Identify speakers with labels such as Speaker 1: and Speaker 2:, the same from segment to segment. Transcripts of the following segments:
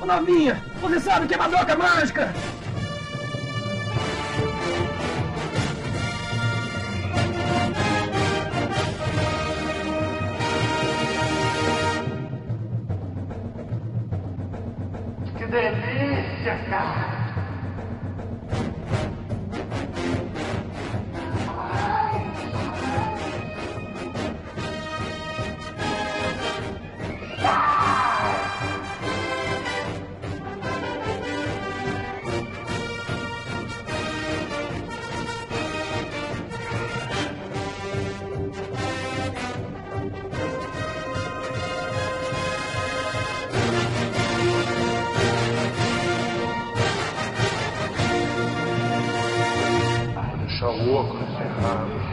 Speaker 1: Ô novinha, você sabe que é uma droga mágica!
Speaker 2: Que delícia, cara!
Speaker 3: Vou deixar o óculos errado.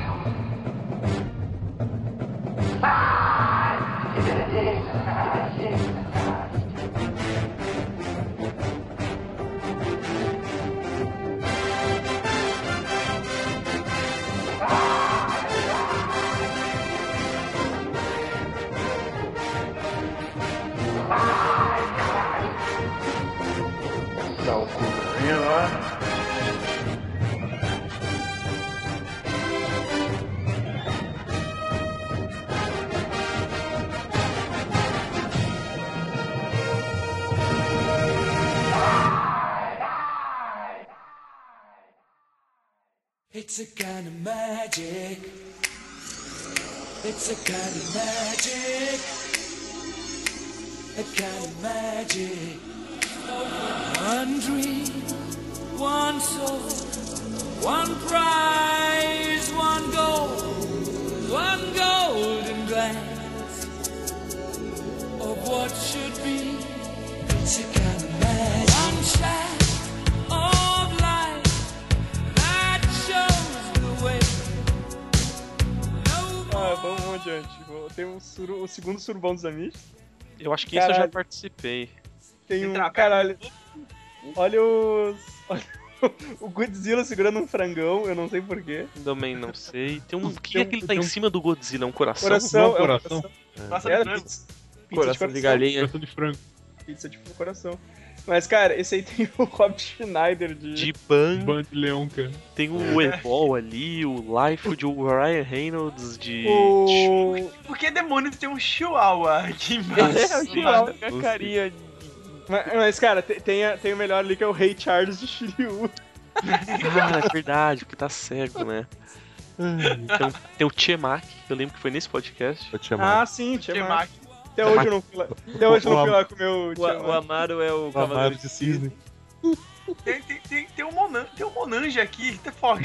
Speaker 3: Dá o cu pra mim lá.
Speaker 4: It's a kind of magic. It's a kind of magic. A kind of magic. One dream, one soul, one prize, one goal, one golden glance of what should be. It's a kind of magic. One shot of light. That shows the way. No
Speaker 5: Ah, vamos adiante. Vamos- Tem um suru- o segundo surubão dos amigos.
Speaker 6: Eu acho que isso eu já
Speaker 5: Caralho.
Speaker 6: participei.
Speaker 5: Tem um. Caralho. Olha os. Olha o Godzilla segurando um frangão, eu não sei porquê.
Speaker 6: Também não sei. Tem um. O que
Speaker 5: Tem
Speaker 6: é
Speaker 5: um-
Speaker 6: que ele tá
Speaker 5: tem
Speaker 6: em
Speaker 5: um-
Speaker 6: cima do Godzilla? É um coração?
Speaker 5: Coração.
Speaker 7: não,
Speaker 5: é um
Speaker 7: coração.
Speaker 8: Nossa, é?
Speaker 5: Era
Speaker 8: frango.
Speaker 5: pizza, pizza tipo assim,
Speaker 7: Coração de galinha. Coração de frango.
Speaker 5: Pizza de coração. Mas, cara, esse aí tem o Rob Schneider
Speaker 9: né?
Speaker 5: de.
Speaker 6: De Ban,
Speaker 7: Bando de leão, cara.
Speaker 6: tem o
Speaker 9: É.
Speaker 6: Ebol ali, o Life, o Ryan Reynolds de.
Speaker 5: O...
Speaker 8: Por que demônios tem um chihuahua aqui
Speaker 5: É,
Speaker 8: embaixo?
Speaker 5: o Chihuahua com a carinha de- Mas, mas, cara, te- tem, a- tem o melhor ali que é o Rei Charles de Shiryu.
Speaker 6: Ah, é verdade, porque tá cego, né? Então, tem o Tchemak, que eu lembro que foi nesse podcast.
Speaker 10: Vou te chamar.
Speaker 5: Ah, sim, Tiamat.
Speaker 8: Tiamat.
Speaker 5: Até hoje eu não fui lá. Até hoje eu não fui lá com o meu
Speaker 9: O, o
Speaker 5: Tiamat.
Speaker 9: Amaro é o
Speaker 10: Ah,
Speaker 9: cavaleiro
Speaker 10: de cisne.
Speaker 8: Tem, tem, tem, tem um Monan, tem um Monange aqui, eita foca.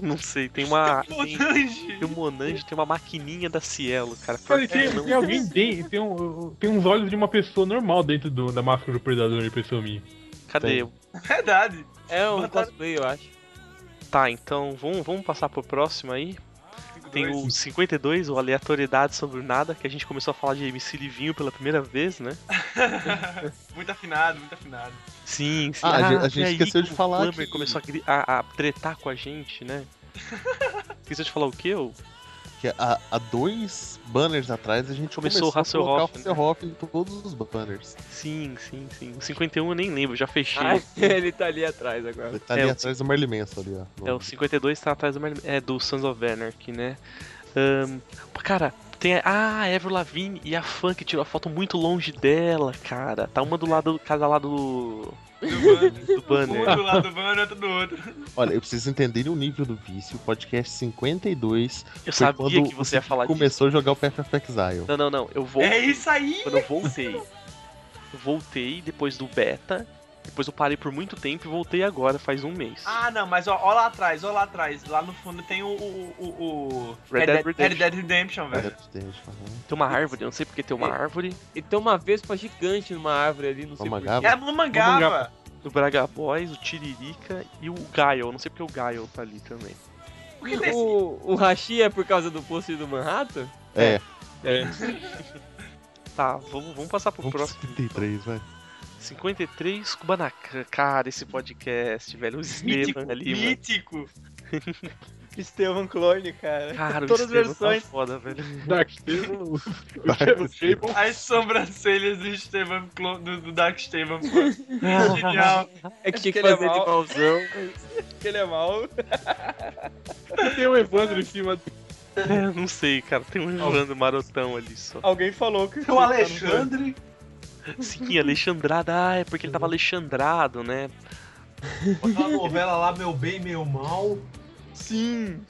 Speaker 6: Não sei, tem uma.
Speaker 8: Tem um
Speaker 6: Tem,
Speaker 8: Monange.
Speaker 6: tem o Monange, tem uma maquininha da Cielo, cara.
Speaker 7: Cara, e
Speaker 6: Por
Speaker 8: É,
Speaker 6: que
Speaker 7: tem, tem alguém dentro, tem, um, tem uns olhos de uma pessoa normal dentro do- da máscara do predador de pessoa minha.
Speaker 6: Cadê?
Speaker 8: Verdade.
Speaker 9: É um
Speaker 8: Fantasma.
Speaker 9: cosplay, eu acho.
Speaker 6: Tá, então vamos, vamos passar pro próximo aí. Tem o 52, o Aleatoriedade sobre o Nada, que a gente começou a falar de MC Livinho pela primeira vez, né?
Speaker 8: muito afinado, muito afinado.
Speaker 6: Sim, sim.
Speaker 10: Ah, a gente- a
Speaker 6: foi
Speaker 10: gente
Speaker 6: aí
Speaker 10: esqueceu
Speaker 6: que
Speaker 10: de
Speaker 6: o
Speaker 10: falar
Speaker 6: Plummer
Speaker 10: que-
Speaker 6: começou a, gri- a- a tretar com a gente, né? esqueceu de falar o quê? ô?
Speaker 10: Que há, há dois banners atrás a gente
Speaker 6: Começou
Speaker 10: começou,
Speaker 6: o
Speaker 10: a colocar
Speaker 6: Hasselhoff, né?
Speaker 10: o Hasselhoff em todos os banners.
Speaker 6: Sim, sim, sim. O 51 eu nem lembro, já fechei.
Speaker 9: Ah, ele tá ali atrás agora.
Speaker 10: Ele tá ali
Speaker 6: É, o-
Speaker 10: atrás do Merlin Manson ali, ó. No-
Speaker 6: É, o 52 tá atrás do, Merlin- é, do Sons of Anarchy, né? Ahn, cara, tem a, ah, a Avril Lavigne e a Fan que tirou a foto muito longe dela, cara. Tá uma do lado, cada lado
Speaker 8: Do banner.
Speaker 6: do, do
Speaker 8: Um
Speaker 6: banner.
Speaker 8: do lado do banner, outro do outro.
Speaker 10: Olha, eu preciso entenderem o nível do vício. O podcast 52
Speaker 6: Eu
Speaker 10: foi
Speaker 6: sabia
Speaker 10: quando
Speaker 6: que você ia falar disso.
Speaker 10: começou a jogar o Path of Exile.
Speaker 6: Não, não, não. Eu vou.
Speaker 8: É isso aí.
Speaker 6: Quando eu voltei. Eu voltei depois do beta. Depois eu parei por muito tempo e voltei agora, faz um mês.
Speaker 8: Ah, não, mas ó, ó lá atrás, ó lá atrás. Lá no fundo tem o. o, o, o-
Speaker 6: Red
Speaker 5: é
Speaker 6: Dead Redemption.
Speaker 8: Red Dead
Speaker 6: É.
Speaker 8: Redemption, velho.
Speaker 10: tá
Speaker 6: Tem uma árvore, eu não sei porque tem uma
Speaker 9: É.
Speaker 6: árvore.
Speaker 9: E tem uma vespa gigante numa árvore ali, não sei
Speaker 10: Uma
Speaker 9: por
Speaker 10: gava.
Speaker 8: É a
Speaker 7: um
Speaker 8: Mamangava.
Speaker 6: O Braga Boys, o Tiririca e o Gaio. Eu não sei porque o Gaio tá ali também.
Speaker 8: Por que é
Speaker 9: quê.
Speaker 8: tem esse
Speaker 9: O, o Hashi é por causa do pôster do Manhattan?
Speaker 10: É,
Speaker 6: Tá, vamos, vamos passar pro
Speaker 10: vamos pro
Speaker 6: próximo.
Speaker 10: 73, vai.
Speaker 6: 53 Kubanacan. Cara, esse podcast, velho. O
Speaker 8: mítico?
Speaker 6: Esteban ali, mano.
Speaker 8: mítico.
Speaker 5: Estevam Clone, cara.
Speaker 6: Cara, o
Speaker 5: Todas as
Speaker 6: Estevam
Speaker 5: versões.
Speaker 6: tá foda, velho.
Speaker 7: Dark Stable, o Shadow Shable.
Speaker 8: As sobrancelhas do Estevam Clone, do, do Dark Estevam Clone. Genial.
Speaker 9: É que tinha que
Speaker 5: Aquele é
Speaker 9: fazer de
Speaker 5: mal.
Speaker 9: mauzão.
Speaker 5: Que ele é mal.
Speaker 7: Tem o Evandro em cima do
Speaker 6: É, não sei, cara. Tem um Evandro marotão ali só.
Speaker 5: Alguém falou que. tá
Speaker 8: O Alexandre.
Speaker 6: Sim, Alexandrada. Ah, é porque ele tava Alexandrado, né?
Speaker 8: Aquela novela lá, Meu Bem, Meu Mal.
Speaker 5: Sim.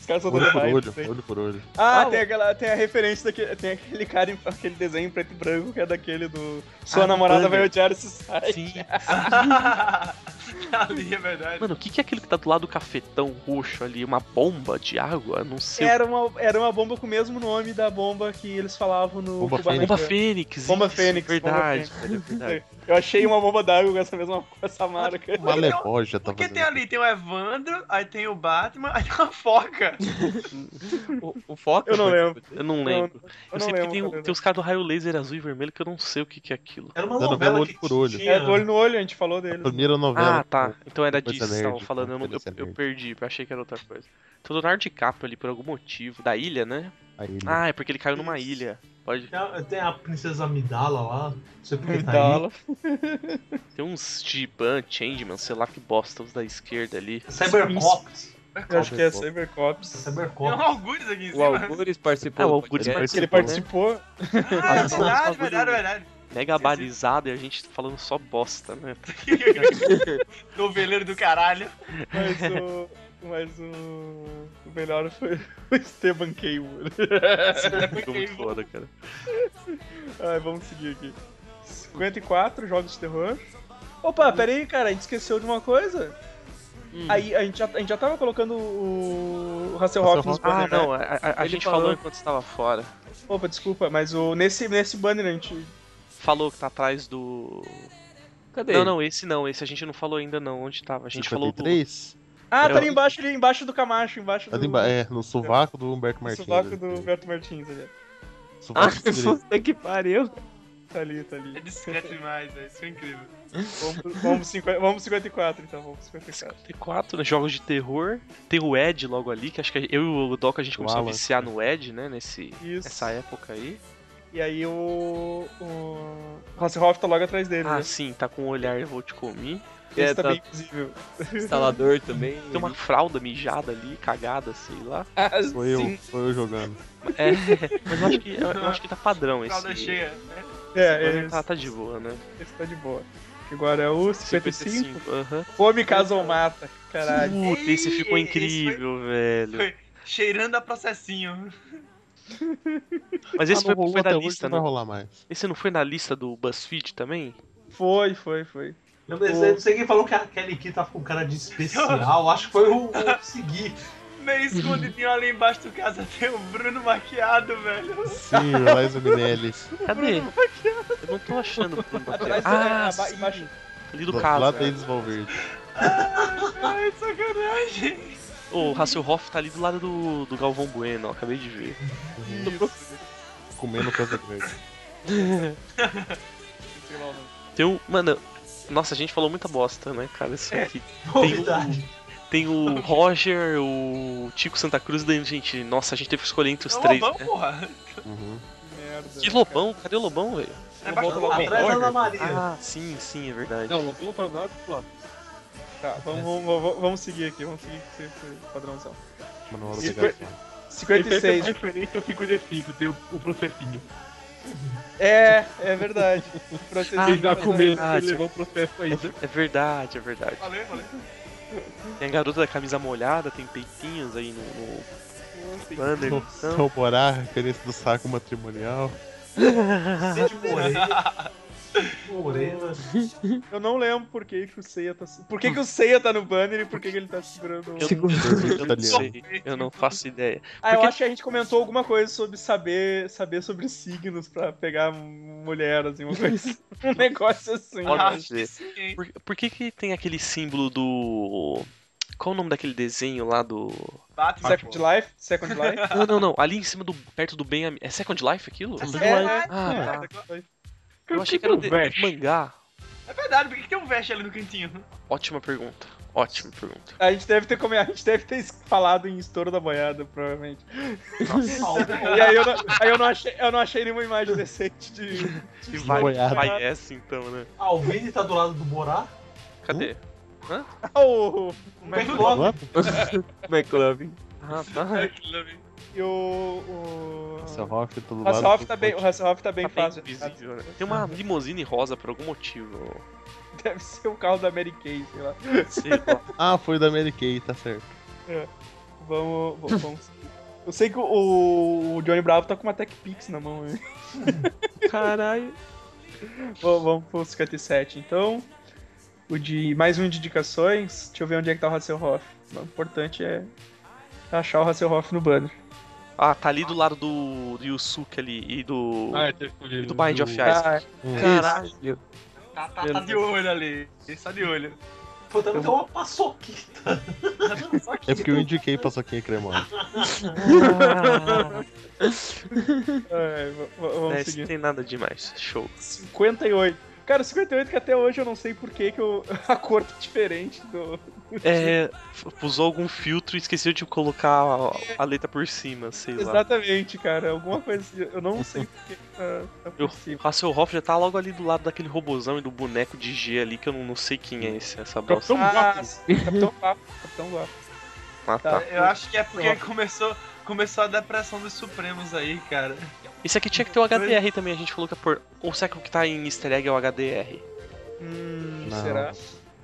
Speaker 5: Os caras são todos
Speaker 10: Olho por
Speaker 5: demais.
Speaker 10: olho,
Speaker 5: não sei.
Speaker 10: olho por olho.
Speaker 5: Ah, tem, aquela, tem a referência daquele. Tem aquele cara, em- aquele desenho em preto e branco que é daquele do. Sua
Speaker 6: Ah, do
Speaker 5: namorada
Speaker 6: Bambi.
Speaker 5: vai odiar esse site.
Speaker 6: Sim.
Speaker 8: Ali é verdade.
Speaker 6: Mano, o que, que é aquele que tá do lado do cafetão roxo ali? Uma bomba de água? Não sei.
Speaker 5: Era uma, era uma bomba com o mesmo nome da bomba que eles falavam no
Speaker 10: Bomba
Speaker 5: Cubanacan.
Speaker 6: Bomba Fênix.
Speaker 5: né? Bomba
Speaker 6: isso, é
Speaker 5: Fênix,
Speaker 6: Verdade,
Speaker 5: Bomba
Speaker 6: velho, é verdade.
Speaker 5: Eu achei uma bomba d'água com essa mesma com essa marca.
Speaker 10: Uma levoja tá
Speaker 8: Porque
Speaker 10: fazendo.
Speaker 8: tem ali, tem o Evandro, aí tem o Batman, aí tem uma foca.
Speaker 9: O, o foco?
Speaker 5: Eu não lembro.
Speaker 6: Eu não lembro.
Speaker 5: Eu
Speaker 6: Eu,
Speaker 5: não
Speaker 6: sei
Speaker 5: lembro. é
Speaker 6: que tem, o-
Speaker 5: cara.
Speaker 6: tem os caras do raio laser azul e vermelho que eu não sei o que, que é aquilo.
Speaker 8: Era uma
Speaker 10: Da novela Olho por Olho.
Speaker 5: É do olho no olho, a gente falou dele.
Speaker 10: Primeira novela.
Speaker 6: Ah, tá. Então era
Speaker 10: Coisa
Speaker 6: disso que estavam
Speaker 10: nerd,
Speaker 6: falando. Eu, não-
Speaker 10: coisa
Speaker 6: eu- eu
Speaker 10: nerd.
Speaker 6: perdi, eu achei que era outra coisa. Então, o Leonardo DiCaprio ali, por algum motivo, da ilha, né?
Speaker 10: Aí, ele-
Speaker 6: Ah, é porque ele caiu numa ilha. Pode.
Speaker 8: né, Tem a princesa Amidala lá, não sei porque
Speaker 5: Dala.
Speaker 6: Tem uns Giban, Changeman, sei lá que bosta, os da esquerda ali.
Speaker 8: Cybercops.
Speaker 5: Eu acho que é Cybercops.
Speaker 8: Tem um
Speaker 1: Cybercops.
Speaker 8: algures aqui em
Speaker 9: O
Speaker 8: cima.
Speaker 9: Algures
Speaker 6: Ah,
Speaker 9: participou.
Speaker 6: o né?
Speaker 9: do
Speaker 6: Algures
Speaker 10: Ele-
Speaker 5: Que ele
Speaker 6: participou.
Speaker 5: participou.
Speaker 8: Ah, é verdade,
Speaker 6: Algures.
Speaker 8: verdade, verdade. É
Speaker 6: né? Mega balizado e a gente falando só bosta, né?
Speaker 8: Noveleiro do caralho.
Speaker 5: Mas o. Mas o. O melhor foi o Esteban Cable.
Speaker 6: Ficou muito foda, cara.
Speaker 5: Ai, vamos seguir aqui. 54 jogos de terror. Opa, peraí, cara, a gente esqueceu de uma coisa.
Speaker 10: Hum.
Speaker 5: Aí a gente, já, a gente já tava colocando o, o Hasselhoff nos
Speaker 6: Ah,
Speaker 5: banner, né?
Speaker 6: não, a, a- a
Speaker 9: Ele
Speaker 6: gente
Speaker 9: falou.
Speaker 6: falou enquanto estava fora.
Speaker 5: Opa, desculpa, mas o, nesse, nesse banner a gente.
Speaker 6: Falou que tá atrás do.
Speaker 9: Cadê?
Speaker 6: Não, não, esse não, esse a gente não falou ainda não, onde tava. A gente falou do.
Speaker 10: 53?
Speaker 5: Ah, tá
Speaker 6: Eu-
Speaker 5: ali embaixo, ali embaixo do Camacho, embaixo do.
Speaker 10: Ali emba- É, no sovaco do Humberto
Speaker 5: do
Speaker 10: Martins. é,
Speaker 5: sovaco
Speaker 10: ali.
Speaker 5: do Humberto Martins ali.
Speaker 9: Ah,
Speaker 10: Sovaco direito.
Speaker 9: puta que pariu.
Speaker 5: Tá ali, tá
Speaker 8: É
Speaker 5: ali.
Speaker 8: discreto demais, velho. Isso é incrível.
Speaker 5: Vamos, pro- vamos, 50, vamos 54, então, vamos 54.
Speaker 6: 54, né? Jogos de terror. Tem o Ed logo ali, que acho que eu e o Doc a gente começou
Speaker 10: Alan.
Speaker 6: a viciar no Ed, né? Nesse,
Speaker 5: Isso.
Speaker 6: nessa época aí.
Speaker 5: E aí o. O Hasselhoff tá logo atrás dele,
Speaker 6: Ah,
Speaker 5: né?
Speaker 6: sim, tá com o olhar eu vou te comer.
Speaker 5: Esse
Speaker 9: é,
Speaker 5: tá
Speaker 9: tá-
Speaker 5: bem visível.
Speaker 9: Instalador também.
Speaker 6: Tem uma fralda mijada ali, cagada, sei lá.
Speaker 1: Ah,
Speaker 5: Ah,
Speaker 10: Foi eu, foi eu jogando.
Speaker 6: É, mas eu acho que, eu, eu acho que tá padrão esse.
Speaker 8: Fralda cheia.
Speaker 5: É,
Speaker 6: Mas
Speaker 5: esse,
Speaker 6: Tá, tá de boa, né?
Speaker 5: esse tá de boa. Agora é o 55.
Speaker 6: 55, aham.
Speaker 5: Fome, casa ou mata. Caralho.
Speaker 6: Puta, esse ficou
Speaker 8: Ih, esse
Speaker 6: incrível, velho.
Speaker 8: Cheirando a processinho.
Speaker 6: Mas esse
Speaker 10: Ah,
Speaker 6: foi,
Speaker 10: não rolou
Speaker 6: foi da
Speaker 10: até hoje,
Speaker 6: lista,
Speaker 10: não
Speaker 6: né?
Speaker 10: vai rolar mais.
Speaker 6: Esse não foi na lista do BuzzFeed também?
Speaker 5: Foi, foi, foi.
Speaker 1: Eu não sei quem falou que a Kelly Key tava com cara de especial. Acho que foi o, o Segui.
Speaker 8: Meio escondidinho ali embaixo do casa tem o Bruno maquiado, velho.
Speaker 10: Sim, um o Eliza Minelli.
Speaker 6: Cadê? Eu não tô achando o Bruno Baqueiro.
Speaker 8: é,
Speaker 5: Atrás
Speaker 6: Ah,
Speaker 5: aba-
Speaker 6: sim,
Speaker 5: embaixo.
Speaker 6: ali do
Speaker 10: Lá
Speaker 6: caso. é.
Speaker 10: tem Desvalverde.
Speaker 8: Ai, sacanagem.
Speaker 6: O Hasselhoff tá ali do lado do, do Galvão Bueno, ó, acabei de ver.
Speaker 10: Comendo Casa Verde.
Speaker 5: Sei lá o nome.
Speaker 6: Tem um. Mano, nossa, a gente falou muita bosta, né, cara? Isso
Speaker 8: É,
Speaker 6: aqui. um,
Speaker 1: Novidade.
Speaker 6: Tem o Roger, o Tico Santa Cruz da gente. Nossa, a gente teve que escolher entre os
Speaker 8: É um
Speaker 6: três.
Speaker 8: lobão,
Speaker 6: né?
Speaker 8: porra.
Speaker 10: Uhum.
Speaker 5: Merda.
Speaker 6: Que lobão? Cadê o lobão, velho?
Speaker 8: É embaixo do
Speaker 5: Lobão.
Speaker 8: lobão.
Speaker 1: Atrás da Ana Maria.
Speaker 6: Ah, sim, sim, é verdade.
Speaker 7: Não, não pula pra lá, pula.
Speaker 5: Tá, vamos, vamos, vamos- vamos seguir aqui, vamos seguir com esse padrãozão.
Speaker 10: Manual
Speaker 5: Isso
Speaker 10: da pegação.
Speaker 7: Esse aí tem
Speaker 5: 56.
Speaker 7: uma referência ao 55, tem o, o processinho.
Speaker 5: É, é verdade. Processinho.
Speaker 6: Ah,
Speaker 7: Ele dá
Speaker 6: é
Speaker 7: com medo,
Speaker 6: verdade.
Speaker 7: ele levou o processo ainda.
Speaker 6: É verdade, é verdade.
Speaker 8: Valeu, valeu.
Speaker 6: Tem a garota da camisa molhada, tem peitinhos aí no, no banner. Então.
Speaker 10: São Borá, referência do saco matrimonial.
Speaker 1: Cid Moreira. Moreira.
Speaker 5: Eu não lembro por que, que o Seiya tá. se- Por que, que
Speaker 6: Hum.
Speaker 5: o Seiya tá no banner e por que, que ele tá segurando o.
Speaker 6: Eu, eu não
Speaker 10: Italiano.
Speaker 6: sei, eu não faço ideia.
Speaker 5: Ah, eu
Speaker 6: Porque-
Speaker 5: acho que a gente comentou alguma coisa sobre saber, saber sobre signos pra pegar mulher, assim, uma coisa. um negócio assim.
Speaker 6: Pode
Speaker 8: Acho
Speaker 6: ser.
Speaker 8: que sim, hein.
Speaker 6: Por, por que que tem aquele símbolo do... Qual o nome daquele desenho lá do...
Speaker 8: Batman.
Speaker 5: Second Life? Second Life?
Speaker 6: Não, não, não. Ali em cima do... Perto do bem... Ami- É Second Life aquilo?
Speaker 5: É,
Speaker 6: Ah, tá.
Speaker 5: é.
Speaker 6: Eu achei que era um de-
Speaker 7: Vest.
Speaker 6: mangá.
Speaker 8: É verdade, por que que tem um veste ali no cantinho?
Speaker 6: Ótima pergunta. Ótima pergunta.
Speaker 5: A gente deve ter come... a gente deve ter es- falado em estouro da boiada, provavelmente. E aí eu não, aí eu não achei, eu não achei nenhuma imagem decente de.
Speaker 6: E vai,
Speaker 10: boiada.
Speaker 6: vai essa então, né?
Speaker 1: Alvini tá do lado do Borá.
Speaker 6: Cadê?
Speaker 5: Ah, o-
Speaker 1: O McLovin
Speaker 9: McLovin.
Speaker 6: Ah, tá.
Speaker 5: e o. o...
Speaker 10: Hasselhoff do
Speaker 5: O
Speaker 10: lado.
Speaker 5: Hasselhoff
Speaker 10: do-
Speaker 5: tá bem, o Hasselhoff tá bem
Speaker 6: Tá
Speaker 5: fácil.
Speaker 6: bem visível, né? Tem uma limousine rosa por algum motivo.
Speaker 5: Deve ser o carro da Mary Kay, sei lá.
Speaker 6: Sei lá.
Speaker 10: Ah, foi da Mary Kay, tá certo.
Speaker 5: Vamos. vamos- vamos. Eu sei que o, o Johnny Bravo tá com uma Tech Pix na mão. Hein?
Speaker 6: Caralho.
Speaker 5: Vamos, vamos pro 57, então. O de mais um de indicações. Deixa eu ver onde é que tá o Hasselhoff. O importante é achar o Hasselhoff no banner.
Speaker 6: Ah, tá ali do lado do, do Yusuke ali e do.
Speaker 7: Ah, é, teve escolhido.
Speaker 6: e do Bind of Ice.
Speaker 5: Ah,
Speaker 6: Hum. É
Speaker 9: Caralho.
Speaker 8: Tá, tá, tá de olho ali. Ele tá de olho.
Speaker 1: podendo ter uma paçoquita.
Speaker 10: É porque eu indiquei pra soquinha cremosa.
Speaker 5: é, v- v- vamos
Speaker 6: É, isso
Speaker 5: seguir.
Speaker 6: não tem nada demais. Show.
Speaker 5: 58. Cara, 58 que até hoje eu não sei por que que eu... a cor tá diferente do...
Speaker 6: É. f- Usou algum filtro e esqueceu de colocar a, a letra por cima, sei lá.
Speaker 5: Exatamente, cara. Alguma coisa... assim, Eu não sei por que que tá, tá por
Speaker 6: Eu-
Speaker 5: cima.
Speaker 6: O Hasselhoff já tá logo ali do lado daquele robozão e do boneco de G ali, que eu não, não sei quem é esse, essa bosta.
Speaker 7: Capitão
Speaker 5: Ah,
Speaker 7: Guapo.
Speaker 5: sim, Capitão Guapo, Capitão Guapo.
Speaker 6: Ah, tá.
Speaker 8: Eu acho que é porque começou, começou a depressão dos Supremos aí, cara.
Speaker 6: Esse aqui tinha que ter o HDR também, a gente falou que é por. Ou será que o que tá em easter egg é o HDR?
Speaker 5: Hum,
Speaker 10: Não.
Speaker 5: será?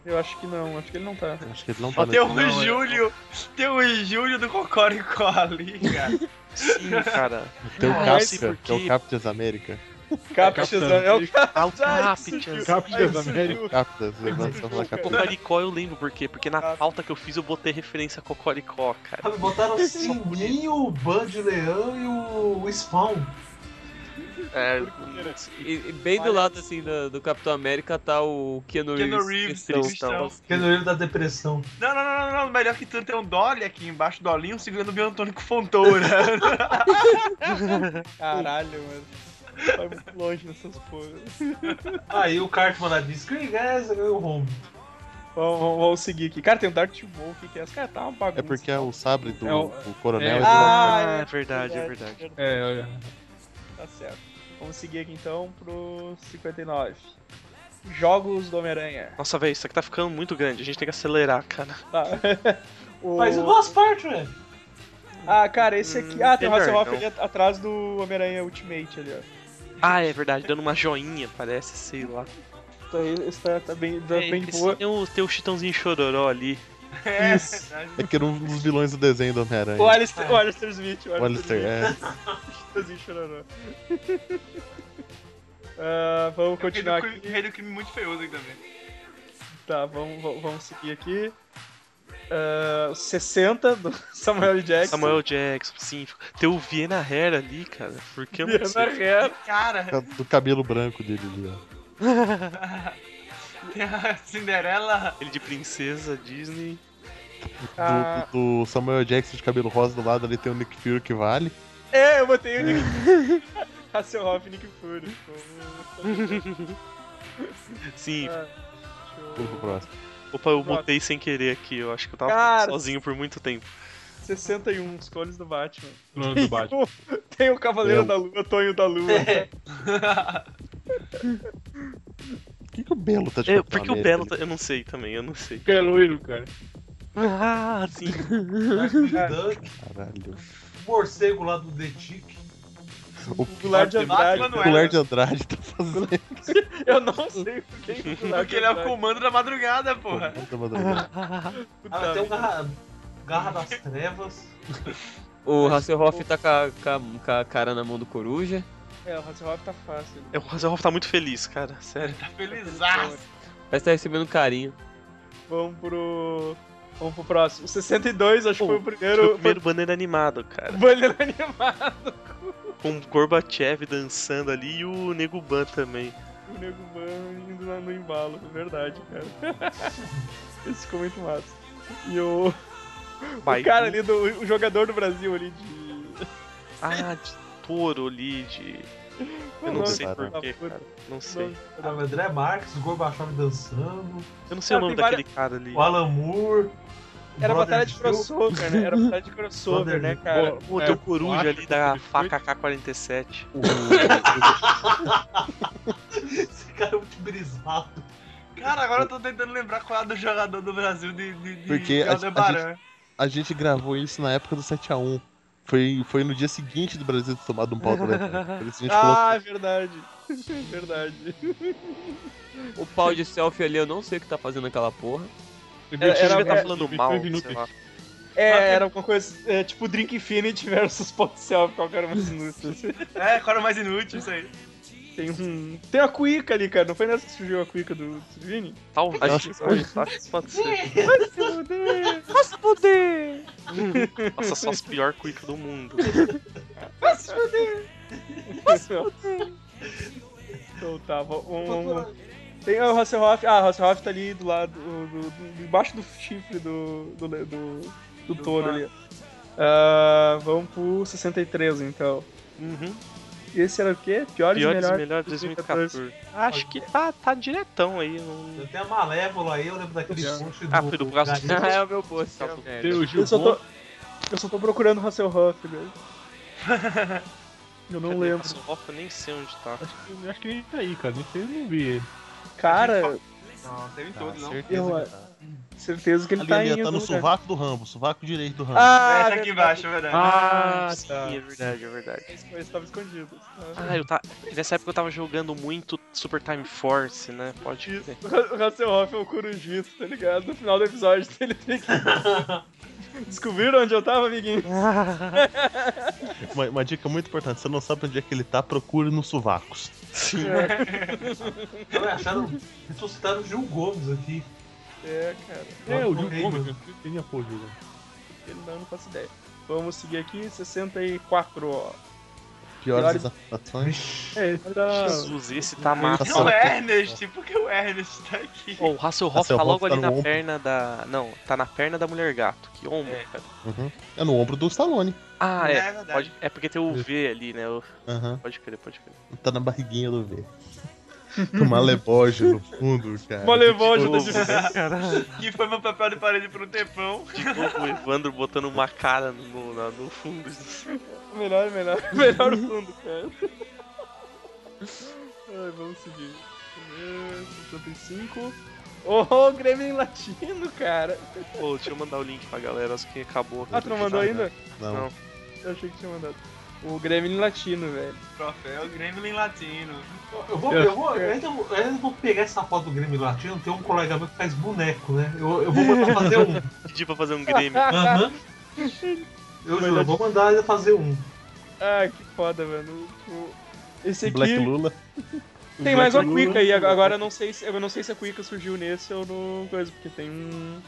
Speaker 5: Eu acho que não, acho que ele não tá.
Speaker 10: Acho que ele não tá
Speaker 8: Ó, tem
Speaker 10: nesse-
Speaker 8: o Júlio. Tem o Júlio do Cocorico ali, cara.
Speaker 6: Sim, cara.
Speaker 10: Tem o
Speaker 6: Ah, eu sei
Speaker 10: Capca,
Speaker 6: por
Speaker 10: que é o
Speaker 6: quê.
Speaker 10: Captas América.
Speaker 5: Capitão, é o
Speaker 6: Ah, o
Speaker 5: Ah,
Speaker 6: Capitans.
Speaker 5: isso surgiu.
Speaker 7: Capitãs
Speaker 5: Ah, isso
Speaker 7: América.
Speaker 5: surgiu.
Speaker 10: Captas, levanta na
Speaker 6: O
Speaker 10: Captas.
Speaker 6: Cocoricó eu lembro por quê, porque na
Speaker 5: Ah.
Speaker 6: pauta que eu fiz eu botei referência a Cocoricó, cara.
Speaker 1: Sabe, botaram o
Speaker 8: assim,
Speaker 1: Sininho, o Band de Leão e o, o Spawn.
Speaker 6: É,
Speaker 9: E, e bem do lado, assim, do, do Capitão América tá o Keanu Reeves.
Speaker 8: Keanu Reeves,
Speaker 9: cristão.
Speaker 8: cristão.
Speaker 1: Que é no livro da depressão.
Speaker 8: Não, não, não, não, não. Melhor que tudo tem um Dolly aqui embaixo, Dolinho, segurando o Biantônico Fontoura.
Speaker 5: Caralho, mano. Vai muito longe nessas porras.
Speaker 1: Aí o Cartman lá diz: Screen Guys, ganhou o home.
Speaker 5: Vamos, vamos- vamos seguir aqui. Cara, tem um Dark Bowl, o que que é? Esse cara tá uma bagunça.
Speaker 10: É porque é o sabre do
Speaker 7: É o-
Speaker 10: do coronel.
Speaker 7: é.
Speaker 10: é do-
Speaker 5: Ah,
Speaker 6: é verdade, é verdade.
Speaker 7: É, olha.
Speaker 5: Tá certo. Vamos seguir aqui então pro 59. Jogos do Homem-Aranha.
Speaker 6: Nossa, velho, isso aqui tá ficando muito grande, a gente tem que acelerar, cara.
Speaker 5: Tá. O-
Speaker 1: Mas o Lost Part, velho.
Speaker 5: Ah, cara, esse
Speaker 10: Hum,
Speaker 5: aqui. Ah, tem o
Speaker 6: Melhor,
Speaker 5: Hasselhoff
Speaker 6: então.
Speaker 5: ali at- atrás do Homem-Aranha Ultimate ali, ó.
Speaker 6: Ah, é verdade, dando uma joinha, parece, sei lá.
Speaker 5: Tá, Esse tá, tá bem, tá
Speaker 6: É,
Speaker 5: bem de
Speaker 6: esse
Speaker 5: boa.
Speaker 6: Tem o, tem o Chitãozinho Chororó ali.
Speaker 8: É,
Speaker 5: Isso.
Speaker 8: verdade. É.
Speaker 10: É que era um dos vilões do desenho do Homem-Aranha.
Speaker 5: O Alistair, o Alistair tá assim Smith.
Speaker 10: O Alistair, é.
Speaker 5: Chitãozinho chororó. Ah,
Speaker 8: Rei
Speaker 5: vamos
Speaker 8: do
Speaker 5: continuar
Speaker 8: crime-
Speaker 5: aqui.
Speaker 8: Rei do crime é muito feioso aí também.
Speaker 5: Tá, vamos, vamos- vamos seguir aqui. Ah, 60 do Samuel L. Jackson.
Speaker 6: Samuel Jackson, sim. Tem o Viena Hair ali, cara. Porque eu não
Speaker 5: Diana
Speaker 6: sei.
Speaker 5: Hare.
Speaker 8: Cara,
Speaker 10: é, Do cabelo branco dele ali, ó.
Speaker 8: tem a Cinderela.
Speaker 6: Ele de princesa Disney.
Speaker 10: Do,
Speaker 5: Ah.
Speaker 10: do Samuel Jackson de cabelo rosa do lado ali tem o Nick Fury que vale.
Speaker 5: É, eu botei o Nick Hasselhoff e Nick Fury. pô.
Speaker 6: Sim,
Speaker 5: Ah,
Speaker 10: Vamos pro
Speaker 5: show.
Speaker 10: próximo.
Speaker 6: opa, eu mutei sem querer aqui. Eu acho que eu tava
Speaker 5: Cara.
Speaker 6: sozinho por muito tempo.
Speaker 5: 61, os clones do Batman.
Speaker 7: Clone do Batman.
Speaker 5: Tem o Cavaleiro
Speaker 10: Eu.
Speaker 5: da Lua, Tonho da Lua.
Speaker 8: É.
Speaker 10: Por que, que o Belo tá de
Speaker 6: É,
Speaker 10: Capitão
Speaker 6: porque
Speaker 9: Ah,
Speaker 6: o
Speaker 10: América
Speaker 6: Belo,
Speaker 10: ali?
Speaker 6: tá- eu não sei também, eu não sei.
Speaker 7: Que é loiro, cara.
Speaker 6: Ah, sim.
Speaker 5: É.
Speaker 1: Duck,
Speaker 10: Caralho.
Speaker 1: o morcego lá do The Tick.
Speaker 10: O
Speaker 5: Goulart de Andrade.
Speaker 8: Batman não
Speaker 10: O
Speaker 8: era.
Speaker 9: é, né?
Speaker 10: Lerd Andrade tá fazendo.
Speaker 5: Eu não sei por que que o Goulart
Speaker 8: Porque ele é o
Speaker 5: Andrade-
Speaker 8: comando da madrugada, porra.
Speaker 10: Puta madrugada.
Speaker 5: tá
Speaker 1: Ah, mas tem o Garra, Garra das Trevas.
Speaker 9: O Hasselhoff tá com a, com a- com a cara na mão do Coruja.
Speaker 5: É, o Hasselhoff tá fácil.
Speaker 6: É, O Hasselhoff tá muito feliz, cara, sério.
Speaker 8: Tá felizaço.
Speaker 9: Parece que tá recebendo carinho.
Speaker 5: Vamos pro. Vamos pro próximo. O 62, acho que foi o
Speaker 6: Foi o
Speaker 5: primeiro.
Speaker 6: primeiro banner animado, cara.
Speaker 5: Banner animado.
Speaker 6: Com o Gorbachev dançando ali e o Nego Ban também.
Speaker 5: O Nego Man indo lá no embalo. é Verdade, cara. Esse ficou muito massa. E o.
Speaker 6: Vai.
Speaker 5: O cara ali, do, o jogador do Brasil ali de.
Speaker 6: Ah, de touro ali, de. Eu não
Speaker 5: Mano,
Speaker 6: sei
Speaker 10: cara.
Speaker 6: porquê, cara. Não sei.
Speaker 1: Ah, o André Marques, o Gorbachev dançando,
Speaker 6: Eu não sei o
Speaker 5: Cara,
Speaker 6: nome
Speaker 5: tem várias-
Speaker 6: daquele cara ali.
Speaker 1: o Alan Moore. o
Speaker 5: Era
Speaker 1: Brother
Speaker 5: batalha de
Speaker 1: Phil.
Speaker 5: crossover, né? Era batalha de crossover, né, cara?
Speaker 6: Pô,
Speaker 7: É,
Speaker 6: tem o coruja
Speaker 7: eu
Speaker 6: ali
Speaker 7: acho
Speaker 6: da
Speaker 7: que
Speaker 6: faca K-47.
Speaker 1: Esse cara é muito brisado.
Speaker 8: Cara, agora eu tô tentando lembrar qual é a do jogador do Brasil de, de, de,
Speaker 10: Porque
Speaker 8: de
Speaker 10: a- a
Speaker 8: Aldebaran.
Speaker 10: A gente gravou isso na época do 7x1. Foi, foi no dia seguinte do Brasil ter tomado um pau do Alemanha. Por isso a gente
Speaker 5: Ah, é verdade. verdade.
Speaker 9: O pau de selfie ali, eu não sei o que tá fazendo aquela porra.
Speaker 6: Era,
Speaker 5: Era- era-
Speaker 6: devia
Speaker 5: era-
Speaker 6: estar falando mal, sei
Speaker 7: inúteis.
Speaker 6: lá.
Speaker 5: É,
Speaker 8: Ah,
Speaker 5: era alguma coisa é, tipo Drink Infinity versus Pot Self, qual que era mais inútil.
Speaker 8: É, qual era o mais inútil isso aí?
Speaker 5: Tem um. Tem a cuíca ali, cara. Não foi nessa que surgiu a cuíca do do Vini?
Speaker 6: Talvez,
Speaker 10: Acho que
Speaker 6: talvez, acho que pode ser.
Speaker 5: Nossa, poder!
Speaker 6: Nossa, só as pior cuica do mundo.
Speaker 5: Nossa, poder! Então tá, vamos. vamos- Tem o Hasselhoff. Ah, o Hasselhoff tá ali do lado. do- do- embaixo do chifre do. do, le- do, do touro ali. Ah, vamos pro 63 então.
Speaker 6: Uhum.
Speaker 5: Esse era o quê?
Speaker 6: Piores
Speaker 5: Piores, e
Speaker 6: e
Speaker 5: melhores.
Speaker 6: melhores de 2014. Acho que tá, tá diretão aí. não-
Speaker 1: Eu tenho a Malévola aí, eu lembro daquele
Speaker 5: Já.
Speaker 1: chute
Speaker 6: Ah, foi do braço de-
Speaker 9: Ah, é o meu post.
Speaker 7: Tem o
Speaker 5: Eu só
Speaker 7: Gilbon,
Speaker 5: tô. Eu só tô procurando o Hasselhoff, velho. Eu não
Speaker 6: Cadê?
Speaker 5: lembro.
Speaker 6: Nossa, eu nem sei onde tá.
Speaker 7: eu acho que nem tá aí, cara. Nem sei, eu não vi ele.
Speaker 5: Cara,
Speaker 8: Não, teve em
Speaker 10: colocou.
Speaker 8: todos, não.
Speaker 10: certeza
Speaker 5: Eu-
Speaker 10: que tá.
Speaker 5: certeza que ele
Speaker 10: Ali,
Speaker 5: tá
Speaker 10: ali,
Speaker 5: em
Speaker 10: tá
Speaker 5: algum
Speaker 10: no
Speaker 5: lugar.
Speaker 10: sovaco do Rambo, sovaco direito do Rambo.
Speaker 5: Ah,
Speaker 8: é, tá aqui embaixo, é verdade.
Speaker 7: Ah,
Speaker 6: Sim,
Speaker 5: tá.
Speaker 6: é verdade, é verdade.
Speaker 5: Mas estava escondido.
Speaker 6: Ah, eu tá... Nessa época eu tava jogando muito Super Time Force, né? Pode dizer.
Speaker 5: O Hasselhoff é o corujito, tá ligado? No final do episódio ele tem que. Descobriram onde eu tava, amiguinho?
Speaker 10: Uma, uma dica muito importante: você não sabe onde é que ele tá, procure nos sovacos.
Speaker 1: Eu acharam, ressuscitaram o Gil Gomes aqui.
Speaker 5: É, cara.
Speaker 7: É, o Gil
Speaker 1: Correio.
Speaker 7: Gomes, eu não entendi a porra do Gil.
Speaker 5: Ele não, não faço ideia. Vamos seguir aqui, 64, ó.
Speaker 10: Piores adaptações.
Speaker 5: É, tá.
Speaker 6: Jesus, esse tá massa.
Speaker 8: Não, o Ernest, por que o Ernest tá aqui?
Speaker 6: Ó, o Hasselhoff tá
Speaker 10: Hasselhoff
Speaker 6: logo
Speaker 10: tá
Speaker 6: ali
Speaker 10: no
Speaker 6: na
Speaker 10: ombro.
Speaker 6: perna da. Não, tá na perna da mulher gato. Que ombro,
Speaker 8: É.
Speaker 6: cara.
Speaker 10: Uhum. É no ombro do Stallone.
Speaker 6: Ah, é.
Speaker 8: É verdade.
Speaker 6: Pode- É porque tem o V ali, né? Eu-
Speaker 10: Uhum.
Speaker 6: Pode crer, pode crer.
Speaker 10: Tá na barriguinha do V. O maleboge no fundo, cara.
Speaker 5: Maleboge
Speaker 6: Novo,
Speaker 5: da gente.
Speaker 6: né, caralho.
Speaker 8: Que foi meu papel de parede por um tempão.
Speaker 6: De novo, o Evandro botando uma cara no, na- no fundo.
Speaker 5: Melhor, melhor. Melhor fundo, cara. Ai, vamos seguir. É, 65. Ô, oh, Grêmio em latino, cara.
Speaker 6: Pô, deixa eu mandar o link pra galera, acho que acabou.
Speaker 5: Ah, tu não mandou ainda?
Speaker 10: Não.
Speaker 5: Eu achei que tinha mandado. O Grêmio em latino, velho.
Speaker 8: Troféu Gremlin Latino.
Speaker 1: Eu- Eu vou, eu vou, eu ainda, eu ainda vou pegar essa foto do Grêmio Latino, tem um colega meu que faz boneco, né? Eu, eu vou mandar fazer um.
Speaker 6: Pedi pra fazer um Grêmio.
Speaker 1: Aham. Eu juro, eu vou mandar ele fazer um.
Speaker 5: Ah, que foda, mano. Tipo, Esse aqui
Speaker 10: Black Lula.
Speaker 5: tem mais uma cuica aí. Agora eu não sei se eu não sei se a cuica surgiu nesse ou no coisa, porque tem um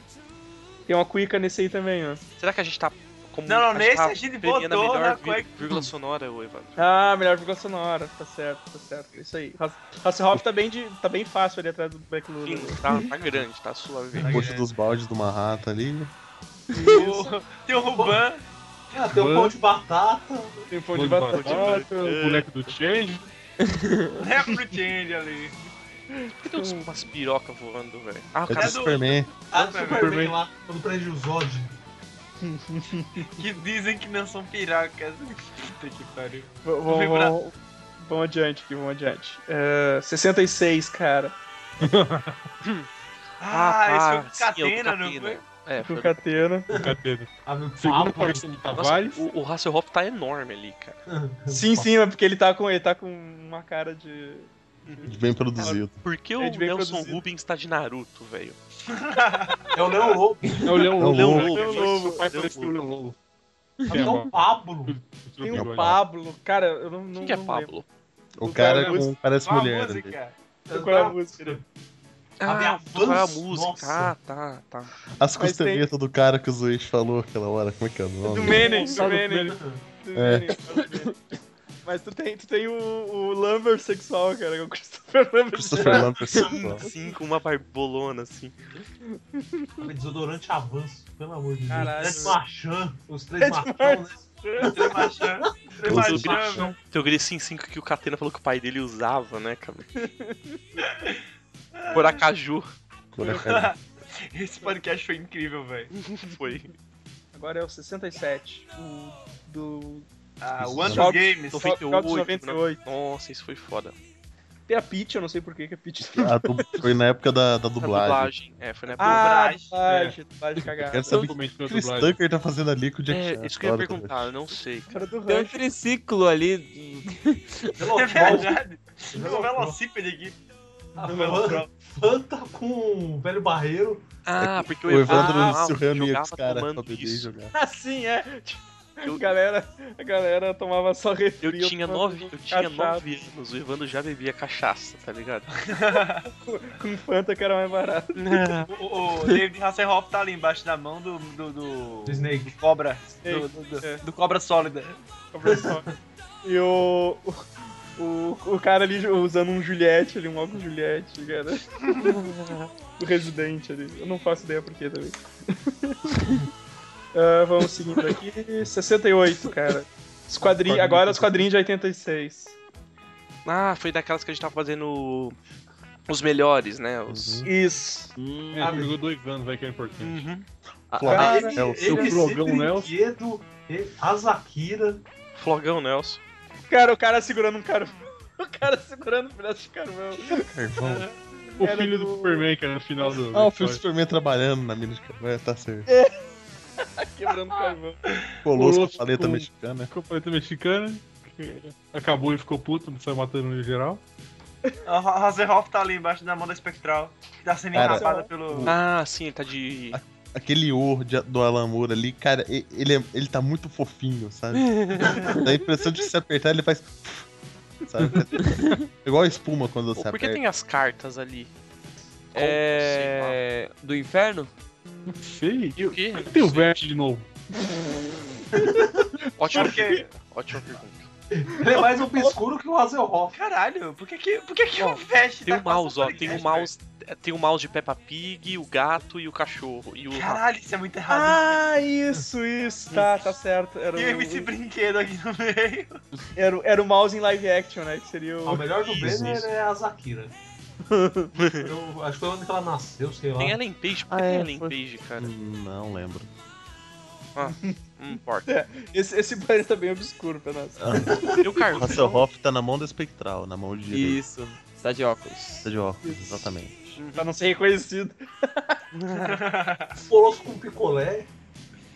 Speaker 5: tem uma cuica nesse aí também, ó.
Speaker 6: Será que a gente tá. Como,
Speaker 8: Não, não,
Speaker 6: gente
Speaker 8: nesse
Speaker 6: tá
Speaker 8: a gente
Speaker 6: premiando
Speaker 8: botou
Speaker 6: melhor
Speaker 8: na
Speaker 6: vi-
Speaker 8: cueca.
Speaker 6: vírgula sonora, o Evandro.
Speaker 5: Ah, melhor vírgula sonora, tá certo, tá certo. Isso aí. Has- Hasselhoff tá bem de, tá bem fácil ali atrás do Black Lula.
Speaker 6: Sim, tá, tá grande, tá suave.
Speaker 10: Poxa dos baldes do Marrata ali.
Speaker 8: O- Tem o Ruban.
Speaker 1: Ah, tem um pão de batata.
Speaker 5: Tem pão de
Speaker 7: Pão de
Speaker 5: batata.
Speaker 10: É.
Speaker 6: é.
Speaker 7: O moleque do Change.
Speaker 8: Lembra o Change ali.
Speaker 6: Por que tem uns- umas pirocas voando, velho? Ah, o
Speaker 10: É
Speaker 6: cara
Speaker 10: do Superman.
Speaker 1: Ah, do
Speaker 8: Superman.
Speaker 1: Superman lá, quando prende o Zod.
Speaker 8: Que dizem que não são piracas. Puta que pariu.
Speaker 5: V- Vamos
Speaker 8: Vibra-
Speaker 5: vamos- vamos adiante aqui, vamos adiante. É, 66, cara.
Speaker 8: Ah,
Speaker 6: tá,
Speaker 8: esse
Speaker 6: sim,
Speaker 8: foi
Speaker 6: é
Speaker 8: o
Speaker 6: o do
Speaker 8: Catena, não foi?
Speaker 6: É,
Speaker 5: Com
Speaker 6: foi. do-
Speaker 5: catena.
Speaker 7: Cadê?
Speaker 1: Ah, meu
Speaker 7: Segundo
Speaker 1: papo.
Speaker 7: Marcelo
Speaker 6: Nossa,
Speaker 7: Tavares.
Speaker 6: o, o Hasselhoff tá enorme ali, cara.
Speaker 5: Sim, sim, é porque ele tá com ele tá com uma cara de
Speaker 10: Bem produzido.
Speaker 6: Por que o
Speaker 5: Ele É bem
Speaker 6: Nelson
Speaker 5: produzido.
Speaker 6: Rubens tá de Naruto, velho?
Speaker 1: É o Leão Lobo,
Speaker 7: É o Leão
Speaker 10: É o
Speaker 7: Lobo.
Speaker 6: Lobo,
Speaker 10: Lobo.
Speaker 7: Lobo.
Speaker 6: Leão
Speaker 7: Parece que o Leão Lobo.
Speaker 8: é
Speaker 1: até o Pablo.
Speaker 5: Tem um o Pablo, cara, eu não, não
Speaker 6: Quem que é
Speaker 5: não
Speaker 6: Pablo?
Speaker 10: O cara
Speaker 5: Cara,
Speaker 10: com, parece
Speaker 8: Qual a
Speaker 10: mulher. né?
Speaker 8: música?
Speaker 5: lembro. Qual é a música?
Speaker 1: A minha
Speaker 6: qual é a
Speaker 1: Vans?
Speaker 6: música?
Speaker 1: Nossa.
Speaker 6: Ah, tá, tá.
Speaker 10: As
Speaker 5: Mas tem-
Speaker 10: costeletas do cara que o Zuiz falou aquela hora. Como é que é o
Speaker 5: Do
Speaker 10: nome?
Speaker 5: Menem, do Menem.
Speaker 1: Uhum.
Speaker 5: do
Speaker 10: É.
Speaker 5: Menem. Mas tu tem, tu tem o, o Lumber sexual, cara, que é o Christopher Lumber.
Speaker 10: Christopher Lambert.
Speaker 6: Sim, sim, com uma barbolona, assim.
Speaker 1: Desodorante avanço, pelo amor de Deus.
Speaker 5: Caralho.
Speaker 1: Três machão, os três machão, né?
Speaker 8: Tremachã.
Speaker 10: um
Speaker 6: Os
Speaker 8: Tremachã.
Speaker 6: Tem o Grisim 5 que o Catena falou que o pai dele usava, né, cara? Coracaju
Speaker 10: Caraca,
Speaker 8: Esse podcast foi incrível, velho.
Speaker 6: foi.
Speaker 5: Agora é o 67. O do.
Speaker 8: Ah,
Speaker 10: Isso,
Speaker 8: Wonder
Speaker 5: né?
Speaker 8: Games.
Speaker 5: Só-
Speaker 6: é
Speaker 5: só dos
Speaker 6: 98.
Speaker 5: 98.
Speaker 6: né? Nossa, isso foi foda.
Speaker 5: Tem a Peach, eu não sei por que que a Peach.
Speaker 10: a du- Foi na época da, da
Speaker 6: A
Speaker 10: dublagem.
Speaker 6: dublagem. É, foi na época.
Speaker 5: Ah,
Speaker 8: Dublagem,
Speaker 5: dublagem, dublagem cagada.
Speaker 10: Quero saber o
Speaker 7: Totalmente na
Speaker 10: que o
Speaker 7: dublagem.
Speaker 10: Stunker tá fazendo ali com o Jack Chan.
Speaker 6: É, isso que eu ia
Speaker 10: Agora,
Speaker 6: perguntar, eu não sei.
Speaker 5: Cara do
Speaker 9: Tem um
Speaker 5: Rush.
Speaker 9: triciclo ali.
Speaker 8: É verdade. Tem um
Speaker 1: Velotrol.
Speaker 8: velocípede aqui.
Speaker 5: Ah,
Speaker 8: um
Speaker 1: A Fanta- Fanta com o velho barreiro.
Speaker 6: Ah, porque
Speaker 10: É, O Evandro
Speaker 6: ah,
Speaker 10: se reunia com
Speaker 6: jogava
Speaker 10: os caras pra
Speaker 6: tomando
Speaker 10: beber e
Speaker 6: isso.
Speaker 10: jogar.
Speaker 5: Assim, é. A galera, a galera tomava só refri.
Speaker 6: Eu tinha
Speaker 5: tomava
Speaker 6: 9 eu tinha
Speaker 5: cachaça
Speaker 6: nove anos, o Evandro já bebia cachaça, tá ligado?
Speaker 5: Com Fanta que era mais barato.
Speaker 6: É.
Speaker 8: O, o David Hasselhoff tá ali embaixo da mão do. do, do-
Speaker 1: Do Snake.
Speaker 8: Cobra. Do, do- do-
Speaker 5: É.
Speaker 8: do Cobra Sólida.
Speaker 5: E o, o. O cara ali usando um Juliette ali, um óculos Juliette, cara. o residente ali. Eu não faço ideia por quê também. Ah, vamos seguindo aqui. 68, cara. Os quadrinhos, agora os quadrinhos de 86.
Speaker 6: Ah, foi daquelas que a gente tava fazendo os melhores, né?
Speaker 10: Uhum.
Speaker 6: Os...
Speaker 5: Isso.
Speaker 7: É,
Speaker 1: Ah,
Speaker 7: jogou dois anos, vai que é importante.
Speaker 6: Uhum.
Speaker 10: Flávio
Speaker 5: cara,
Speaker 10: Celso.
Speaker 7: É seu Flogão Nelson.
Speaker 1: Brinquedo, ele- Azakira.
Speaker 6: Flogão, né, Nelson.
Speaker 5: Cara, o cara segurando um carvão. O cara segurando um pedaço de carvão.
Speaker 10: Carvão.
Speaker 7: O
Speaker 5: Era
Speaker 7: filho do
Speaker 5: do-
Speaker 7: Superman, que era no final do.
Speaker 10: Ah,
Speaker 7: da
Speaker 10: o filho do
Speaker 7: história.
Speaker 10: Superman trabalhando na mina de carvão. Tá certo.
Speaker 5: Quebrando carvão.
Speaker 10: Colosso com
Speaker 7: Colosso
Speaker 10: paleta
Speaker 7: com-
Speaker 10: mexicana.
Speaker 7: Ficou planeta mexicana. que Acabou e ficou puto, não saiu matando no geral.
Speaker 8: O Ha- Hasselhoff tá ali embaixo da mão da Espectral. Que tá sendo
Speaker 10: Cara,
Speaker 5: é
Speaker 8: enrapada
Speaker 10: Uhum.
Speaker 8: pelo.
Speaker 6: Ah, sim, ele tá de.
Speaker 10: Aquele ouro de- do Alan Moore ali, cara, e- ele, é- ele tá muito fofinho, sabe? Dá a impressão de se apertar, ele faz. Sabe? É Igual a espuma
Speaker 6: Pô,
Speaker 10: quando você
Speaker 6: por que
Speaker 10: aperta.
Speaker 6: tem as cartas ali?
Speaker 9: É. Do inferno?
Speaker 7: Não sei.
Speaker 6: E o quê?
Speaker 7: Por que Tem o Vert de novo.
Speaker 6: Ótima
Speaker 8: Por quê?
Speaker 6: pergunta. Ótima pergunta.
Speaker 5: um
Speaker 1: Ele é mais obscuro que o Hazelhoff.
Speaker 8: Caralho, por que que, por que, que
Speaker 6: Ó,
Speaker 8: o Vest
Speaker 6: Tem
Speaker 8: tá
Speaker 6: o mouse, ó.
Speaker 8: passando
Speaker 6: Tem o
Speaker 8: podcast,
Speaker 6: mouse. Tem o mouse de Peppa Pig, o gato e o cachorro. E o.
Speaker 8: velho? Caralho, isso é muito errado.
Speaker 5: Ah, isso, isso. Tá, tá certo. Era
Speaker 8: e o MC
Speaker 5: o,
Speaker 8: Brinquedo aqui no meio.
Speaker 5: era, o- era o mouse em live action, né? Que seria
Speaker 1: Ah, O
Speaker 5: o.
Speaker 1: melhor do
Speaker 6: Isso,
Speaker 1: Banner
Speaker 6: isso.
Speaker 1: é a Azakira. Eu acho que foi onde que ela nasceu, sei lá. Um
Speaker 6: Tem Ellen Page? Por que
Speaker 10: Ah,
Speaker 6: tem
Speaker 10: é,
Speaker 6: Ellen
Speaker 10: foi-
Speaker 6: Page, cara?
Speaker 10: Hum, Não lembro.
Speaker 6: Não importa.
Speaker 9: É.
Speaker 5: Esse, esse banner tá bem obscuro pra nós.
Speaker 6: E o Carlos?
Speaker 10: Ah, Hasselhoff tá na mão da espectral, na mão de direita.
Speaker 9: Isso. Tá de óculos.
Speaker 10: de óculos, exatamente.
Speaker 8: Uhum.
Speaker 5: Pra não ser reconhecido.
Speaker 1: Colosso com picolé.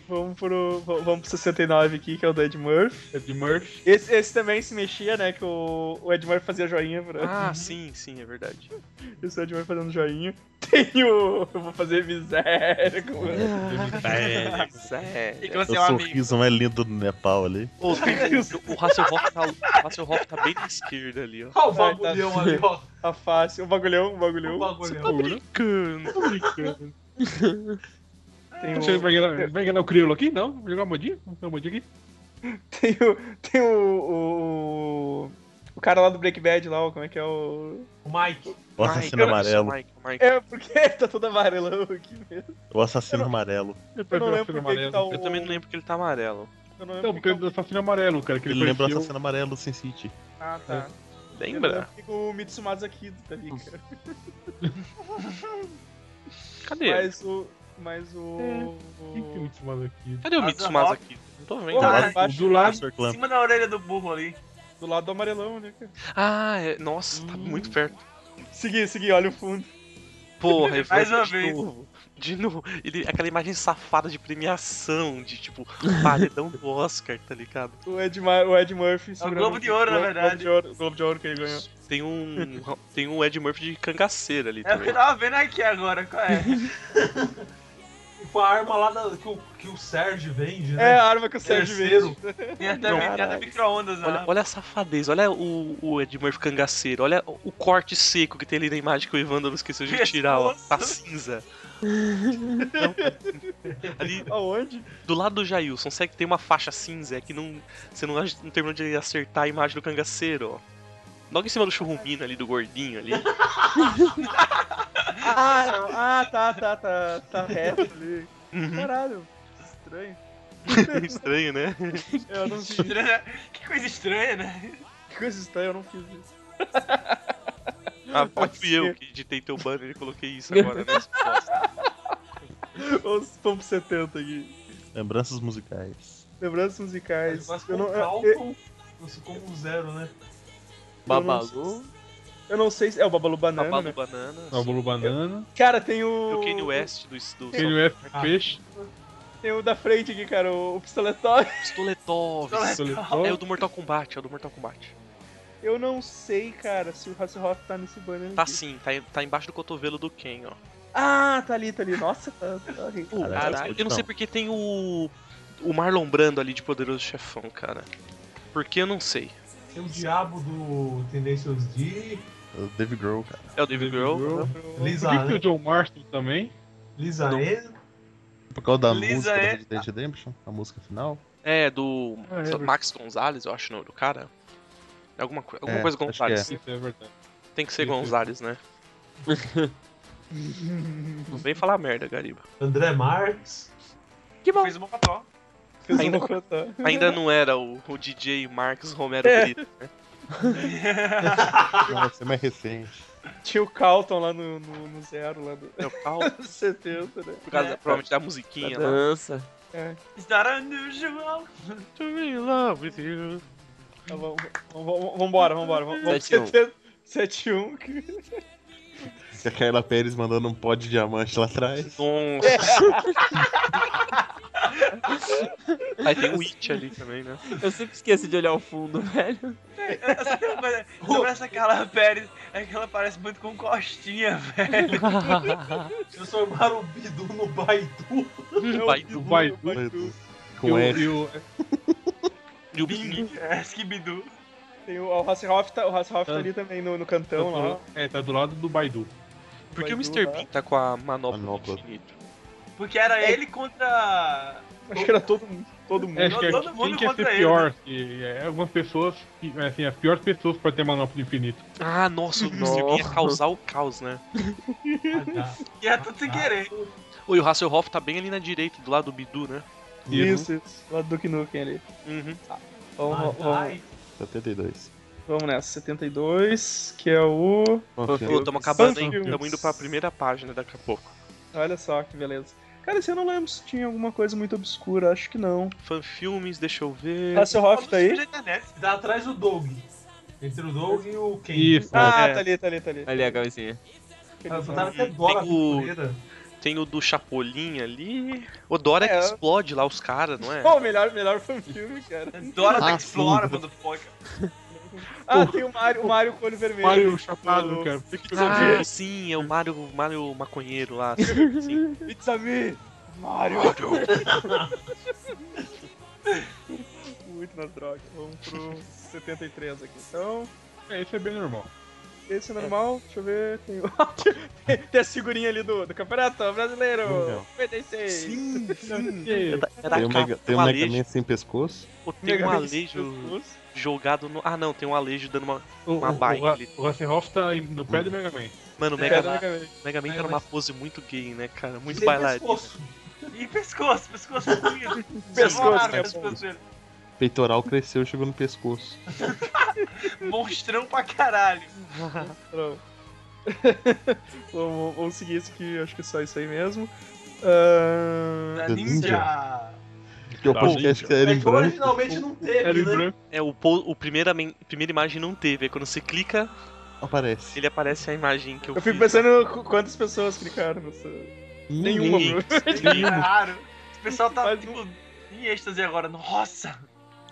Speaker 5: Vamos pro, v- vamos pro 69 aqui, que é o do Ed Murphy.
Speaker 7: É de Murphy.
Speaker 5: Esse, esse também se mexia, né? Que o, o Ed Murphy fazia joinha. Pra,
Speaker 6: Ah, sim, sim, é verdade.
Speaker 5: Esse é o Ed Murphy fazendo joinha. Tem o. Eu vou fazer miséria. com ele.
Speaker 8: E
Speaker 7: É
Speaker 10: É.
Speaker 6: Sério.
Speaker 8: que você é
Speaker 10: O
Speaker 8: um amigo.
Speaker 10: sorriso mais lindo do Nepal ali.
Speaker 6: Ô, tem- O Hasselhoff tá, o Hasselhoff tá bem na esquerda ali, ó.
Speaker 1: Ah, o
Speaker 5: Ai, tá
Speaker 1: bagulhão ali, ó.
Speaker 5: Tá fácil. O bagulhão, o
Speaker 1: O
Speaker 5: bagulhão.
Speaker 1: bagulhão.
Speaker 6: brincando.
Speaker 5: Tem
Speaker 7: Você
Speaker 5: o,
Speaker 7: vai enganar, vai enganar o crioulo aqui? Não? Vou jogar uma modinha? Vamos jogar uma modinha aqui?
Speaker 5: tem o. Tem o. O, o cara lá do Break Bad lá, ó, como é que é o.
Speaker 1: O Mike.
Speaker 10: O assassino é amarelo.
Speaker 6: Mike, Mike.
Speaker 5: É, porque tá todo amarelão aqui mesmo.
Speaker 10: O assassino amarelo.
Speaker 5: Eu não lembro porque que tá
Speaker 9: É
Speaker 5: o...
Speaker 6: Eu também não lembro que ele tá amarelo.
Speaker 5: Eu não lembro
Speaker 7: Não,
Speaker 5: porque
Speaker 7: porque
Speaker 5: que
Speaker 7: do assassino amarelo, cara, que ele,
Speaker 10: Ele lembra o
Speaker 7: parecia o-
Speaker 10: assassino amarelo do Sin City.
Speaker 5: tá o- Ah, tá. Eu não
Speaker 6: Lembra?
Speaker 5: lembro porque que o Mitsumazu Akido tá ali, cara.
Speaker 6: Cadê?
Speaker 5: Mas o... Mas o...
Speaker 7: Quem que é o
Speaker 5: o...
Speaker 7: último aqui?
Speaker 6: Cadê o
Speaker 8: Mas
Speaker 6: Mitsumasu
Speaker 8: a-
Speaker 6: aqui? Não tô vendo.
Speaker 5: Porra,
Speaker 8: Tá.
Speaker 5: lá embaixo,
Speaker 7: Do lado.
Speaker 10: Sr.
Speaker 8: Em
Speaker 10: Clamp.
Speaker 8: cima da orelha do burro ali.
Speaker 5: do lado do amarelão, né, cara?
Speaker 6: Ah, é... nossa,
Speaker 8: Hum.
Speaker 6: tá muito perto.
Speaker 5: Segui, segui, olha o fundo.
Speaker 6: Porra,
Speaker 8: Mais uma
Speaker 6: de
Speaker 8: vez.
Speaker 6: novo. De novo. Ele, aquela imagem safada de premiação, de tipo, paredão do Oscar, tá ligado?
Speaker 5: O Ed, Ma- o Ed Murphy segurando
Speaker 8: É Globo de Ouro, na
Speaker 5: Globo-
Speaker 8: verdade.
Speaker 5: Globo de Ouro, Globo de Ouro que ele ganhou.
Speaker 6: Tem um. Tem um Ed Murphy de cangaceiro
Speaker 8: É
Speaker 6: ali
Speaker 8: o que
Speaker 6: também.
Speaker 8: eu tava vendo aqui agora, qual é?
Speaker 1: E com a arma lá da- que, o, que o Sérgio vende,
Speaker 5: É
Speaker 1: né?
Speaker 5: a arma que o Sérgio
Speaker 1: Terceiro.
Speaker 5: vende.
Speaker 8: Tem até, tem até
Speaker 6: Caralho.
Speaker 8: micro-ondas lá.
Speaker 6: Olha, olha a safadez, olha o, o Ed Murphy cangaceiro, olha o corte seco que tem ali na imagem que o Evandro esqueceu de tirar, ó. Tá cinza. Ali
Speaker 5: Aonde?
Speaker 6: do lado do Jailson, sabe que tem uma faixa cinza é que não, você não, ach- não terminou de acertar a imagem do cangaceiro, ó. Logo em cima do churrumino ali, do gordinho ali.
Speaker 5: Ah, ah, tá, tá, tá, tá reto ali.
Speaker 6: Uhum,
Speaker 5: Caralho, estranho.
Speaker 6: Estranho, né?
Speaker 5: Eu não fiz,
Speaker 8: Estranha- Que coisa estranha, né?
Speaker 5: que coisa estranha, eu não fiz isso.
Speaker 6: Ah,
Speaker 5: Pode
Speaker 6: fui eu
Speaker 5: ser.
Speaker 6: que editei teu banner e coloquei isso agora, né? Essa bosta.
Speaker 5: Os pompos 70 aqui.
Speaker 10: Lembranças musicais.
Speaker 5: Lembranças musicais.
Speaker 1: Mas com
Speaker 5: Eu não, é, eu, eu-
Speaker 1: Calton, você ficou com zero, né?
Speaker 9: Babalu.
Speaker 5: eu não sei se. É o Babalu Banana,
Speaker 6: Babalu
Speaker 5: né?
Speaker 6: Banana.
Speaker 7: Ah, o bolo banana.
Speaker 5: Cara, tem o.
Speaker 6: O Kanye West do, do
Speaker 7: Tem o F
Speaker 1: Ah,
Speaker 7: peixe.
Speaker 5: Tem o da frente aqui, cara, o, o Pistoletov.
Speaker 6: Stoletov.
Speaker 7: Soletó.
Speaker 6: É o do Mortal Kombat, é o do Mortal Kombat.
Speaker 5: Eu não sei, cara, se o Hasselhoff tá nesse banner
Speaker 6: Tá
Speaker 5: aqui.
Speaker 6: sim, tá, tá embaixo do cotovelo do Ken, ó.
Speaker 5: Ah, tá ali, tá ali. Nossa, tá, tá ali.
Speaker 6: Pô,
Speaker 10: Caralho,
Speaker 6: caralho, eu não sei
Speaker 10: não.
Speaker 6: porque tem o. O Marlon Brando ali de Poderoso Chefão, cara. Porque eu não sei.
Speaker 1: Tem o diabo do Tenacious D,
Speaker 10: O Dave Grohl, cara.
Speaker 6: É o David Grohl?
Speaker 1: Lisa,
Speaker 7: Por que que o John Marston também?
Speaker 1: Lisa
Speaker 6: Não.
Speaker 1: N,
Speaker 10: Por causa da
Speaker 8: Lisa
Speaker 10: música
Speaker 8: é-
Speaker 10: do Resident Redemption, a música final.
Speaker 6: É, do.
Speaker 7: Ah, é,
Speaker 6: do
Speaker 7: verdade.
Speaker 6: Max Gonzalez, eu acho, não, do cara. É Alguma, coi- alguma
Speaker 10: É,
Speaker 6: coisa
Speaker 10: acho que
Speaker 6: Gonzalez.
Speaker 7: Isso é verdade.
Speaker 6: Tem que ser
Speaker 7: Isso.
Speaker 6: Gonzalez, né? não vem falar merda, Gariba.
Speaker 1: André Marques.
Speaker 9: Que bom.
Speaker 8: Fez o Mocotó.
Speaker 5: Fez
Speaker 6: Ainda-
Speaker 5: um bocotó.
Speaker 6: Ainda não era o, o DJ Marcos Romero
Speaker 5: É.
Speaker 6: Brito.
Speaker 8: Ah.
Speaker 10: Então, Vai ser mais recente.
Speaker 5: Tinha o Calton lá no, no, no zero, lá do
Speaker 6: É o pau,
Speaker 5: 70, né?
Speaker 6: por causa, provavelmente, da musiquinha né? lá.
Speaker 9: Dança.
Speaker 8: Is that unusual?
Speaker 5: Tá bom, vamos- vamos- vambora, vambora. Vamos, vamos
Speaker 9: 7-1.
Speaker 5: 70 7-1. que-
Speaker 10: Se a Carla Pérez mandando um pó de diamante lá atrás.
Speaker 6: Nossa. Aí tem o It ali também, né?
Speaker 9: Eu sempre esqueço de olhar o fundo, velho.
Speaker 8: Essa tem uma coisa sobre essa Carla Pérez é que ela parece muito com Costinha, velho.
Speaker 1: Transformaram o Bidu no Baidu.
Speaker 5: É
Speaker 6: Baidu.
Speaker 5: Bidu,
Speaker 7: Baidu.
Speaker 5: é o Bidu.
Speaker 7: E
Speaker 10: Com
Speaker 7: o-
Speaker 10: F.
Speaker 7: e o-
Speaker 6: E o Bing.
Speaker 8: É, Scooby-Doo.
Speaker 5: Tem o, o Hasselhoff tá, o Hasselhoff tá
Speaker 7: Ah.
Speaker 5: ali também no, no cantão lá.
Speaker 7: É, tá do lado do Baidu.
Speaker 6: Por que o
Speaker 5: Baidu
Speaker 6: Mr.
Speaker 5: lá.
Speaker 6: Bean tá com a manopla,
Speaker 10: Manopla.
Speaker 6: do infinito?
Speaker 8: Porque era ele contra.
Speaker 5: Acho que era todo mundo. Todo mundo.
Speaker 7: É, acho que é,
Speaker 8: Todo mundo
Speaker 7: quem quer
Speaker 8: contra
Speaker 7: ser
Speaker 8: ele,
Speaker 7: pior? Que, é, algumas pessoas, que- assim, as piores pessoas pra ter manopla do infinito.
Speaker 6: Ah, nossa, o Mr. Bean ia causar o caos, né?
Speaker 8: E era tudo sem querer.
Speaker 6: Oi, o Hasselhoff tá bem ali na direita, do lado do Bidu, né?
Speaker 5: Isso, isso. Lá do Duke Nukem ali.
Speaker 6: Uhum.
Speaker 7: Ah,
Speaker 5: Vamos, vamos-
Speaker 7: tá.
Speaker 5: vamos,
Speaker 10: né? 72.
Speaker 5: vamos nessa. 72, que é o.
Speaker 6: Pô,
Speaker 10: Confia.
Speaker 6: tamo acabando, hein?
Speaker 5: Santos.
Speaker 6: Tamo indo pra primeira página daqui a pouco.
Speaker 5: Olha só que beleza. Cara, esse eu não lembro se tinha alguma coisa muito obscura, acho que não.
Speaker 6: Fanfilmes, deixa eu
Speaker 7: É.
Speaker 6: ver.
Speaker 5: Hasselhoff tá aí?
Speaker 8: Da internet.
Speaker 1: Dá atrás o Doug. Entre o Doug e o Ken.
Speaker 7: Isso,
Speaker 5: Ah,
Speaker 6: É.
Speaker 5: tá ali, tá ali, tá ali.
Speaker 9: Ali a cabecinha.
Speaker 1: Ah,
Speaker 5: tá
Speaker 1: botaram até
Speaker 6: Tem
Speaker 1: Dora
Speaker 6: o-
Speaker 1: Aventureira.
Speaker 6: Tem o do Chapolin ali. O Dora é
Speaker 5: É.
Speaker 6: que explode lá os caras, não é?
Speaker 5: Pô, melhor, melhor foi o filme, cara.
Speaker 8: Dora
Speaker 10: Ah,
Speaker 8: da
Speaker 10: sim.
Speaker 8: Explora, motherfucker.
Speaker 5: Ah, tem o Mario, o Mario com olho vermelho.
Speaker 7: é. Mario Chapado, cara.
Speaker 6: Ah, sim, é o Mario, Mario Maconheiro lá. Sim.
Speaker 5: It's a me! Mario! Muito nas drogas. Vamos pro 73 aqui. Então,
Speaker 7: É, isso é bem normal.
Speaker 5: esse é normal. Deixa eu ver. Tem, o- tem a figurinha ali do, do Campeonato Brasileiro.
Speaker 10: Legal.
Speaker 5: 56.
Speaker 6: Sim, sim.
Speaker 7: E-
Speaker 6: Era
Speaker 10: Tem um
Speaker 6: a capa,
Speaker 10: Mega, tem um
Speaker 6: um
Speaker 10: Mega
Speaker 6: alejo.
Speaker 10: Man sem pescoço.
Speaker 6: Ou tem um
Speaker 5: Mega Man
Speaker 6: alejo
Speaker 5: Jesus.
Speaker 6: jogado no. Ah, não, tem um alejo dando uma.
Speaker 7: o, o,
Speaker 6: Uma bike ali.
Speaker 7: o, o Hasselhoff tá em- no pé do Mega Man.
Speaker 6: Mano, o
Speaker 5: Mega
Speaker 6: Mega,
Speaker 5: Man.
Speaker 6: Man- Mega Man tá
Speaker 5: Mega
Speaker 6: numa pose muito gay, né, cara? Muito
Speaker 1: Sem
Speaker 6: bailarino.
Speaker 1: pescoço.
Speaker 8: E pescoço, pescoço bonito.
Speaker 5: Pescoço,
Speaker 8: Demoraram o
Speaker 5: né,
Speaker 6: né?
Speaker 5: pescoço.
Speaker 8: dele.
Speaker 10: Peitoral cresceu e chegou no pescoço.
Speaker 8: Monstrão pra caralho.
Speaker 5: Não. vamos, vamos seguir isso aqui, acho que é só isso aí mesmo. Ah, Ahn,
Speaker 8: Da
Speaker 10: The
Speaker 8: ninja.
Speaker 10: Porque o
Speaker 7: Tá,
Speaker 10: podcast
Speaker 7: gente.
Speaker 10: era
Speaker 1: É
Speaker 10: em
Speaker 1: que
Speaker 10: branco.
Speaker 1: originalmente não
Speaker 7: Era
Speaker 1: teve,
Speaker 7: em
Speaker 1: né?
Speaker 7: branco.
Speaker 6: É, o, po- o primeira, men- primeira imagem não teve. Aí quando você clica,
Speaker 10: Aparece.
Speaker 6: ele aparece a imagem que eu,
Speaker 5: eu fico
Speaker 6: fiz.
Speaker 5: pensando qu- quantas pessoas clicaram nessa. Nenhuma,
Speaker 6: Ninguém.
Speaker 5: meu.
Speaker 8: Claro. O pessoal tá,
Speaker 5: Mas-
Speaker 8: tipo, em êxtase agora. Nossa.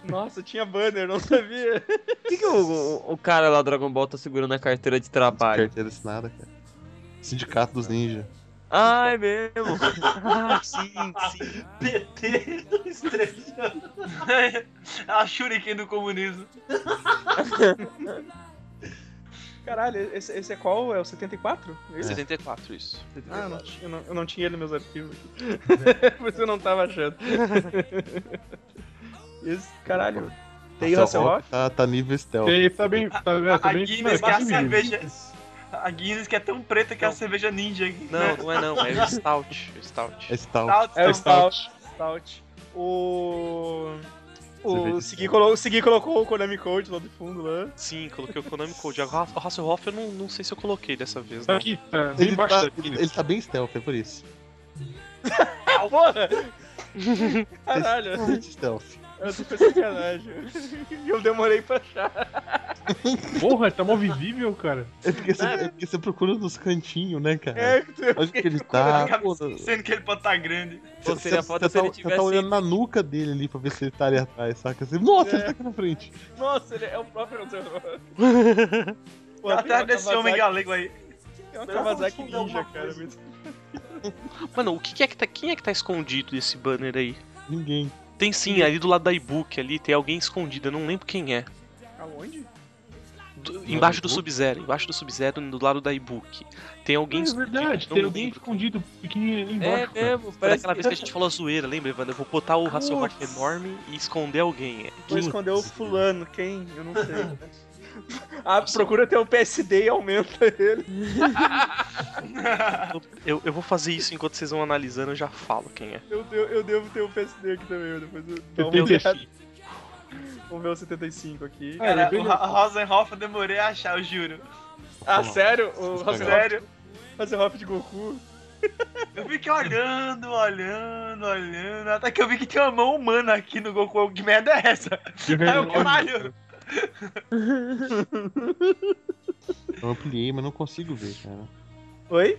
Speaker 5: Nossa, tinha banner, não sabia.
Speaker 9: Por que, que o, o- o cara lá do Dragon Ball tá segurando a carteira de trabalho?
Speaker 10: Carteira assinada, cara. Sindicato dos Ninja.
Speaker 9: Ah, é mesmo.
Speaker 6: Ah, sim, sim.
Speaker 1: PT do Estrelinha.
Speaker 8: a shuriken do comunismo.
Speaker 5: Caralho, esse, esse é qual? É o 74? É esse?
Speaker 6: 74, isso.
Speaker 5: Ah, não, eu, não, eu não tinha ele nos meus arquivos. Por isso eu não tava achando. Esse, caralho. Tem um? o Hasselhoff?
Speaker 10: Tá, tá nível stealth.
Speaker 7: Ele tá bem. Tá, é, tá
Speaker 8: A
Speaker 7: bem
Speaker 8: Guinness
Speaker 7: tá
Speaker 8: quer a
Speaker 7: bem vivo.
Speaker 8: cerveja. A Guinness que é tão preta que é a cerveja ninja. Tá,
Speaker 6: Não, não é não, é o Stout. o Stout.
Speaker 10: É stealth.
Speaker 8: Stout,
Speaker 5: É o
Speaker 8: Stout.
Speaker 7: tá
Speaker 5: Stout. Stout. O. O Segui colocou, Segui colocou o Konami Code lá do fundo né? lá.
Speaker 6: Sim, coloquei o Konami Code. Agora, O Hasselhoff eu não, não sei se eu coloquei dessa vez, né?
Speaker 7: Tá
Speaker 6: não.
Speaker 7: aqui, tá bem
Speaker 10: Ele
Speaker 7: embaixo
Speaker 10: tá,
Speaker 7: da Guinness.
Speaker 10: ele tá bem stealth, é por isso.
Speaker 5: Ah, Porra! Caralho,
Speaker 10: Extremamente é stealth.
Speaker 5: eu tô com sacanagem. E eu demorei pra achar.
Speaker 7: Porra, tá mó visível, cara.
Speaker 10: É porque, você, é porque você procura nos cantinhos, né, cara?
Speaker 5: É, que tu-
Speaker 10: Onde que ele tá? pô, você-
Speaker 8: Sendo que ele pode estar grande.
Speaker 9: Pô, seria foda
Speaker 10: você
Speaker 9: se ele
Speaker 10: tá, você tá olhando
Speaker 9: tivesse.
Speaker 10: na nuca dele ali pra ver se ele tá ali atrás, saca? Você, Nossa, ele tá aqui na frente.
Speaker 5: Nossa, ele é o próprio. Pô,
Speaker 8: Tá Atrás desse homem galego aí.
Speaker 5: É um Kawasaki
Speaker 1: Não, não,
Speaker 5: Ninja,
Speaker 1: não,
Speaker 5: cara.
Speaker 1: não.
Speaker 5: muito-
Speaker 6: Mano, o que, que é que tá. Quem é que tá escondido desse banner aí?
Speaker 10: Ninguém.
Speaker 6: Tem sim, ali do lado da e-book ali, tem alguém escondido, eu não lembro quem é.
Speaker 5: Aonde?
Speaker 6: Do- embaixo do
Speaker 10: e-book?
Speaker 6: Sub-Zero, embaixo do Sub-Zero, do lado da e-book. Tem alguém um
Speaker 7: É
Speaker 6: escondido.
Speaker 7: verdade,
Speaker 6: não
Speaker 7: tem alguém
Speaker 6: lembro.
Speaker 7: escondido pequenininho ali
Speaker 9: É
Speaker 7: embaixo. cara.
Speaker 9: mesmo,
Speaker 6: Foi
Speaker 9: parece
Speaker 6: aquela vez que a gente falou a zoeira, lembra, Evandro? Eu vou botar o Hasselhoff enorme e esconder alguém.
Speaker 10: é
Speaker 5: Vou
Speaker 6: Quem-
Speaker 5: esconder o fulano, quem? Eu não sei. né? ah, procura ter o PSD e aumenta ele.
Speaker 6: Eu, eu vou fazer isso enquanto vocês vão analisando, eu já falo quem é.
Speaker 5: Eu, devo- eu devo ter um o PSD aqui também, eu depois eu dou uma olhada.
Speaker 7: 75.
Speaker 5: Vamos ver o é 75 aqui.
Speaker 8: Cara,
Speaker 7: bem
Speaker 8: o Ra- Rosenhoff eu demorei a achar, eu juro.
Speaker 5: Ah, sério? O
Speaker 10: Instagram.
Speaker 5: Hasselhoff-
Speaker 8: Sério.
Speaker 5: Hasselhoff de Goku?
Speaker 8: Eu fiquei olhando, olhando, olhando. Até que eu vi que tinha uma mão humana aqui no Goku. Que merda é essa? Aí eu, caralho.
Speaker 10: Eu ampliei, mas não consigo ver, cara.
Speaker 5: Oi?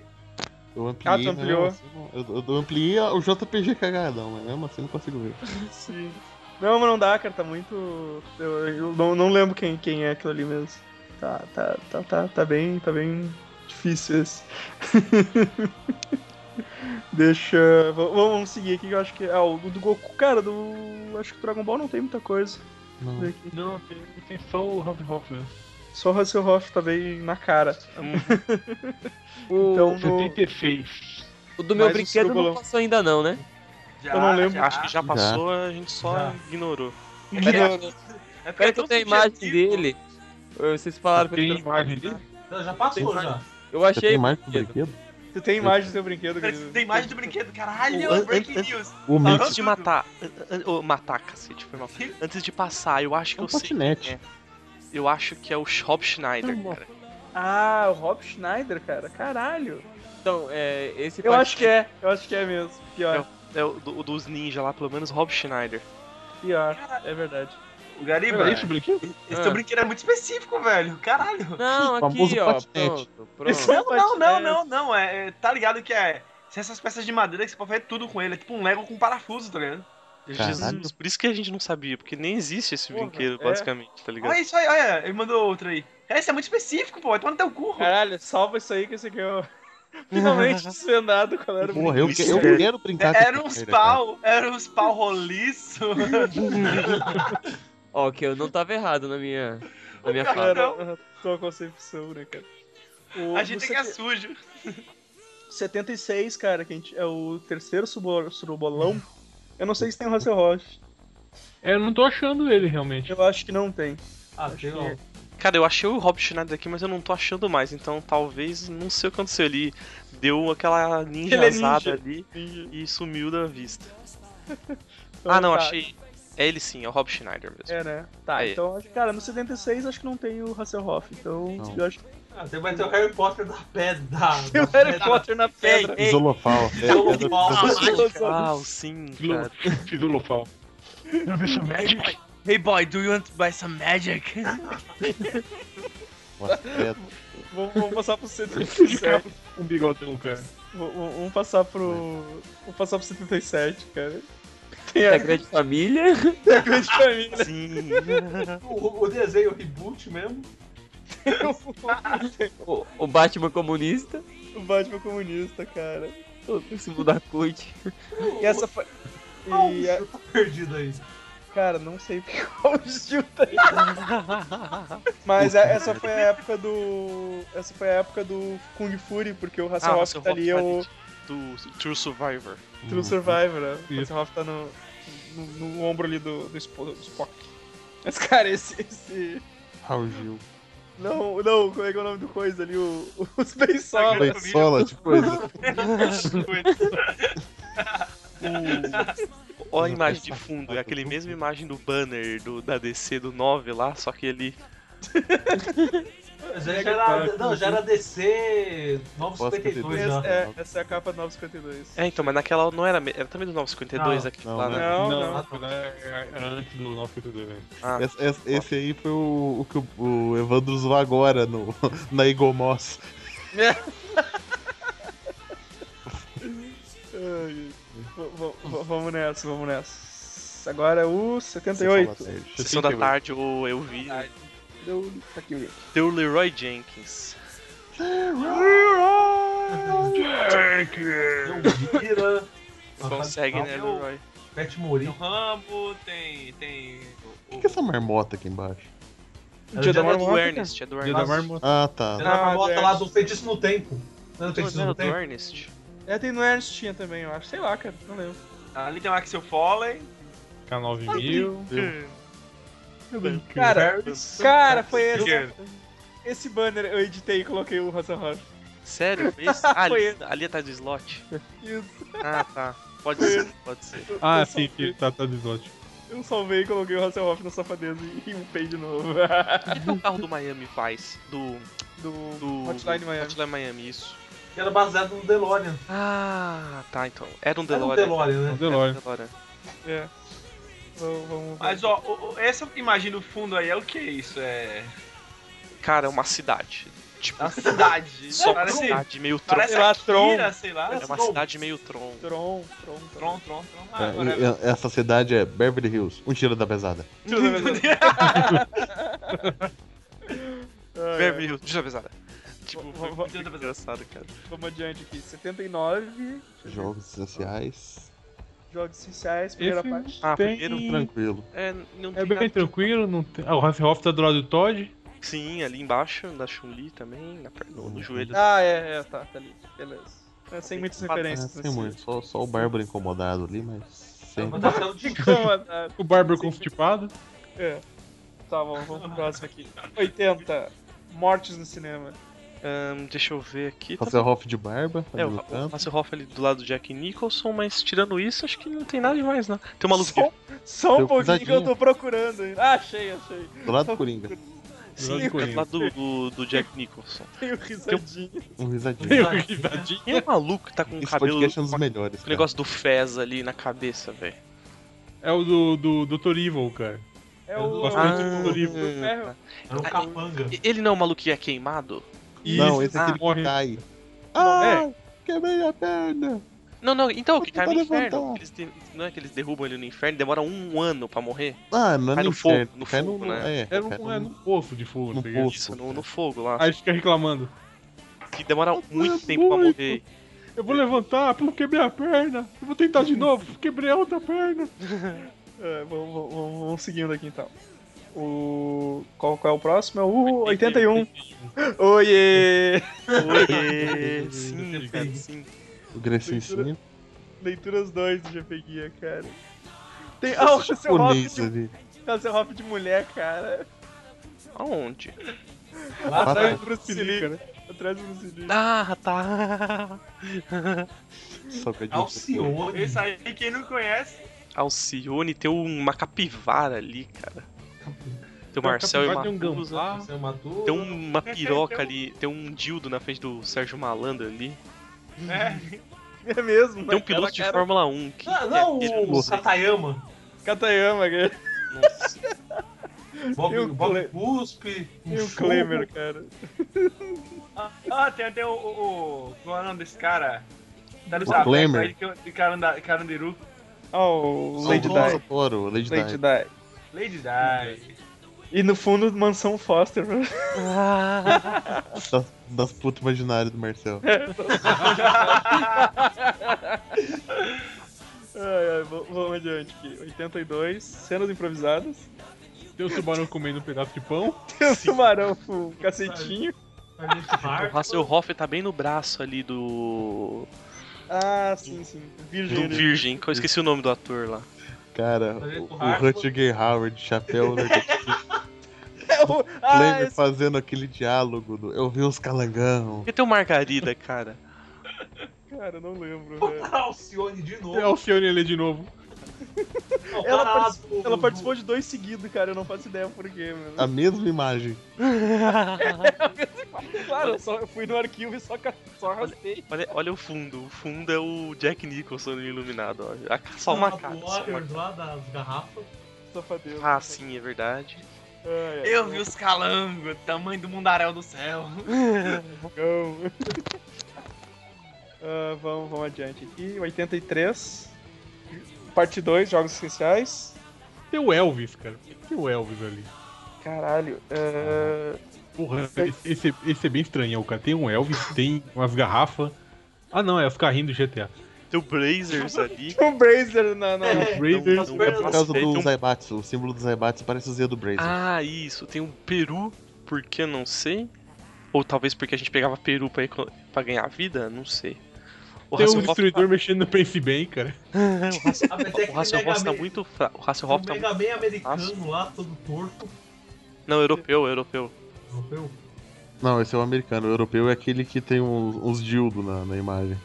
Speaker 10: Eu ampliei, mas
Speaker 5: ampliou.
Speaker 10: mesmo assim não- eu, eu ampliei o JPG cagadão, mas mesmo assim eu não consigo ver.
Speaker 5: Sim. Não, mas não dá, cara, tá muito. Eu, eu não, não lembro quem, quem é aquilo ali mesmo. Tá, tá, tá, tá, tá bem. Tá bem difícil esse. Deixa. v- Vamos, vamos seguir aqui que eu acho que. Ah, o do Goku, cara, do. Acho que o Dragon Ball não tem muita coisa.
Speaker 10: Não.
Speaker 5: Vamos ver aqui.
Speaker 7: Não, tem, tem só o Hasselhoff mesmo.
Speaker 5: Só o Hasselhoff tá bem na cara.
Speaker 9: o...
Speaker 5: Então, no...
Speaker 7: 76.
Speaker 9: o do meu
Speaker 5: mais um
Speaker 9: brinquedo não
Speaker 5: Strugalon.
Speaker 9: passou ainda, não, né?
Speaker 8: Já,
Speaker 5: Eu não lembro.
Speaker 8: já.
Speaker 6: Acho que já passou, a gente só ignorou.
Speaker 8: É porque-
Speaker 9: Não,
Speaker 8: é porque
Speaker 9: Pera
Speaker 8: é
Speaker 9: que
Speaker 8: tão
Speaker 9: eu tenho a imagem
Speaker 8: subjetivo.
Speaker 9: dele. Eu- Vocês falaram que eu-
Speaker 7: Tem imagem dele?
Speaker 1: Não, já passou, já.
Speaker 9: Eu
Speaker 10: Você
Speaker 9: achei.
Speaker 10: tem mais do brinquedo?
Speaker 5: Tu tem imagem do seu brinquedo,
Speaker 8: Pera
Speaker 5: Guilherme?
Speaker 8: que Tem imagem do brinquedo. Caralho,
Speaker 10: O- an-
Speaker 8: breaking
Speaker 10: an-
Speaker 8: news.
Speaker 9: Ah,
Speaker 10: O
Speaker 8: Parou
Speaker 10: Mix
Speaker 6: Antes de
Speaker 8: tudo.
Speaker 6: matar. an- an- ô, matar, cacete, foi mal. Antes de passar, eu acho que
Speaker 10: é um
Speaker 6: eu sei.
Speaker 10: patinete.
Speaker 6: é. Eu acho que é o Rob Schneider, cara.
Speaker 5: Ah, o Rob Schneider, cara. Caralho.
Speaker 9: Então, é, esse
Speaker 5: Eu acho que é. Eu acho que é mesmo. Pior.
Speaker 6: É o do- o dos ninja lá, pelo menos Rob Schneider.
Speaker 5: Pior. É verdade.
Speaker 8: O Gariba,
Speaker 7: Era isso o brinquedo?
Speaker 8: esse teu
Speaker 9: Ah.
Speaker 8: brinquedo é muito específico, velho. Caralho.
Speaker 9: Não,
Speaker 10: famoso
Speaker 9: aqui, ó.
Speaker 10: patinete.
Speaker 9: Pronto, pronto.
Speaker 8: Não, não,
Speaker 5: Não,
Speaker 8: não,
Speaker 5: é-
Speaker 8: não, não. É, é- tá ligado que é. São essas peças de madeira que você pode fazer tudo com ele. É tipo um Lego com parafuso, tá ligado?
Speaker 6: Jesus, por isso que a gente não sabia, porque nem existe esse
Speaker 5: Porra,
Speaker 6: brinquedo,
Speaker 5: é.
Speaker 6: basicamente, tá ligado?
Speaker 8: Olha isso aí, olha. Ele mandou outra aí. Esse é muito específico, pô. Toma no teu cu.
Speaker 5: Caralho, salva isso aí que esse aqui é o... Finalmente desvendado qual era o
Speaker 10: Porra, eu, que- eu
Speaker 6: Mistério.
Speaker 10: quero brincar
Speaker 8: Era
Speaker 5: um
Speaker 10: com
Speaker 8: uns
Speaker 10: ele,
Speaker 8: pau, era uns pau roliço.
Speaker 9: Ó, que eu não tava errado na minha, na minha
Speaker 5: brinquedo.
Speaker 9: fala.
Speaker 5: Era a tua concepção, né, cara? O,
Speaker 8: A gente é
Speaker 5: do
Speaker 8: que é
Speaker 5: sete-
Speaker 8: sujo.
Speaker 5: 76, cara, que a gente, é o terceiro subo- surubolão. Eu não sei se tem o Hasselhoff.
Speaker 7: É, eu não tô achando ele realmente.
Speaker 5: Eu acho que não tem.
Speaker 1: Ah, tem
Speaker 5: que-
Speaker 1: um.
Speaker 6: Cara, eu achei o Rob Schneider aqui, mas eu não tô achando mais, então talvez, não sei o que aconteceu, ele deu aquela
Speaker 5: Ele é
Speaker 6: ninjazada
Speaker 5: ninja.
Speaker 6: ali e sumiu da vista.
Speaker 5: Então,
Speaker 6: ah, não,
Speaker 5: tá.
Speaker 6: achei. É ele sim, é o Rob Schneider mesmo.
Speaker 5: É, né? Tá,
Speaker 6: Aí.
Speaker 5: então, acho- cara, no 76 acho que não tem o Hasselhoff. Então,
Speaker 10: Não.
Speaker 5: eu acho que
Speaker 1: Ah, tem- vai ter o Harry Potter da pedra. da-
Speaker 5: tem o Harry Potter na
Speaker 8: Ei,
Speaker 5: pedra.
Speaker 10: Cara.
Speaker 8: ei,
Speaker 10: Isolofal. é, é do-
Speaker 6: Ah, sim, cara.
Speaker 7: Fiz o Lofal. Não vi essa média.
Speaker 8: hey boy, do you want to buy some magic?
Speaker 10: Nossa, é-
Speaker 5: Vamos, vamos passar pro 76.
Speaker 7: Fica um bigodão, cara.
Speaker 5: V- v- Vamos passar pro. Vamos passar pro 77, cara. Tem
Speaker 9: Da
Speaker 5: a
Speaker 9: É grande família.
Speaker 5: grande família.
Speaker 6: Sim.
Speaker 1: O, o desenho, o reboot mesmo.
Speaker 9: O, o Batman comunista.
Speaker 5: O Batman comunista, cara.
Speaker 9: O símbolo da CUT.
Speaker 5: E essa foi.
Speaker 1: Ah, o
Speaker 5: E a-
Speaker 1: bicho tá perdido aí.
Speaker 5: Cara, não sei qual estilo tá Mas a- essa foi a época do. Essa foi a época do Kung Fury, porque o
Speaker 6: Ah, o
Speaker 5: Hasselhoff tá ali, é o
Speaker 6: Hasselhoff Do True Survivor.
Speaker 5: True Survivor, né? O
Speaker 7: Isso.
Speaker 5: Hasselhoff tá no, no, no ombro ali do, do Spo- do Spock. Mas, cara, esse, esse.
Speaker 10: Raul Gil.
Speaker 5: Não, não, como é que é o nome do coisa ali? O, o Space Sola.
Speaker 10: Foi sola tipo, de coisa.
Speaker 6: Olha a imagem de fundo, é aquele mesmo imagem do banner do, da DC do 9 lá, só que ele.
Speaker 1: Já, já era, não, já era DC 952 já.
Speaker 5: Essa, é, essa é a capa 952.
Speaker 6: É, então, mas naquela não era. me- Era também do 952
Speaker 1: Não,
Speaker 6: aquele
Speaker 10: não,
Speaker 6: lá,
Speaker 10: não.
Speaker 6: né?
Speaker 5: Não, não.
Speaker 7: Não, foi lá, é- era antes do 982.
Speaker 6: Ah,
Speaker 10: Esse, esse- esse aí foi o, o que o, o Evandro usou agora no, na Igomos.
Speaker 5: Ai, v- v- vamos nessa, vamos nessa. Agora é o 78.
Speaker 6: sessão da tarde eu, eu vi. né?
Speaker 5: Deu, tá aqui o link.
Speaker 6: Deu o Leroy Jenkins.
Speaker 1: Vira.
Speaker 6: Consegue, né,
Speaker 1: Tem o
Speaker 6: Leroy?
Speaker 1: Pet
Speaker 8: Tem o
Speaker 1: Mori.
Speaker 8: Rambo, tem. tem. O,
Speaker 10: Por que essa marmota aqui embaixo?
Speaker 5: Dia da
Speaker 6: É do
Speaker 5: Marmota,
Speaker 6: Ernest, é do
Speaker 7: Dia da
Speaker 6: Ernest.
Speaker 7: marmota.
Speaker 10: Ah, tá.
Speaker 1: Era a
Speaker 5: Ah,
Speaker 1: bota
Speaker 5: do
Speaker 1: lá do feitiço no tempo. Não era o
Speaker 6: Não,
Speaker 1: feitiço
Speaker 6: não era
Speaker 1: no
Speaker 6: do
Speaker 1: tempo?
Speaker 6: Ernest.
Speaker 5: É, tem no Ernst tinha também, eu acho. Sei lá, cara, não lembro.
Speaker 8: ali tem o Axel Foley.
Speaker 7: K9000.
Speaker 5: Cara,
Speaker 1: Ferris.
Speaker 5: cara, foi esse.
Speaker 8: Pequeno.
Speaker 5: Esse banner eu editei e coloquei o Hasselhoff.
Speaker 6: Sério? Esse? Ah, ali,
Speaker 5: Foi ele.
Speaker 6: ali atrás do slot?
Speaker 5: Isso.
Speaker 6: Ah, tá. Pode ser, pode ser.
Speaker 7: Ah,
Speaker 5: eu
Speaker 7: sim,
Speaker 5: salvei-
Speaker 7: que tá, tá de slot.
Speaker 5: Eu salvei e coloquei o Hasselhoff na safadeza e e upei de novo.
Speaker 6: O que que o carro do Miami faz? Do.
Speaker 5: Do,
Speaker 6: do
Speaker 5: Hotline Miami.
Speaker 6: Hotline Miami, isso.
Speaker 1: Que era baseado no DeLorean.
Speaker 6: Ah, tá, então. Era um
Speaker 1: Era um
Speaker 6: DeLorean.
Speaker 1: DeLorean, né?
Speaker 7: Um
Speaker 6: Era um
Speaker 7: DeLorean.
Speaker 6: DeLorean.
Speaker 5: É. Vamos, vamos.
Speaker 8: Mas ó, o- o- essa imagem do fundo aí é o que isso? É.
Speaker 6: Cara, é uma cidade. Tipo,
Speaker 8: É uma cidade.
Speaker 6: só uma
Speaker 8: parece
Speaker 6: cidade meio Tron.
Speaker 8: parece
Speaker 5: Sei lá,
Speaker 8: Akira, sei lá.
Speaker 6: É uma cidade meio Tron.
Speaker 5: Tron, Tron, Tron.
Speaker 8: Tron, Tron, Tron. Ah, agora é-
Speaker 10: É, e- essa cidade é Beverly Hills. Um tiro da pesada.
Speaker 5: Tudo bem. Ai, ai.
Speaker 6: Vermelho, deixa eu avisar. Tipo, foi
Speaker 5: É. Vou- vou-
Speaker 6: muito engraçado, cara.
Speaker 5: Vamos adiante aqui. 79
Speaker 10: Jogos sociais.
Speaker 5: jogos sociais, primeira parte.
Speaker 7: Esse
Speaker 6: Ah,
Speaker 7: tem...
Speaker 6: primeiro
Speaker 10: Tranquilo. Ah,
Speaker 6: É, não tem
Speaker 7: É bem
Speaker 6: nada-
Speaker 7: tranquilo, não tem... Ah, o Hasselhoff tá do lado do Todd.
Speaker 6: Sim, ali embaixo, da Chun-Li também, na perna- no, no joelho.
Speaker 5: Ah, é, é, tá, tá ali. Beleza. É, sem muitas referências. assim.
Speaker 10: É, tem muito. Só, só o Bárbaro incomodado ali, mas. Sem...
Speaker 1: Mas tá ficando de
Speaker 5: Incomodado.
Speaker 7: O Barber constipado.
Speaker 5: É. né? Tá bom, vamos pro próximo aqui. 80. Mortes no cinema.
Speaker 6: Ahn, deixa eu ver aqui.
Speaker 10: Fazer Hoff de barba.
Speaker 6: É,
Speaker 10: ali
Speaker 6: o
Speaker 10: no
Speaker 6: Ra- o
Speaker 10: canto.
Speaker 6: Hasselhoff ali do lado do Jack Nicholson, mas tirando isso, acho que não tem nada demais, não. Tem uma luz
Speaker 5: Só, só um
Speaker 10: Deu
Speaker 5: pouquinho que eu
Speaker 10: pisadinha.
Speaker 5: tô procurando ainda. Ah, achei, achei.
Speaker 10: Do lado do Coringa.
Speaker 6: Sim,
Speaker 7: Sim,
Speaker 6: do lado do, do- do Jack Nicholson.
Speaker 5: Tem o risadinho.
Speaker 10: Um risadinho.
Speaker 7: Meu, que risadinha.
Speaker 6: E o maluco que tá com o
Speaker 10: Esse
Speaker 6: cabelo.
Speaker 10: podcast é um dos
Speaker 6: Com
Speaker 10: melhores.
Speaker 6: o negócio do Fez ali na cabeça, velho.
Speaker 7: É o do, do Dr. Evil, cara.
Speaker 5: É o.
Speaker 7: gosto
Speaker 5: é o
Speaker 7: muito
Speaker 5: do-
Speaker 7: do
Speaker 5: do
Speaker 7: livro.
Speaker 5: ferro.
Speaker 1: Era um capanga.
Speaker 6: E- Ele não é o maluco que é queimado?
Speaker 10: cara. Não, esse é
Speaker 6: Ah,
Speaker 10: aquele que
Speaker 7: morre.
Speaker 10: cai.
Speaker 7: É.
Speaker 10: Ah! Quebrei a perna!
Speaker 6: Não, não, então, que
Speaker 10: Vou
Speaker 6: cai no
Speaker 10: tentar
Speaker 6: inferno.
Speaker 10: levantar. um.
Speaker 6: Eles de- Não é que eles derrubam ele no inferno, demora um ano pra morrer?
Speaker 10: Ah, não é
Speaker 6: Cai no
Speaker 10: no inferno,
Speaker 6: fogo, no
Speaker 10: cai
Speaker 6: fogo, né?
Speaker 10: É,
Speaker 7: Era
Speaker 10: cai
Speaker 7: um,
Speaker 10: no-
Speaker 7: é num poço de fogo,
Speaker 10: No
Speaker 7: tá ligado?
Speaker 10: poço.
Speaker 6: Isso, no, no fogo lá.
Speaker 7: Aí fica reclamando.
Speaker 6: Que demora muito
Speaker 7: é
Speaker 6: tempo pra
Speaker 7: muito.
Speaker 6: morrer.
Speaker 7: Eu vou levantar, porque eu quebrei a perna. Eu vou tentar de novo, porque eu quebrei a outra perna.
Speaker 5: É, vamos, vamos- vamos- vamos seguindo aqui então. O. Qual, qual é o próximo? É o 81. Oiê!
Speaker 6: Oiê, sim, cara, sim.
Speaker 10: O Grecincinho.
Speaker 5: Leituras 2 do GP Guia, cara. Tem. Ah, o
Speaker 10: tipo
Speaker 5: Hasselhoff
Speaker 10: Japonês
Speaker 5: de,
Speaker 10: ali.
Speaker 5: Hasselhoff de mulher, cara.
Speaker 6: Aonde?
Speaker 1: Lá
Speaker 10: Batata.
Speaker 5: Atrás
Speaker 1: atrás
Speaker 5: do né? Bruce Lee, cara. Atrás do Bruce Lee.
Speaker 6: Ah, tá.
Speaker 10: Salgadinho.
Speaker 1: Alcione.
Speaker 8: Esse aí, quem não conhece,
Speaker 6: Alcione tem um, uma capivara ali, cara. Tem o
Speaker 7: Tem uma
Speaker 6: Marcel e
Speaker 7: capivara, tem um
Speaker 6: Matuza.
Speaker 7: gambá.
Speaker 1: Você matou.
Speaker 6: Tem uma
Speaker 8: Tem-
Speaker 6: piroca
Speaker 8: tem um-
Speaker 6: ali, tem um dildo na frente do Sérgio Malandro ali.
Speaker 8: né?
Speaker 5: É mesmo,
Speaker 6: Tem um piloto de Fórmula 1 que.
Speaker 1: Ah, não,
Speaker 6: que é aquele-
Speaker 1: o Satayama.
Speaker 5: Katayama, cara.
Speaker 6: Nossa.
Speaker 1: Bob,
Speaker 5: Eu-
Speaker 1: Bob Cuspe.
Speaker 7: Um
Speaker 5: E o Klemer, cara.
Speaker 8: Ah, ah, tem até o. o, o qual é o nome desse cara? Tá no
Speaker 10: O
Speaker 8: sapato
Speaker 10: Glamour.
Speaker 8: aí de- de Caranda- Carandiru.
Speaker 5: Ah, o Lady
Speaker 10: Lady
Speaker 5: Di.
Speaker 10: Toro, Lady
Speaker 5: Lady
Speaker 10: Di.
Speaker 5: Di.
Speaker 8: Lady Di.
Speaker 5: E no fundo, Mansão Foster.
Speaker 10: Das, das putas imaginárias do Marcel.
Speaker 5: Ai, ai, v- vamos adiante aqui. 82, cenas improvisadas.
Speaker 7: Tem o tubarão comendo um pedaço de pão.
Speaker 5: Tem o tubarão com um cacetinho.
Speaker 6: O Hasselhoff tá bem no braço ali do.
Speaker 5: Ah, sim, sim. Virgem.
Speaker 6: Do
Speaker 5: né?
Speaker 6: Virgem, que eu esqueci o nome do ator lá.
Speaker 10: Cara, o, o Rutger Howard, chapéu, né?
Speaker 5: É o- Ah,
Speaker 10: Flamer
Speaker 5: esse...
Speaker 10: fazendo aquele diálogo do Eu vi uns calangão.
Speaker 6: Por que tem o Margarida, cara?
Speaker 5: cara, eu não lembro, velho.
Speaker 1: Alcione de
Speaker 7: Tem a
Speaker 1: novo.
Speaker 7: Alcione ali de novo.
Speaker 1: Não,
Speaker 5: Ela,
Speaker 1: cara lá
Speaker 5: partici-
Speaker 1: do-
Speaker 5: ela
Speaker 1: do-
Speaker 5: participou de dois seguidos, cara. Eu não faço ideia por quê, mano.
Speaker 10: A mesma imagem.
Speaker 5: Claro, eu, só, eu fui no arquivo e só, ca- só arrastei.
Speaker 6: Olha, olha o fundo. O fundo é o Jack Nicholson no Iluminado. Ó. A ca- Só
Speaker 1: do
Speaker 6: uma cara. só assim, uma
Speaker 1: Waters lá das garrafas.
Speaker 5: Safadeza.
Speaker 6: cara. Ah, sim, é verdade.
Speaker 5: Ai, ai,
Speaker 8: Eu vi os calangos, tamanho do mundaréu do céu.
Speaker 5: cão. Ah, vamos, vamos adiante aqui. 83. Parte 2, jogos essenciais.
Speaker 7: Tem o Elvis, cara. Tem o Elvis ali.
Speaker 5: Caralho. ah,
Speaker 7: Porra, esse, esse é bem estranhão, cara. Tem um Elvis, tem umas garrafas. Ah não, é os carrinhos do GTA.
Speaker 6: Tem o Blazers ali.
Speaker 5: Tem um Brazer na. na...
Speaker 7: então Raiders.
Speaker 6: Tem um-
Speaker 10: É por causa
Speaker 6: tem
Speaker 10: do
Speaker 6: um-
Speaker 10: Zaibatsu. O símbolo do Zaibatsu parece o Z do Brazen.
Speaker 6: Ah, isso. Tem um Peru, porque eu não sei. Ou talvez porque a gente pegava Peru pra, eco- pra ganhar vida, não sei. O
Speaker 7: Tem um
Speaker 6: Hasselhoff,
Speaker 7: destruidor mexendo no Pense Bem, cara.
Speaker 1: Ah, mas é
Speaker 6: o Hasselhoff tá
Speaker 1: Mega Man-
Speaker 6: muito fra... O
Speaker 1: O
Speaker 6: Hasselhoff tá muito...
Speaker 1: Mega Man americano lá, todo torto.
Speaker 6: Não, europeu, europeu.
Speaker 1: Europeu.
Speaker 10: Não, esse é o americano. O europeu é aquele que tem uns, uns dildo na, na imagem.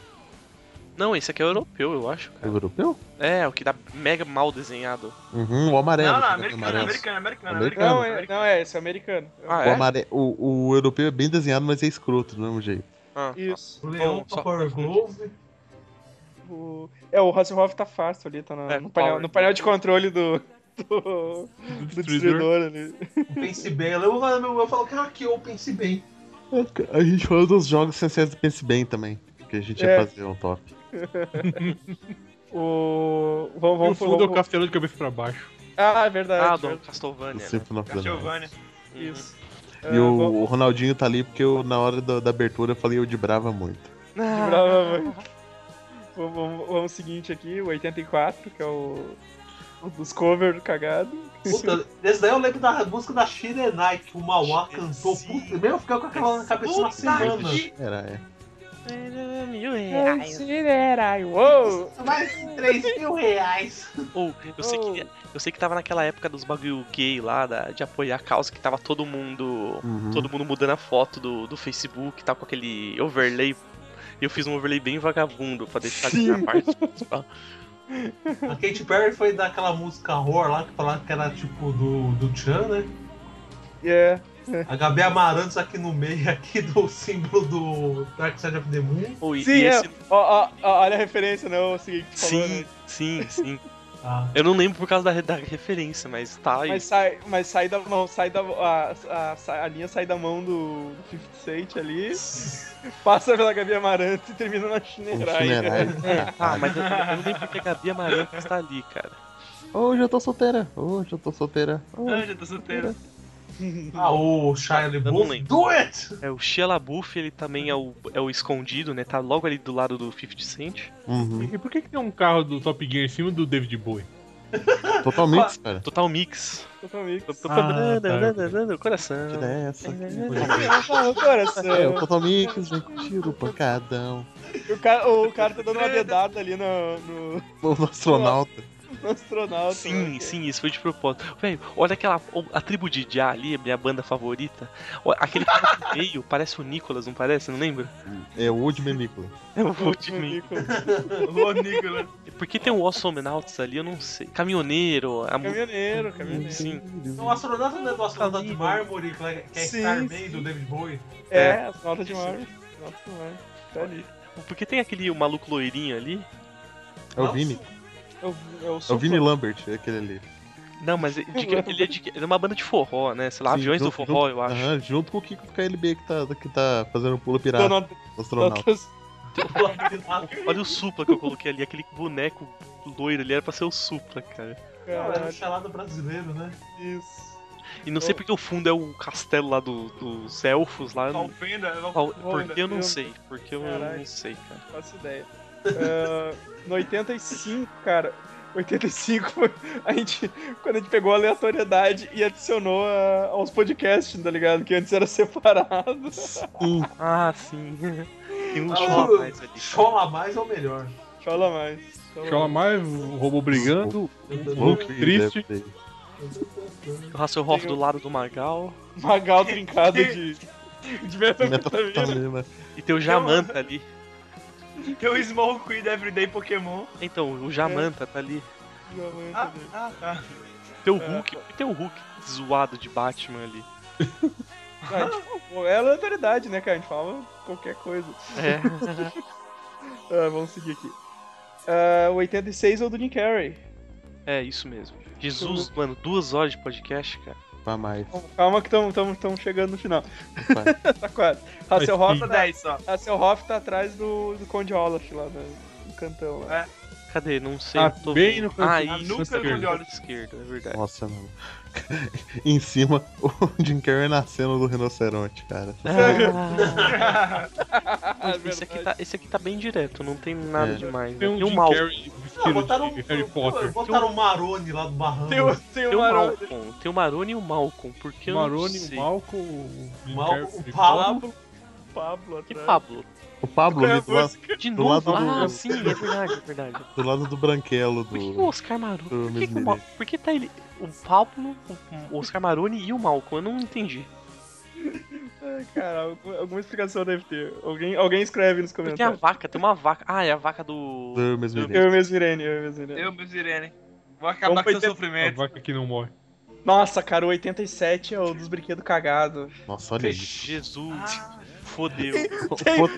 Speaker 6: Não, esse aqui é europeu, eu acho.
Speaker 10: É o europeu?
Speaker 6: É, o que dá mega mal desenhado.
Speaker 10: Uhum, o amarelo.
Speaker 8: Não, não,
Speaker 10: que tá com
Speaker 8: americano,
Speaker 10: amarelo.
Speaker 8: americano, americano,
Speaker 10: Americano.
Speaker 8: americano.
Speaker 5: Não, é, não, é esse, é americano.
Speaker 6: Ah,
Speaker 10: O,
Speaker 6: é?
Speaker 10: amare- o- o europeu é bem desenhado, mas é escroto do mesmo jeito.
Speaker 6: Ah,
Speaker 5: Isso.
Speaker 1: O Leão
Speaker 6: Bom, só-
Speaker 1: Power Glove.
Speaker 5: O... É, o Hasselhoff tá fácil ali, tá na-
Speaker 6: É,
Speaker 5: no, painel,
Speaker 6: Power.
Speaker 5: no painel de controle do. do...
Speaker 7: Do
Speaker 5: do
Speaker 7: destruidor.
Speaker 5: destruidor ali.
Speaker 1: O Pense Bem. Eu lembro quando meu irmão falou, cara, que eu pense bem.
Speaker 10: É, A gente falou dos jogos essenciais do Pense Bem também. Que a gente ia
Speaker 5: É.
Speaker 10: fazer um top.
Speaker 5: O. Vamos,
Speaker 7: E o
Speaker 5: vamos,
Speaker 7: fundo é o
Speaker 5: vamos-
Speaker 7: castelo de cabeça pra baixo.
Speaker 5: Ah, é verdade.
Speaker 6: ah
Speaker 5: verdade.
Speaker 6: Dom Castlevania. né?
Speaker 10: Symphony of the Night.
Speaker 8: Giovanni.
Speaker 6: Uhum.
Speaker 5: Isso.
Speaker 10: E
Speaker 5: Ah,
Speaker 10: o,
Speaker 5: vamos-
Speaker 10: o Ronaldinho tá ali porque eu, na hora da, da abertura eu falei eu de brava muito.
Speaker 6: Ah,
Speaker 5: Brava, mãe. Vamos, vamos, vamos ao seguinte aqui, o 84, que é o. o dos covers cagado.
Speaker 1: Puta, esse daí eu lembro da música da Shirenai, que o Mauá cantou. Puta, mesmo eu fiquei com aquela na cabeça uma semana.
Speaker 10: Era, é.
Speaker 6: Mil reais.
Speaker 5: Uou!
Speaker 1: Mais de 3 mil reais.
Speaker 6: Ou, eu, sei que, eu sei que tava naquela época dos bagulho gay lá, da- de apoiar a causa, que tava todo mundo.
Speaker 10: Uhum.
Speaker 6: Todo mundo mudando a foto do, do Facebook e tal, com aquele overlay. E eu fiz um overlay bem vagabundo pra deixar ali na parte principal.
Speaker 1: A Katy Perry foi daquela música horror lá, que falava que era tipo do, do Chan, né?
Speaker 5: Yeah.
Speaker 1: A Gabi Amarantos aqui no meio, aqui do símbolo do Dark Side of the Moon.
Speaker 6: Ou, e-
Speaker 5: Sim,
Speaker 6: e
Speaker 5: é.
Speaker 6: esse-
Speaker 5: Ó, ó, ó, olha a referência, né? O seguinte que tu falou,
Speaker 6: sim,
Speaker 5: né?
Speaker 6: sim, sim.
Speaker 1: Ah,
Speaker 6: Eu não lembro por causa da, re- da referência, mas tá aí.
Speaker 5: Mas sai, mas sai da mão, sai da. A, a, sai- a linha sai da mão do, do 50 Cent ali, passa pela Gabi Amaranto e termina na né.
Speaker 10: Um
Speaker 5: Shinerai.
Speaker 10: funerai.
Speaker 6: Ah, mas eu, eu não lembro porque a Gabi Amaranto está ali, cara.
Speaker 10: Hoje eu tô solteira. Hoje eu tô solteira.
Speaker 8: Ah, já tô solteiro.
Speaker 1: ah o Shia
Speaker 6: não
Speaker 1: LaBeouf.
Speaker 6: lembro.
Speaker 1: Do it!
Speaker 6: É, o Shia LaBeouf, ele também é o, é o escondido, né? Tá logo ali do lado do 50 Cent.
Speaker 10: Uhum.
Speaker 7: E por que, que tem um carro do Top Gear em cima do David Bowie?
Speaker 10: Totalmente, cara.
Speaker 6: Total Mix.
Speaker 5: Totalmente.
Speaker 6: Tô- tô-
Speaker 7: Ah,
Speaker 6: tô-
Speaker 7: tá.
Speaker 6: tô- coração.
Speaker 10: Tira é essa.
Speaker 8: É,
Speaker 5: Ah, coração.
Speaker 10: É, o Totalmix vem com tiro, pancadão.
Speaker 5: O cara, o cara tá dando uma dedada ali no, no,
Speaker 10: O astronauta.
Speaker 5: no astronauta.
Speaker 6: Sim,
Speaker 5: né?
Speaker 6: sim, isso foi de propósito. Velho, olha aquela. A tribo de Já ali, minha banda favorita. Ó, Aquele cara que veio, parece o Nicolas, não parece? Não lembro?
Speaker 10: É o Woodman Nicholas.
Speaker 6: É o Volt
Speaker 5: Meu
Speaker 6: Man.
Speaker 5: Nicolas.
Speaker 8: Ô, Nicolas.
Speaker 6: Por que tem o Awesome ali? Eu não sei. Caminhoneiro, a música.
Speaker 5: Caminhoneiro, caminhoneiro.
Speaker 6: Sim.
Speaker 1: O astronauta não é do astronauta de mármore, que é que é
Speaker 5: Sim,
Speaker 1: Starman do David Bowie.
Speaker 5: É, as notas de mármore. Notas de mármore. Tá ali.
Speaker 6: Por que tem aquele o maluco loirinho ali?
Speaker 10: É o Vini.
Speaker 5: É o, é o,
Speaker 10: É o Vini
Speaker 5: supla-
Speaker 10: Lambert, é aquele ali.
Speaker 6: Não, mas é de que- ele é de, que- ele é uma banda de forró, né? Sei lá,
Speaker 10: Sim,
Speaker 6: aviões do
Speaker 10: junto-
Speaker 6: forró,
Speaker 10: junto-
Speaker 6: eu acho.
Speaker 10: Aham, junto com o Kiko KLB que tá, que tá fazendo pulo
Speaker 5: Tô
Speaker 10: pirata.
Speaker 5: nota-
Speaker 10: Astronauta.
Speaker 5: notas-
Speaker 6: Olha o supla que eu coloquei ali, aquele boneco loiro ali era pra ser o supla, cara.
Speaker 1: Não, era o
Speaker 5: Caralho,
Speaker 1: chalado brasileiro, né?
Speaker 5: isso.
Speaker 6: E não sei porque o fundo é o castelo lá do- dos elfos lá. eu não-
Speaker 8: Alfenda,
Speaker 1: um
Speaker 6: qual-
Speaker 8: Alfenda.
Speaker 6: Porque eu não
Speaker 5: eu-
Speaker 6: sei. Porque eu
Speaker 5: Caralho.
Speaker 6: não sei, cara.
Speaker 5: Faço ideia. Ah, no 85, cara. 85 foi- a gente. Quando a gente pegou a aleatoriedade e adicionou a- aos podcasts, tá ligado? Que antes era separado.
Speaker 7: Uh.
Speaker 6: Ah, sim. Tem um
Speaker 1: Ah,
Speaker 6: show a mais ali.
Speaker 1: Chola mais é o melhor.
Speaker 5: Chola mais. Então,
Speaker 7: Chama mais, é o robô brigando, o Hulk triste.
Speaker 6: O Hasselhoff um do lado do Magal.
Speaker 5: Magal trincado de. de
Speaker 10: né,
Speaker 6: Tá
Speaker 5: metanfetamina.
Speaker 10: Metanfetamina.
Speaker 6: E tem o Jamanta ali.
Speaker 8: Tem o Small Queen Everyday Pokémon.
Speaker 6: Então, o Jamanta tá ali.
Speaker 8: Ah, ah, tá.
Speaker 6: Tem o Hulk. E tem o Hulk zoado de Batman ali.
Speaker 5: Ah, tipo, é aleatoriedade, né, cara? A gente fala qualquer coisa.
Speaker 6: É.
Speaker 5: Ah, vamos seguir aqui. Ah, o 86 é o do Jim Carrey.
Speaker 6: É, isso mesmo. Jesus, mano, duas horas de podcast, cara.
Speaker 10: Pra mais.
Speaker 5: Calma que estamos chegando no final. tá quase. Hasselhoff
Speaker 7: sim.
Speaker 5: tá,
Speaker 8: 10 só.
Speaker 5: Hasselhoff tá atrás do, do Conde Olaf lá no, no cantão.
Speaker 8: É.
Speaker 5: Lá.
Speaker 6: Cadê? Não sei.
Speaker 7: Ah,
Speaker 6: eu tô
Speaker 7: bem
Speaker 6: vendo.
Speaker 7: no canto-
Speaker 6: Ah,
Speaker 7: na
Speaker 6: isso,
Speaker 7: nuca do
Speaker 6: esquerdo,
Speaker 7: olho.
Speaker 6: esquerdo, é verdade.
Speaker 10: Nossa, mano. em cima, o Jim Carrey nascendo do rinoceronte, cara.
Speaker 6: É.
Speaker 7: É
Speaker 5: é
Speaker 6: Ah, esse, aqui tá, esse aqui tá bem direto, não tem nada
Speaker 10: É.
Speaker 6: demais. né?
Speaker 7: Tem um
Speaker 6: Tem um
Speaker 7: Jim
Speaker 6: mal.
Speaker 7: Carrey
Speaker 1: Ah,
Speaker 7: vestido
Speaker 1: botaram,
Speaker 7: de Harry Potter.
Speaker 1: botaram um o Marone lá do
Speaker 6: tá
Speaker 1: barranco.
Speaker 5: Tem o, tem um o
Speaker 6: Tem o
Speaker 5: Maroni.
Speaker 6: Malcolm. Tem o Maroni e o Malcolm. Porque
Speaker 7: O
Speaker 6: eu não
Speaker 7: um Maroni, o
Speaker 6: sei.
Speaker 7: Malcolm, o Jim
Speaker 1: Mal-
Speaker 7: Carrey
Speaker 1: o
Speaker 7: de
Speaker 1: um Pablo.
Speaker 5: Pablo. Pablo
Speaker 6: Que
Speaker 5: atrás.
Speaker 6: Pablo?
Speaker 10: O Pablo ali do, lado,
Speaker 6: De
Speaker 10: Do
Speaker 6: novo?
Speaker 10: lado do-
Speaker 6: Ah, sim, é verdade, é verdade.
Speaker 10: do lado do branquelo
Speaker 6: Por que, que o
Speaker 10: do.
Speaker 6: Oscar Maroni? Por
Speaker 10: do
Speaker 6: que, que o
Speaker 10: Miss
Speaker 6: Mal... Por que tá ele. O Pablo, o Oscar Maroni e o Malcolm? Eu não entendi.
Speaker 5: Ai, É, Cara, alguma, alguma explicação deve ter. Alguém, alguém escreve nos
Speaker 6: Porque tem a
Speaker 5: comentários.
Speaker 6: vaca, tem uma vaca. Ah, é a vaca do.
Speaker 10: Do Hermes Mirene.
Speaker 5: Eu mesmo, Irene, eu mesmo, Irene.
Speaker 8: Eu, meus Irene. Vou acabar
Speaker 5: Vamos
Speaker 8: com seu
Speaker 5: pra
Speaker 7: A
Speaker 8: sofrimento.
Speaker 7: vaca que não morre.
Speaker 5: Nossa, cara, o 87 é o dos brinquedos cagados.
Speaker 10: Nossa, olha isso.
Speaker 6: Jesus.
Speaker 5: Ah.
Speaker 6: Fodeu.
Speaker 5: Tem,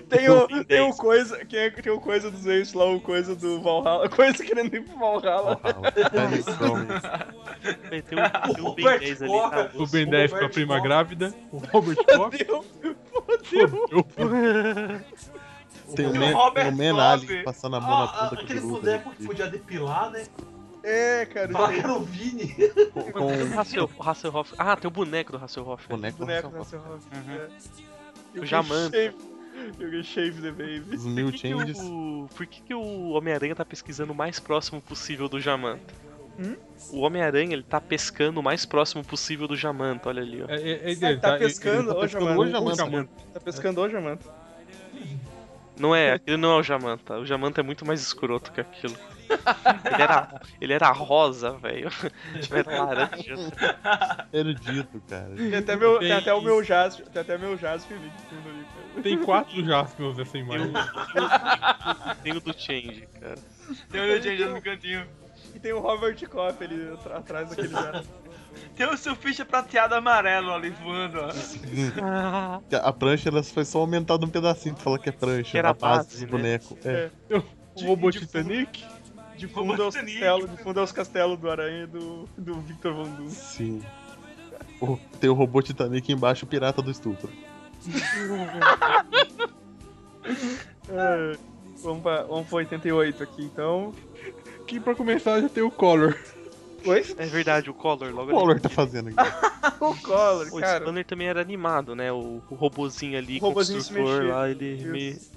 Speaker 5: tem, o, tem o coisa. Quem é, que tem o coisa dos ex lá, o coisa do Valhalla. Coisa querendo ir pro Valhalla.
Speaker 6: Tem um, tem um Ben
Speaker 1: Robert
Speaker 6: 10 ali.
Speaker 1: Coca.
Speaker 6: tá?
Speaker 7: O Ben 10 com a
Speaker 1: Robert
Speaker 7: prima
Speaker 1: Cox.
Speaker 7: grávida. O Robert Cox.
Speaker 5: Fodeu, fodeu.
Speaker 10: Tem o
Speaker 8: O
Speaker 10: Men-
Speaker 8: Robert
Speaker 10: tem o
Speaker 8: Love.
Speaker 10: Menali passando a mão na
Speaker 1: Ah, ah,
Speaker 10: ponta que
Speaker 1: aquele
Speaker 10: gruda.
Speaker 1: boneco que podia depilar, né?
Speaker 5: É, cara.
Speaker 1: Falaram que era o Vini.
Speaker 10: Com, com
Speaker 6: Tem o
Speaker 10: o
Speaker 6: Hassel- o Hasselhoff. Ah, tem o boneco do Hasselhoff.
Speaker 10: boneco.
Speaker 5: boneco
Speaker 10: nossa,
Speaker 5: nessa roupa.
Speaker 8: Uhum.
Speaker 6: Eu já mando.
Speaker 5: Eu ganhei né? Shave the
Speaker 1: né?
Speaker 5: Baby.
Speaker 10: Os mil
Speaker 6: Por que, que
Speaker 10: changes.
Speaker 6: o, por que, que o Homem-Aranha tá pesquisando o mais próximo possível do Jamanta?
Speaker 5: Hum?
Speaker 6: O Homem-Aranha, ele tá pescando o mais próximo possível do Jamanta, olha ali, ó.
Speaker 7: É, é, é,
Speaker 5: Ah,
Speaker 7: ele
Speaker 5: tá pescando,
Speaker 7: ele
Speaker 5: ô,
Speaker 7: tá pescando
Speaker 5: Jamanta.
Speaker 7: hoje, Jamanta.
Speaker 6: O Jamanta.
Speaker 5: Tá pescando hoje, mano.
Speaker 6: Não é, aquele não é o Jamanta. O Jamanta é muito mais escroto que aquilo. Ele era, ele era rosa, velho. Tipo, era laranja.
Speaker 10: Erudito, cara.
Speaker 5: Tem até, meu, tem
Speaker 7: Tem
Speaker 5: até o
Speaker 7: isso.
Speaker 5: meu Jasp, tem até meu Jasp ali de fundo ali, cara.
Speaker 7: Tem quatro assim, Jaspions nessa imagem.
Speaker 6: Tem o do Change, cara.
Speaker 8: Tem o meu Change no cantinho.
Speaker 5: E tem o Robert Koff ali atra- atrás daquele cara.
Speaker 8: Tem o surfista prateado amarelo ali voando, ó.
Speaker 10: Seguinte, a prancha ela foi só aumentada um pedacinho. Tu fala que é prancha.
Speaker 6: Que era
Speaker 10: a base
Speaker 6: base,
Speaker 10: do
Speaker 6: né?
Speaker 10: boneco. É.
Speaker 7: O robô
Speaker 5: de- de-
Speaker 7: Titanic.
Speaker 5: De fundo aos castelos, de fundo aos castelos do Aranha e do, do Victor Von Doom.
Speaker 10: Sim. O- tem o robô Titanic embaixo, o pirata do estupro.
Speaker 5: É, vamos, pra, vamos pro 88 aqui, então.
Speaker 7: Que pra começar já tem o Collor.
Speaker 5: Oi?
Speaker 6: É verdade, o Collor logo
Speaker 10: O Collor
Speaker 6: ali.
Speaker 10: tá fazendo aqui.
Speaker 5: O Collor,
Speaker 6: O
Speaker 5: cara.
Speaker 6: Spanner também era animado, né? O, o robozinho ali,
Speaker 5: O robozinho se
Speaker 6: construtor
Speaker 5: mexia.
Speaker 6: lá, ele
Speaker 5: Isso.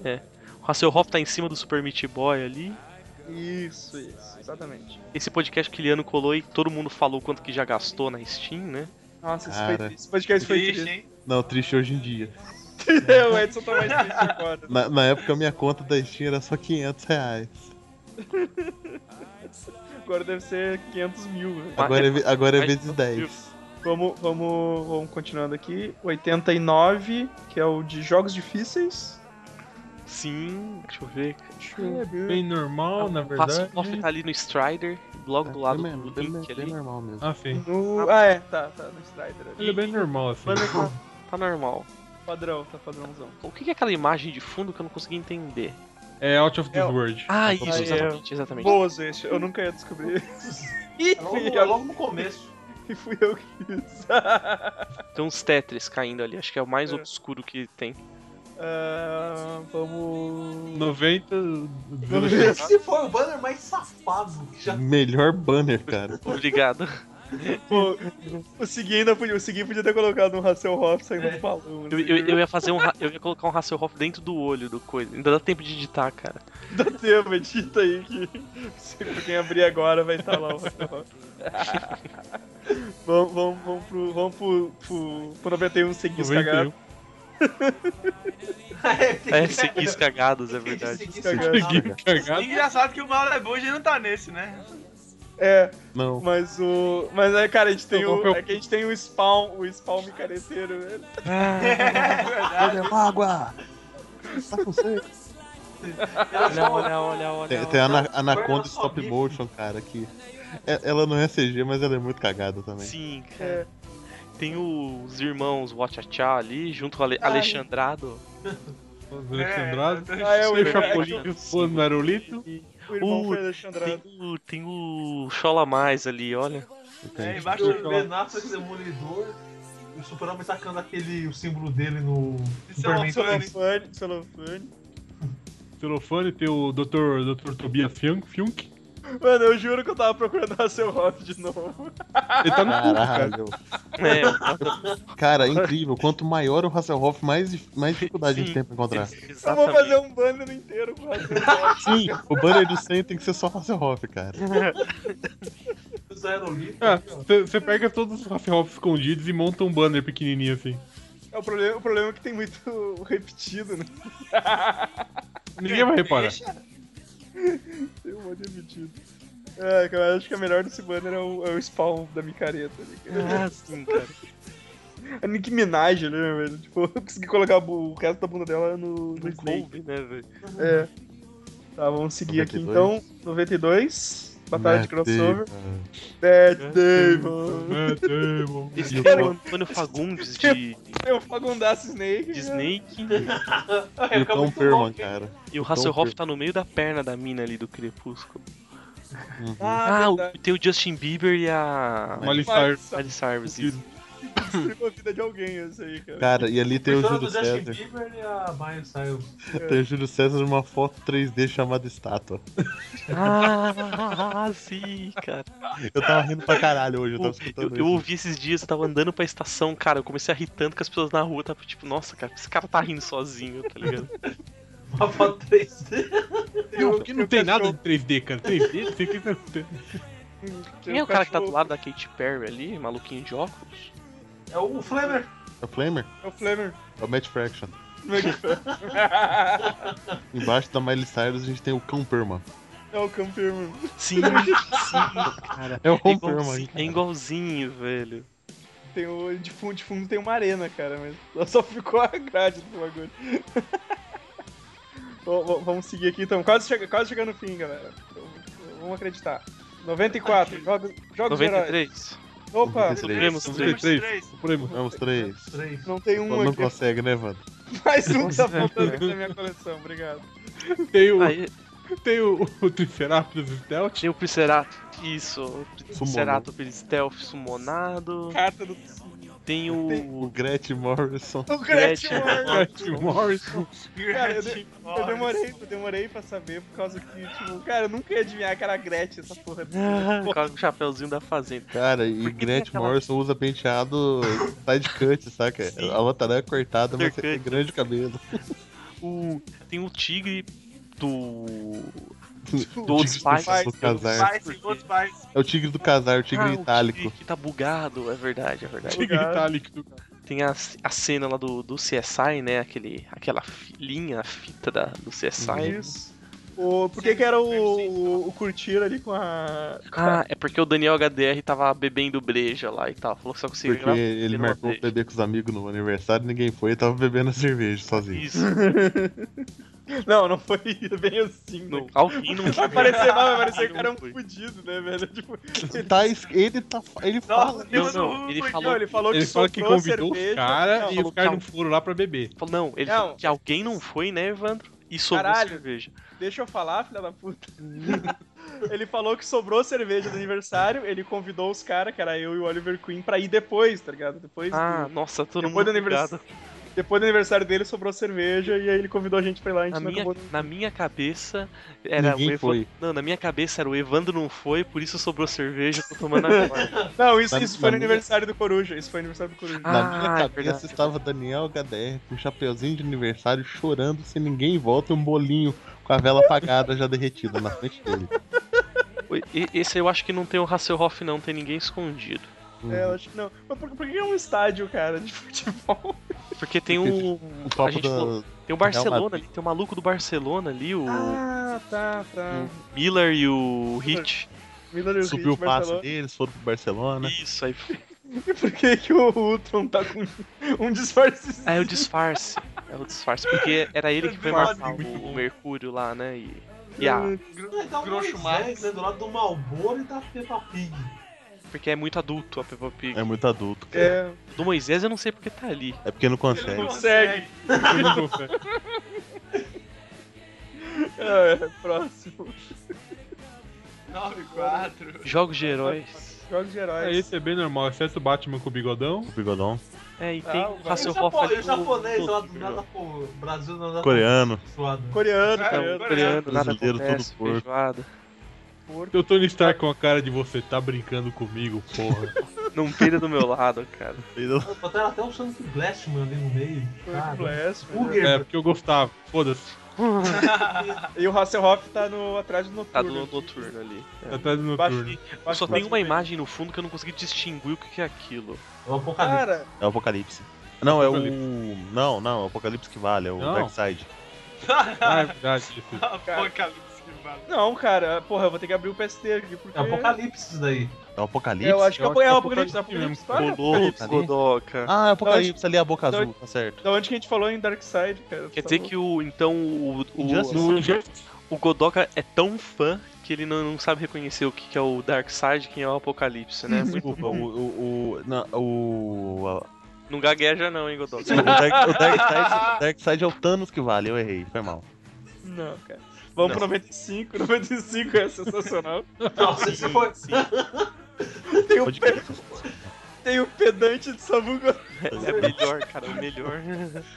Speaker 6: me. É. O Hasselhoff tá em cima do Super Meat Boy ali.
Speaker 5: Isso, isso, exatamente.
Speaker 6: Esse podcast que o Liano colou e todo mundo falou quanto que já gastou na Steam, né?
Speaker 5: Nossa, esse,
Speaker 10: Cara.
Speaker 5: foi, esse podcast foi
Speaker 8: Triste,
Speaker 5: triste.
Speaker 8: hein?
Speaker 10: Não, triste hoje em dia.
Speaker 5: o Edson tá mais triste agora.
Speaker 10: Na, na época, a minha conta da Steam era só 500 reais.
Speaker 5: Agora deve ser 500 mil, velho.
Speaker 10: Agora é, ve- agora é
Speaker 6: Mas-
Speaker 10: vezes 10.
Speaker 5: Vamos, vamos, vamos continuando aqui. 89, que é o de jogos difíceis.
Speaker 6: Sim, deixa eu ver.
Speaker 5: É,
Speaker 6: Ah,
Speaker 7: Bem normal, na
Speaker 6: O
Speaker 7: verdade. né?
Speaker 6: Hasselhoff tá ali no Strider, logo do lado
Speaker 10: Bem-
Speaker 6: do
Speaker 10: bem-
Speaker 6: Link
Speaker 10: bem
Speaker 6: ali.
Speaker 10: normal É mesmo.
Speaker 7: Ah, sim.
Speaker 5: No... Ah, é, tá, tá, no Strider. ali.
Speaker 7: Ele é bem normal, assim.
Speaker 6: Spanner tá, tá normal.
Speaker 5: Padrão, tá padrãozão.
Speaker 6: O que que é aquela imagem de fundo que eu não consegui entender?
Speaker 7: É Out of this
Speaker 5: É o-
Speaker 7: World. Tá
Speaker 6: Ah,
Speaker 7: Out of
Speaker 6: isso,
Speaker 7: this
Speaker 5: é.
Speaker 6: exatamente, exatamente.
Speaker 5: Boas, este, eu nunca ia descobrir.
Speaker 1: É logo, é logo no começo.
Speaker 5: E fui eu que fiz.
Speaker 6: Tem uns Tetris caindo ali, acho que é o mais
Speaker 5: É.
Speaker 6: obscuro que tem.
Speaker 5: Ah, vamos.
Speaker 7: 90.
Speaker 5: Vamos ver.
Speaker 1: Esse foi o banner mais safado que já
Speaker 10: Melhor banner, cara.
Speaker 6: Obrigado.
Speaker 5: Pô, o Segui ainda podia, o Segui podia ter colocado um Hasselhoff
Speaker 1: É.
Speaker 5: saindo do balão.
Speaker 6: Eu, eu- eu ia fazer um. ra- Eu ia colocar um Hasselhoff dentro do olho do coisa. Ainda dá tempo de editar, cara.
Speaker 5: Dá tempo, edita aí que se quem abrir agora vai estar lá o Hasselhoff. vamos, vamos, vamos pro. Vamos pro, pro, pro 91 seguir
Speaker 7: 91.
Speaker 5: cagados.
Speaker 6: É, seguir os cagados, é verdade.
Speaker 1: Seguir
Speaker 5: Cagado.
Speaker 1: cagado.
Speaker 7: Cagado.
Speaker 8: Engraçado que o Malibu já não tá nesse, né?
Speaker 5: É,
Speaker 10: Não.
Speaker 5: mas o. Mas é, cara, a gente tem
Speaker 7: Qual
Speaker 5: o.
Speaker 7: foi o-
Speaker 5: É que a gente tem o spawn, o spawn né? micareteiro, velho.
Speaker 1: é
Speaker 10: Olha a mágoa! Tá com você.
Speaker 6: Olha, olha, olha,
Speaker 10: Tem,
Speaker 6: olha.
Speaker 10: tem a Ana-
Speaker 1: Agora
Speaker 10: Anaconda
Speaker 1: eu só
Speaker 10: Stop
Speaker 1: vi.
Speaker 10: Motion, cara, que. é- Ela não é CG, mas ela é muito cagada também.
Speaker 6: Sim,
Speaker 5: É.
Speaker 6: cara. Tem os irmãos Watchachá ali, junto com o Ale-
Speaker 5: Ah,
Speaker 6: Alexandrado.
Speaker 7: assim, Alexandrado.
Speaker 5: Ah, é, o
Speaker 7: Seu
Speaker 5: irmão,
Speaker 7: Chapolin voando no aerolito.
Speaker 5: o irmão
Speaker 6: Uh,
Speaker 5: foi Alexandrado.
Speaker 6: Tem o, tem o Chola Mais ali, olha.
Speaker 1: É, embaixo do Ben Affleck Demolidor, o Superman tacando aquele, o símbolo dele no
Speaker 5: é um
Speaker 1: Superman três.
Speaker 5: Celofane, celofane.
Speaker 7: Telefone, tem o Dr. Dr. Tobias Fiunk. Fiunk.
Speaker 5: Mano, eu juro que eu tava procurando Hasselhoff de novo.
Speaker 7: Ele tá no cu, cara.
Speaker 10: Caralho.
Speaker 6: É,
Speaker 10: Cara, é incrível. Quanto maior o Hasselhoff, mais, dif- mais dificuldade a gente
Speaker 6: Sim.
Speaker 10: tem pra encontrar.
Speaker 5: Eu vou fazer um banner inteiro com Hasselhoff.
Speaker 10: Sim, o banner do 100 tem que ser só Hasselhoff, cara.
Speaker 1: Os aerolitos.
Speaker 7: Você Ah, pega todos os Raff Hoff escondidos e monta um banner pequenininho assim.
Speaker 5: É, o, problema, o problema é que tem muito repetido, né?
Speaker 7: Ninguém vai reparar.
Speaker 5: Tem um monte de repetido. É, cara, eu acho que a melhor desse banner é o, é o spawn da micareta. Né? cara?
Speaker 6: Ah, sim, cara.
Speaker 5: A Nicki Minaj ali, né, velho? Tipo, eu consegui colocar bu- o resto da bunda dela no, no
Speaker 6: Não
Speaker 5: Snake.
Speaker 6: coube, né, velho?
Speaker 5: É. Tá, vamos seguir aqui então.
Speaker 10: 92.
Speaker 5: 92. Batalha de
Speaker 10: Matt
Speaker 5: crossover.
Speaker 10: Damon.
Speaker 5: Dead Damon.
Speaker 7: É, Damon.
Speaker 6: Esse tem o Antônio Fagundes de,
Speaker 5: Tem o Fagundaço Snake.
Speaker 6: de Snake
Speaker 1: tá
Speaker 10: E o Tom Perman, cara.
Speaker 6: e o Hasselhoff tá no meio da perna da mina ali do Crepúsculo.
Speaker 5: Ah,
Speaker 6: Ah, o-
Speaker 5: verdade.
Speaker 6: tem o Justin Bieber e a.
Speaker 7: Miley
Speaker 5: Mas-
Speaker 7: Cyrus.
Speaker 6: Miley Cyrus. isso.
Speaker 5: destruiu a vida de alguém isso aí, cara.
Speaker 10: Cara, e ali tem o
Speaker 1: Persona do
Speaker 10: Júlio
Speaker 1: Justin
Speaker 10: César.
Speaker 1: Bieber e a Miley Cyrus.
Speaker 10: Tem o Júlio César numa foto 3D chamada estátua.
Speaker 6: Ah, sim, cara.
Speaker 10: Eu tava rindo pra caralho hoje, eu tava
Speaker 6: Eu,
Speaker 10: escutando
Speaker 6: eu
Speaker 10: isso.
Speaker 6: ouvi esses dias, eu tava andando pra estação, cara. Eu comecei a rir tanto que as pessoas na rua tava tipo, nossa, cara, esse cara tá rindo sozinho, tá ligado?
Speaker 1: Uma foto 3D.
Speaker 5: o-
Speaker 7: Porque não tem nada de 3D, cara. 3D? Você que um
Speaker 6: Quem é o cara que tá do lado da Katy Perry ali, maluquinho de óculos?
Speaker 1: É o Flamer.
Speaker 10: É o Flamer?
Speaker 5: É o Flamer.
Speaker 10: É o Matt Fraction.
Speaker 5: Como é que-
Speaker 10: Embaixo da Miley Cyrus a gente tem o Cão Perman.
Speaker 5: É o campeão, mano.
Speaker 6: Sim, sim, cara.
Speaker 10: É o
Speaker 6: É
Speaker 10: Cão Perman
Speaker 6: igualzinho,
Speaker 10: aí, cara.
Speaker 6: é igualzinho, velho.
Speaker 5: Tem o, de, fundo, de fundo tem uma arena, cara, mas lá só ficou a grade do bagulho. Bom, bom, Vamos seguir aqui então. Quase, chega, quase chegando no fim, galera. Então, Vamos acreditar. 94, jogos, jogos de heróis.
Speaker 6: 93.
Speaker 5: Opa,
Speaker 10: 93.
Speaker 6: Supremos,
Speaker 7: Supremos.
Speaker 6: Supremos.
Speaker 7: Supremo.
Speaker 10: Vamos, É
Speaker 6: É
Speaker 10: três.
Speaker 1: 3.
Speaker 5: não tem um
Speaker 10: Não
Speaker 5: aqui.
Speaker 10: consegue, né, mano?
Speaker 5: Mais um que tá faltando aqui na minha coleção, obrigado.
Speaker 7: Tem o,
Speaker 6: Aí,
Speaker 7: tem o, o Triceratops Stealth.
Speaker 6: tinha o Pricerato. Isso, o Pricerato Stealth sumonado.
Speaker 5: Carta do.
Speaker 6: Tem
Speaker 10: O
Speaker 6: o.
Speaker 10: Gretchen Morrison.
Speaker 5: O Gretchen
Speaker 6: Gretchen.
Speaker 5: Morgan.
Speaker 7: Gretchen
Speaker 5: Tá
Speaker 7: Morrison.
Speaker 5: Cara, eu, de- eu demorei, eu demorei pra saber por causa que, tipo, cara, eu nunca ia adivinhar que era a Gretchen essa porra.
Speaker 6: Com o chapéuzinho da fazenda.
Speaker 10: Cara, e
Speaker 6: Por que que
Speaker 10: Grant
Speaker 6: aquela-
Speaker 10: Morrison usa penteado side cut, saca?
Speaker 6: Sim.
Speaker 10: A outra é cortada, mas
Speaker 6: Undercut.
Speaker 10: tem grande cabelo.
Speaker 6: O, tem o tigre do.
Speaker 10: O
Speaker 6: Do
Speaker 10: tigre
Speaker 6: Spice.
Speaker 10: do casar.
Speaker 8: Pais, outros pais.
Speaker 10: É o tigre do casar, o tigre
Speaker 6: Ah, o
Speaker 10: itálico.
Speaker 6: tigre que tá bugado, é verdade, é verdade.
Speaker 7: Tigre itálico do cara.
Speaker 6: Tem a, a cena lá do, do CSI, né? Aquele, aquela filinha, a fita da, do
Speaker 10: Uhum.
Speaker 6: CSI.
Speaker 5: Isso. O, por que que era o, o, o curtir ali com a.
Speaker 6: Ah, é porque o Daniel HDR tava bebendo breja lá e tal. Falou que só conseguiu
Speaker 10: Porque
Speaker 6: gravar.
Speaker 10: ele
Speaker 6: numa
Speaker 10: marcou
Speaker 6: breja.
Speaker 10: beber com os amigos no aniversário, ninguém foi e tava bebendo cerveja sozinho.
Speaker 6: Isso,
Speaker 5: Não, não foi bem assim,
Speaker 6: no,
Speaker 5: não.
Speaker 6: alguém não
Speaker 5: Vai parecer mal, vai parecer
Speaker 6: Alguém
Speaker 5: que o cara é um
Speaker 6: não foi.
Speaker 5: fudido, né, velho? Tipo, ele,
Speaker 10: Tá, es- ele tá. Ele fala.
Speaker 8: Nossa,
Speaker 6: Não,
Speaker 8: Deus do
Speaker 6: não,
Speaker 8: Hulk,
Speaker 6: ele
Speaker 5: não,
Speaker 6: falou,
Speaker 5: ele falou
Speaker 7: Ele
Speaker 5: que
Speaker 7: fala que
Speaker 5: soprou
Speaker 7: convidou os
Speaker 5: cerveja.
Speaker 7: caras
Speaker 5: Não,
Speaker 7: e
Speaker 6: falou
Speaker 7: os caras
Speaker 6: que-
Speaker 7: não foram lá pra beber.
Speaker 6: falou- não, ele
Speaker 5: Não.
Speaker 6: falou que alguém não foi, né, Evandro? E sobrou
Speaker 5: Caralho.
Speaker 6: cerveja.
Speaker 5: Deixa eu falar, filha da puta. ele falou que sobrou cerveja do aniversário, ele convidou os caras, que era eu e o Oliver Queen, pra ir depois, tá ligado? Depois
Speaker 6: Ah,
Speaker 5: do-
Speaker 6: nossa, todo
Speaker 5: Depois
Speaker 6: mundo
Speaker 5: do anivers-
Speaker 6: bugado.
Speaker 5: Depois do aniversário dele sobrou cerveja e aí ele convidou a gente pra ir lá. A gente
Speaker 6: Na
Speaker 5: não
Speaker 6: minha,
Speaker 5: acabou.
Speaker 6: na minha cabeça era
Speaker 10: Ninguém
Speaker 6: o Evan-
Speaker 10: foi.
Speaker 6: Não, na minha cabeça era o Evandro não foi, por isso sobrou cerveja, eu tô tomando agora.
Speaker 5: Não, é. isso,
Speaker 10: Na-
Speaker 5: isso foi
Speaker 10: na
Speaker 5: no aniversário do Coruja. Isso foi no aniversário do Coruja.
Speaker 10: Na minha
Speaker 6: Ah, é
Speaker 10: cabeça
Speaker 6: verdade.
Speaker 10: estava Daniel HDR com um chapeuzinho de aniversário chorando sem ninguém em volta e um bolinho com a vela apagada já derretida na frente dele.
Speaker 6: E- Esse eu acho que não tem o Hasselhoff não, tem ninguém escondido.
Speaker 10: Um,
Speaker 5: É, eu acho que não. Mas por, por que é um estádio, cara, Tipo, de futebol?
Speaker 6: Porque tem o.
Speaker 10: O
Speaker 6: a
Speaker 10: um copo
Speaker 6: gente falou-
Speaker 10: da.
Speaker 6: Tem o
Speaker 10: Real
Speaker 6: Barcelona
Speaker 10: Madrid.
Speaker 6: ali, tem o maluco do Barcelona ali, o
Speaker 5: Ah, tá, tá.
Speaker 6: Miller e o Hit.
Speaker 5: Miller e um o
Speaker 10: Subiu o
Speaker 5: Hit,
Speaker 10: passe
Speaker 5: Barcelona.
Speaker 10: deles, foram pro Barcelona.
Speaker 6: Isso, aí.
Speaker 5: E por que, que o Ultron tá com um disfarce?
Speaker 6: Ah, É o disfarce. É o disfarce. Porque era ele que foi marcar o, o Mercúrio lá, né? E. e a-
Speaker 1: Então,
Speaker 8: Grosso
Speaker 1: Grosso
Speaker 8: Marx.
Speaker 1: Marx, né, do lado do Malboro e da Peppa Pig.
Speaker 6: porque é muito adulto a Peppa Pig.
Speaker 10: É muito adulto. cara.
Speaker 5: É,
Speaker 6: Do Moisés eu não sei porque tá ali.
Speaker 10: É porque não consegue.
Speaker 5: consegue. é, próximo.
Speaker 8: 9, 4.
Speaker 6: Jogos de heróis.
Speaker 5: Jogos de
Speaker 7: É,
Speaker 5: heróis.
Speaker 7: esse é bem normal, exceto o Batman com o bigodão.
Speaker 10: O bigodão.
Speaker 6: É, e tem
Speaker 5: Ah,
Speaker 6: o
Speaker 5: o
Speaker 1: E o
Speaker 6: Hasselhoff
Speaker 1: japo-
Speaker 6: ali.
Speaker 1: e o
Speaker 6: no-
Speaker 1: japonês
Speaker 6: no-
Speaker 1: lá do nada, pô, Brasil não nada
Speaker 10: Coreano.
Speaker 1: suado.
Speaker 5: Coreano,
Speaker 8: É,
Speaker 6: É, o
Speaker 5: coreano.
Speaker 6: coreano, nada
Speaker 10: Brasileiro todo
Speaker 6: acontece,
Speaker 10: porco.
Speaker 6: feijoada.
Speaker 7: Eu tô no Stark com a cara de você, tá brincando comigo, porra.
Speaker 6: Não peida do meu lado, cara.
Speaker 10: É
Speaker 1: Botaram até o Sonic Blastman ali no meio.
Speaker 5: Sonic
Speaker 1: Cara.
Speaker 5: Blast,
Speaker 1: Uger,
Speaker 7: É, porque eu gostava. Foda-se.
Speaker 5: E o Hasselhoff tá no, atrás do
Speaker 6: Tá
Speaker 5: noturno.
Speaker 6: do noturno ali.
Speaker 7: Tá atrás do noturno.
Speaker 5: Baixinho,
Speaker 6: Eu só
Speaker 5: baixinho,
Speaker 6: tem uma
Speaker 5: baixinho.
Speaker 6: imagem no fundo que eu não consegui distinguir o que que é aquilo.
Speaker 1: é o Apocalipse.
Speaker 5: Cara,
Speaker 10: É o Apocalipse. Não, é o.
Speaker 7: Apocalipse.
Speaker 10: Não, não, é o Apocalipse que vale, é o
Speaker 7: Não.
Speaker 10: Darkseid.
Speaker 7: Ah, é verdade.
Speaker 1: um
Speaker 7: isso.
Speaker 1: Tá
Speaker 8: Apocalipse que vale.
Speaker 5: não, cara, porra, eu vou ter que abrir o PST aqui, porque...
Speaker 1: É o Apocalipse isso daí.
Speaker 10: É o Apocalipse?
Speaker 5: Tá Eu acho que é
Speaker 7: Eu
Speaker 5: o é o
Speaker 7: acho
Speaker 5: Apocalipse, é
Speaker 7: que
Speaker 5: o
Speaker 7: é o
Speaker 5: Apocalipse,
Speaker 7: Apocalipse
Speaker 5: para.
Speaker 10: Apocalipse.
Speaker 6: Godoka.
Speaker 10: Ah, é o Apocalipse ali, é a boca
Speaker 5: Então,
Speaker 10: azul, tá certo.
Speaker 5: Da onde que a gente falou em Darkseid, cara? tá
Speaker 6: Quer dizer que o. Então o.
Speaker 10: Injustice.
Speaker 6: O, o Godoka é tão fã que ele não, não sabe reconhecer o que, que é o Dark Side quem é o Apocalipse, né? Muito
Speaker 10: Desculpa,
Speaker 6: bom.
Speaker 10: o. O. o, não, o, a-
Speaker 6: Não gagueja não, hein, Godoka.
Speaker 10: o Dark- o Darkseid Darkseid é o Thanos que vale, eu errei, foi mal.
Speaker 5: Não, cara. Vamos pro 95, 95 é sensacional.
Speaker 1: Nossa, esse foi.
Speaker 8: assim,
Speaker 5: Tem o,
Speaker 10: Pode
Speaker 5: pe... Tem o pedante de Sabugo.
Speaker 6: É melhor, cara, é melhor.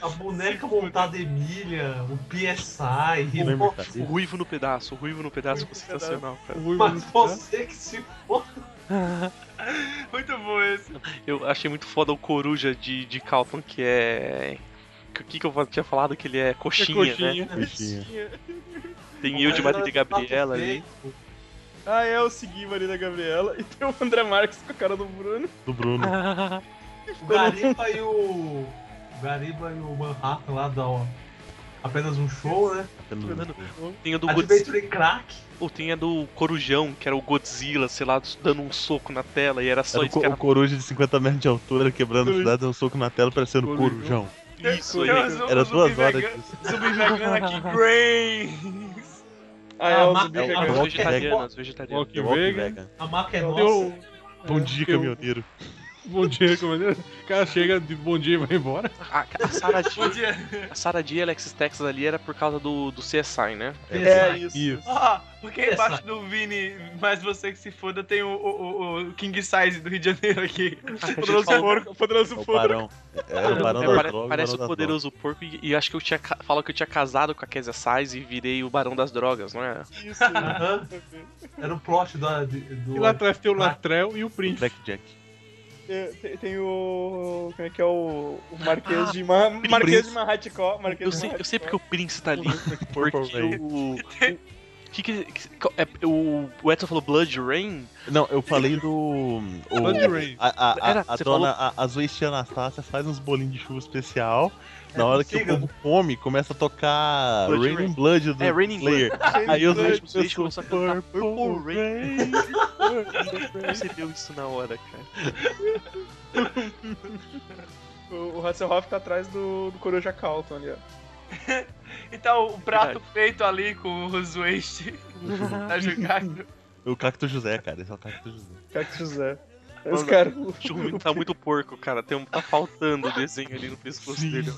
Speaker 1: A boneca montada Emília, o PSI.
Speaker 10: Lembra,
Speaker 1: pô,
Speaker 10: cara?
Speaker 6: O Ruivo no pedaço, o Ruivo no pedaço foi sensacional, cara.
Speaker 5: né?
Speaker 1: Mas você que se for.
Speaker 8: Muito bom esse.
Speaker 6: Eu achei muito foda o Coruja de, de Calton, que é... que- O que, que eu tinha falado? Que ele é coxinha, né?
Speaker 10: Coxinha.
Speaker 6: Tem eu de Marília e Gabriela ali.
Speaker 5: Ah, é, eu segui Maria da Gabriela. E tem o André Marques com a cara do Bruno.
Speaker 10: Do Bruno.
Speaker 1: O Gariba e o. O Gariba e o Manhattan lá dão apenas um show, né?
Speaker 6: Tem o do Godzilla.
Speaker 1: Adventure Crack.
Speaker 6: Ou tem a do Corujão, que era o Godzilla, sei lá, dando um soco na tela e era só
Speaker 10: Era o,
Speaker 6: isso
Speaker 10: co-
Speaker 6: que
Speaker 10: o
Speaker 6: era
Speaker 10: coruja de 50 metros de altura quebrando a cidade, deu um soco na tela parecendo corujão. é
Speaker 6: isso aí.
Speaker 8: Tem
Speaker 5: um
Speaker 8: o zumbi
Speaker 10: Era duas horas
Speaker 8: vegano-
Speaker 10: disso.
Speaker 8: Zumbi vegano aqui, Grains.
Speaker 5: Ah, é, o
Speaker 1: Ah,
Speaker 5: zumbi
Speaker 1: mas-
Speaker 5: vegano.
Speaker 10: é
Speaker 6: As
Speaker 10: o-
Speaker 6: vegetarianas, vegetarianas.
Speaker 7: Walking
Speaker 10: The Walking
Speaker 7: Vega.
Speaker 10: Vegan.
Speaker 1: A marca é nossa.
Speaker 7: Deu-
Speaker 10: Bom dia,
Speaker 7: Eu-
Speaker 10: caminhoneiro.
Speaker 7: Bom dia, comandante. O cara chega de bom dia e vai embora.
Speaker 6: A, a Sarah
Speaker 8: Bom
Speaker 6: J,
Speaker 8: dia.
Speaker 6: a Sarah J e Alexis Texas ali era por causa do, do CSI, né?
Speaker 5: É, isso.
Speaker 7: Isso.
Speaker 8: Ah, porque
Speaker 1: Essa.
Speaker 8: embaixo do Vini, mas você que se foda, tem o, o- o- o King Size do Rio de Janeiro aqui.
Speaker 5: Poderoso porco,
Speaker 10: É
Speaker 5: poderoso
Speaker 10: o
Speaker 5: porco.
Speaker 10: barão. É, é o barão
Speaker 6: É,
Speaker 10: da
Speaker 6: pare-
Speaker 10: droga.
Speaker 6: parece
Speaker 10: barão
Speaker 6: o
Speaker 10: da
Speaker 6: poderoso porco e, e acho que eu tinha ca- falado que eu tinha casado com a Kezia Sais e virei o Barão das Drogas, não é?
Speaker 5: Isso, né?
Speaker 1: Aham. Era o plot da, de- do.
Speaker 7: E lá atrás tem o Latrell e o
Speaker 10: droga.
Speaker 7: Prince.
Speaker 10: Blackjack.
Speaker 5: Tem- tem, tem o. Como é que é o. O Marquês de Ma... Marquês de Mahatchikó. Marquês
Speaker 6: Eu
Speaker 5: de
Speaker 6: sei, eu sei
Speaker 5: Mahatchikó.
Speaker 6: porque o Prince tá ali.
Speaker 10: Purple
Speaker 6: Porque
Speaker 10: Rain.
Speaker 6: o. o que que, que- é- o, o Edson falou Blood Rain?
Speaker 10: Não, eu falei do. o-
Speaker 7: Blood Rain.
Speaker 10: a, a, a,
Speaker 6: Era,
Speaker 10: a
Speaker 6: você
Speaker 10: dona a, a Zoestia Anastácia faz uns bolinhos de chuva especial.
Speaker 7: É,
Speaker 10: na hora que o
Speaker 1: fígado.
Speaker 10: povo come, começa a tocar
Speaker 6: Blood
Speaker 10: Rain
Speaker 6: Rain.
Speaker 10: in Blood do
Speaker 6: É, Rain in
Speaker 10: Slayer.
Speaker 5: Blood.
Speaker 10: Aí os
Speaker 5: Rain in
Speaker 10: bichos
Speaker 6: Blood. Começou a cantar
Speaker 10: pensam, Purple
Speaker 6: Purple
Speaker 10: Rain.
Speaker 6: Percebeu isso na hora, cara.
Speaker 5: O, o Hasselhoff tá atrás do, do Coruja Calton ali, ó.
Speaker 8: Então o prato feito ali com o Zueste tá jogado.
Speaker 10: O Cacto José, cara. Esse é o Cacto José.
Speaker 5: Cactus Zé. Os
Speaker 6: Mano,
Speaker 5: caras.
Speaker 6: O Churrumim tá muito porco, cara. Tem um, tá faltando o desenho ali no pescoço
Speaker 10: Sim.
Speaker 6: dele.